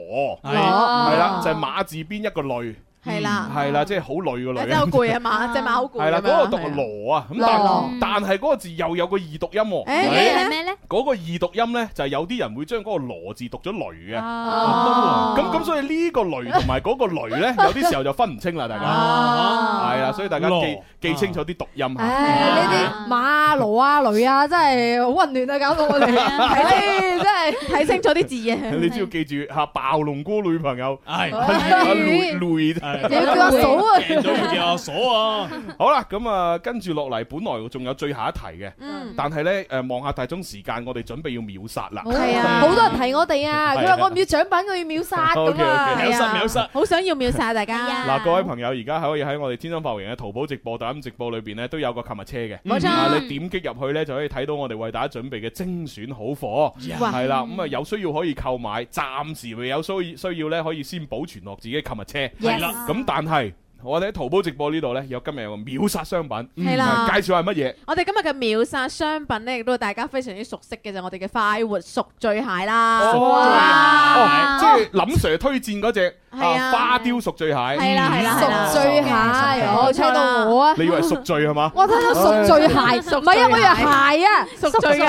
S6: 嗯
S3: 係
S6: 羅
S3: 係啦，就係馬字邊一個類。
S6: 係啦，
S3: 係啦，即係好累個女。
S6: 真係好
S3: *laughs*
S6: 攰啊嘛，隻馬好攰。
S3: 係啦，嗰個讀羅啊，咁但
S6: 羅
S3: 係但係嗰個字又有個易讀音喎。
S6: 係咩咧？
S3: 嗰個易讀音咧，就係有啲人會將嗰個羅字讀咗雷嘅。
S4: Ờ.
S5: Ờ.
S6: 哦
S3: 咁咁，所以呢個雷同埋嗰個雷 *laughs* 咧，有啲時候就分唔清啦，大家。
S9: Ờ.
S3: 係啊啦，所以大家記記清楚啲讀音嚇。
S4: 呢啲馬羅啊、女啊，真係好混亂啊，搞到我哋，唉真係
S6: 睇清楚啲字 *laughs* 啊！
S3: 你只要記住嚇，暴龍哥女朋
S6: *laughs*
S3: 友係
S6: 哎
S4: 係
S3: 累累，
S4: 你要叫阿嫂啊病
S9: 咗要叫阿嫂啊！
S3: 好啦，咁啊，跟住落嚟，本來仲有最後一題
S6: 嗯
S3: 嘅，但係咧誒，望下大鐘時間，我哋準備要秒殺啦。
S4: 係
S5: à.
S4: 啊，好多人提我哋啊，佢
S3: 係啊
S4: 話我唔要獎品，我要秒殺咁啊，
S3: OK，OK，秒殺秒殺
S6: 好想要秒殺大家。
S3: 嗱，各位朋友，而家可以喺我哋天生發榮嘅淘寶直播、抖音直播裏邊咧，都有個購物車嘅。
S6: 冇錯
S3: 啊你點擊入去咧，就可以睇到我哋為大家準備嘅精選好貨。
S6: 哇
S3: 係啦，咁啊有需要可以購買，暫時未有需需要咧，可以先保存落自己購物車。
S6: Yes 係啦
S3: 咁但係我哋喺淘寶直播呢度咧，有今日有個秒殺商品，
S6: 係啦
S3: 介紹係乜嘢？
S6: 我哋今日嘅秒殺商品咧，亦都係大家非常之熟悉嘅就係我哋嘅快活熟醉蟹啦。
S3: *laughs* 哦，即係林 Sir 推薦嗰只
S6: 啊係
S3: 啊
S6: 啊
S3: 花雕熟醉蟹，嗯
S6: 係啦係啦係啦
S4: 熟醉蟹我聽到我啊
S3: 你以為熟醉係嘛？
S4: 我睇到熟醉鞋，
S6: 熟
S4: 唔係啊，我以為鞋啊，
S6: 熟醉蟹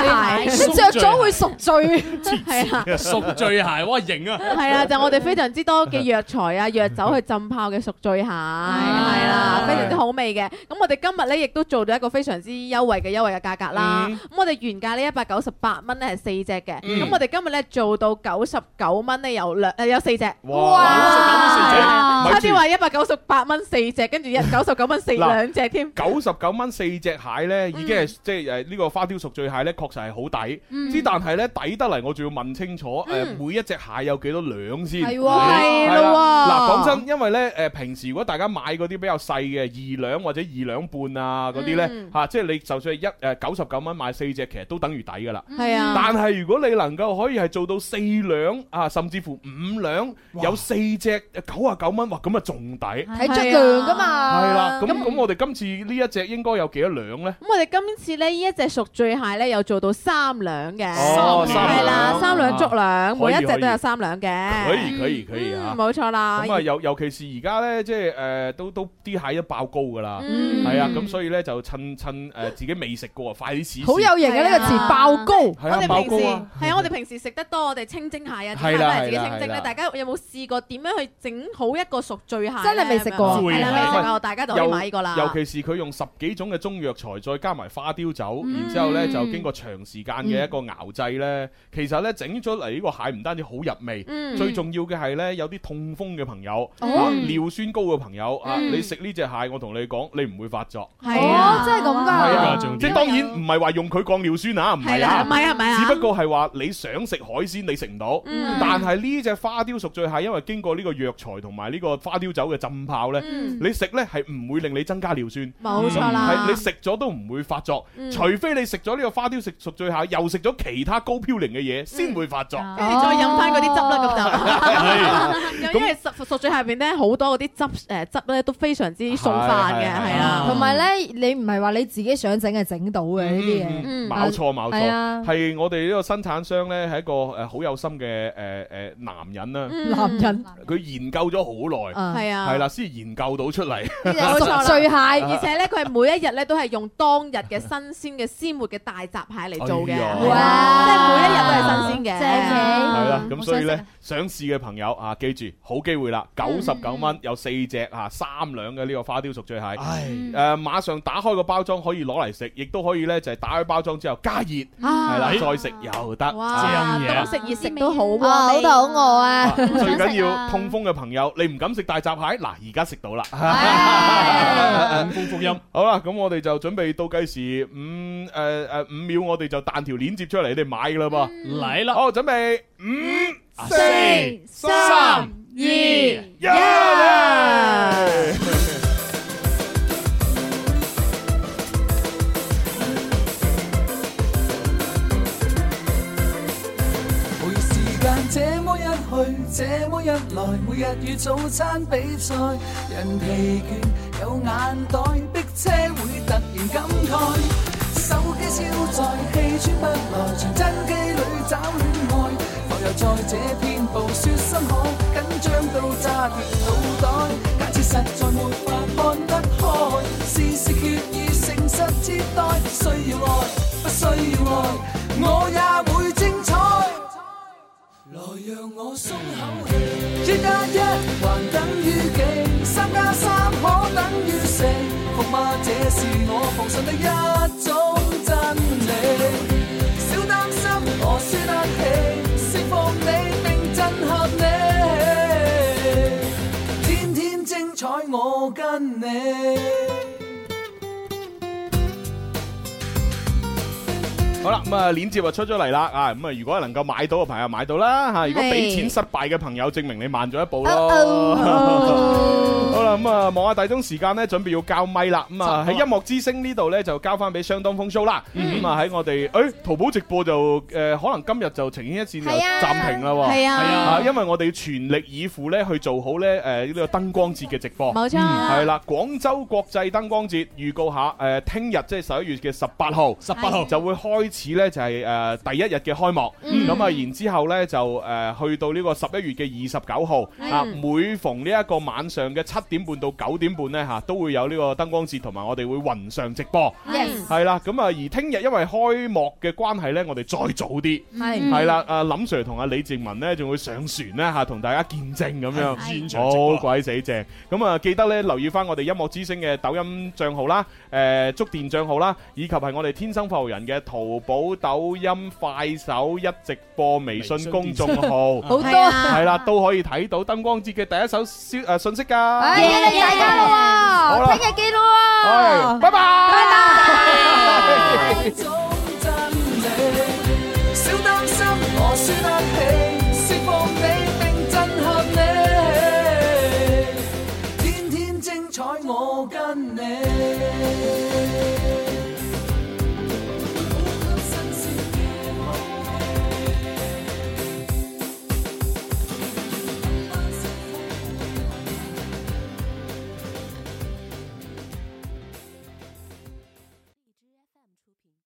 S4: 你着咗會熟醉，
S6: 係啦。
S9: 熟醉鞋，哇型啊！
S6: 係啦，就我哋非常之多嘅藥材啊、藥酒去浸泡嘅熟醉蟹。係啦，非常之好味嘅。咁我哋今日咧亦都做到一個非常之優惠嘅優惠嘅價格啦。咁我哋原價呢一百九十八蚊咧係四隻嘅，
S14: 嗯
S6: 咁我哋今日咧做到九十九蚊咧有兩誒有四隻，
S3: 哇啊99蚊
S6: 差
S3: 四隻
S6: 啊啲話一百九十八蚊四
S3: *laughs*
S6: 隻，跟住一九十九蚊四
S3: 嗱
S6: 兩隻添。
S3: 九十九蚊四隻蟹呢，已經係即係誒呢個花雕熟醉蟹呢，確實係好抵。
S6: 嗯
S3: 之但係呢，抵得嚟，我仲要問清楚誒
S6: 嗯
S3: 每一隻蟹有幾多兩先。
S6: 係喎啊
S3: 係
S6: 係咯
S3: 啦嗱，
S6: 喎
S3: 講真，因為呢，誒平時如果大家買嗰啲比較細嘅二兩或者二兩半啊嗰啲呢
S6: 嗯，
S3: 嚇即係你就算係一誒九十九蚊買四隻，其實都等於抵㗎啦。
S6: 係
S5: à.
S6: 啊
S3: 但係如果你能夠可以係做到四兩啊，甚至乎五兩，有四隻九啊九蚊，哇咁啊仲抵。
S4: 睇質量㗎
S6: 啊
S4: 嘛
S3: 係啦，咁咁我哋今次呢一隻應該有幾多兩呢？
S6: 咁我哋今次咧呢一隻熟醉蟹咧有做到三兩嘅，
S3: 哦三兩
S6: 係啦，三兩足
S3: 啊
S6: 兩，
S3: 可以
S6: 每一隻
S3: 可
S6: 都有
S3: 以
S6: 三兩
S3: 可
S6: 嘅，嗯
S3: 以可以可以啊！
S6: 冇錯啦。
S3: 咁啊，尤尤其是而家呢，即係誒都都啲蟹都爆高㗎啦，
S6: 嗯
S3: 係啊，咁所以呢，就趁趁誒自己未食過，快啲試試。啊
S4: 好有型嘅呢個詞，爆高。
S3: 係啊
S6: 我哋
S3: 爆
S6: 平
S3: 高
S6: 時
S3: 啊
S6: 係啊，我哋平時食得多，我哋清蒸蟹啊，點解
S3: 係啦
S6: 翻嚟自己清蒸
S3: 係啦係
S6: 咧？
S3: 啦
S6: 大家有冇試過點樣去整好一個熟醉蟹呢？
S4: 真係未食過
S6: 咁樣係啦，
S3: 係
S6: 未食
S3: 喂
S6: 過，大家就可以
S3: 尤
S6: 買呢個啦。
S3: 尤其是佢用十幾種嘅中藥材，再加埋花雕酒，然之後咧就經過長時間嘅一個熬製咧，其實咧整咗嚟呢個蟹唔單止好入味，
S5: 嗯
S3: 最重要嘅係咧有啲痛風嘅朋友，
S4: 哦
S3: 啊尿酸高嘅朋友啊，
S4: 嗯
S3: 你食呢只蟹，我同你講，你唔會發作。
S6: 係
S4: 啊哦真係咁㗎
S3: 係啊
S4: 仲要
S3: 即係當然唔係話用佢降尿酸啊，唔係
S6: 係啦
S3: 啊，
S6: 唔係啊唔係啊
S3: 只不過係話你想食海鮮，你食唔到。
S6: 嗯
S3: 但係呢只花雕熟醉蟹，因為經過呢個藥材同埋呢個花雕酒嘅浸泡呢，
S6: 嗯
S3: 你食呢係唔會令你增加尿酸。
S6: 冇錯啦
S3: 嗯係你食咗都唔會發作，
S6: 嗯
S3: 除非你食咗呢個花雕食熟醉蟹，又食咗其他高嘌呤嘅嘢，先會發作。
S4: 嗯
S6: 跟住再飲翻嗰啲汁啦，咁
S3: 係
S6: 就因為熟熟醉蟹入邊咧好多嗰啲汁誒汁咧都非常之送飯嘅，
S3: 係係
S6: 係啊啦。
S4: 同埋咧，你唔係話你自己想整係整到嘅啊呢啲嘢，
S3: 嗯冇錯冇
S4: 係啊
S3: 錯，係我哋呢個生產商呢，係一個誒好有心嘅誒誒男人啦，
S4: 男人
S3: 佢研究咗好
S6: 啊
S3: 耐，
S6: 係嗯啊
S3: 係啦，啊先研究到出嚟。
S6: 冇錯啦
S4: 醉蟹
S6: 而且咧佢係每一日咧都係用當日嘅新鮮嘅鮮活嘅大閘蟹嚟做嘅，
S3: 哎呀
S6: 係啊即係每一日都係新鮮嘅，
S5: 啊
S3: 係啦，咁所以呢，想試嘅朋友啊，記住好機會啦，九十九蚊有四隻啊，三兩嘅呢個花雕熟醉蟹，誒馬呃上打開個包裝可以攞嚟食，亦都可以呢就係打開包裝之後加熱，
S6: 啊
S3: 係啦，再食又得，啊
S6: 哇，
S3: 正嘢
S6: 咁食熱食都好喎，
S4: 啊好
S6: 你
S4: 肚餓
S5: à.
S4: 啊！
S3: 最緊要痛風嘅朋友，你唔敢食大閘蟹，嗱而家食
S6: *laughs*
S3: 到啦。
S9: 風福音。
S3: 好啦，咁我哋就準備倒計時五誒誒五秒，我哋就彈條鏈接出嚟，你哋買噶啦噃。
S9: 嚟
S6: 嗯
S9: 啦！
S3: 好，準備五、
S9: 四
S3: 三、二、一嚟。
S7: 陪時間這麼一去，這麼一來，每日與早餐比賽，人疲倦有眼袋，逼車會突然感慨，手機超載，氣喘不來，傳真機裏找戀愛，浮游在這片暴雪深海，緊張到炸斷腦袋，假設實在沒法看得開，事事決意誠實接待，需要愛，不需要愛，我也會精彩。來讓我鬆口氣，一加一還等於幾？三加三可等於四？服嗎？這是我奉信的一種真理。小擔心，我輸得起，釋放你並震撼你，天天精彩我跟你。
S3: 好啦，咁啊鏈接就出咗嚟啦啊！咁啊，如果能夠買到嘅朋友買到啦啊嚇，如果俾
S5: 係
S3: 錢失敗嘅朋友，證明你慢咗一步
S5: 哦
S3: 咯。 *laughs* 好啦，咁啊望下大鐘時間咧，準備要交咪啦。咁啊喺音樂之聲呢度咧就交翻俾相當風騷啦。
S5: 嗯
S3: 咁啊喺我哋誒淘寶直播就誒可能今日就情牽一線就暫停啦喎。
S5: 係啊
S3: 因為我哋要全力以赴咧去做好咧誒呢個燈光節嘅直播。
S5: 冇錯
S3: 嗯係啦，廣州國際燈光節預告下誒，聽日即係十一月嘅十八號，十
S9: 18號
S3: 就會開始呢，就係誒第一日嘅開幕，
S9: 嗯
S3: 咁啊然之後呢，就誒去到呢個十一月嘅二十九號
S9: 係
S3: 啊，每逢呢一個晚上嘅七點點半到九點半呢，嚇都會有呢個燈光節，同埋我哋會雲上直播。
S4: Yes
S3: 係啦，咁啊，而聽日因為開幕嘅關係呢，我哋再早啲，
S6: 嗯
S4: 係
S3: 係啦，啊林 Sir 同阿李靜文呢，仲會上船呢，嚇，同大家見證咁樣，
S9: 係現場直播
S3: 好鬼死正。咁啊，記得呢，留意翻我哋音樂之星嘅抖音帳號啦，誒觸電帳號啦，以及係我哋天生發號人嘅淘寶、抖音、快手一直播微信公眾號，
S4: 好多啊
S3: 係啦，都可以睇到燈光節嘅第一首消誒信息㗎。
S4: 哎，大家啦喎，
S3: 好啦哎
S4: 聽日見啦喎，
S3: 係拜拜，
S4: 拜拜。
S3: *laughs*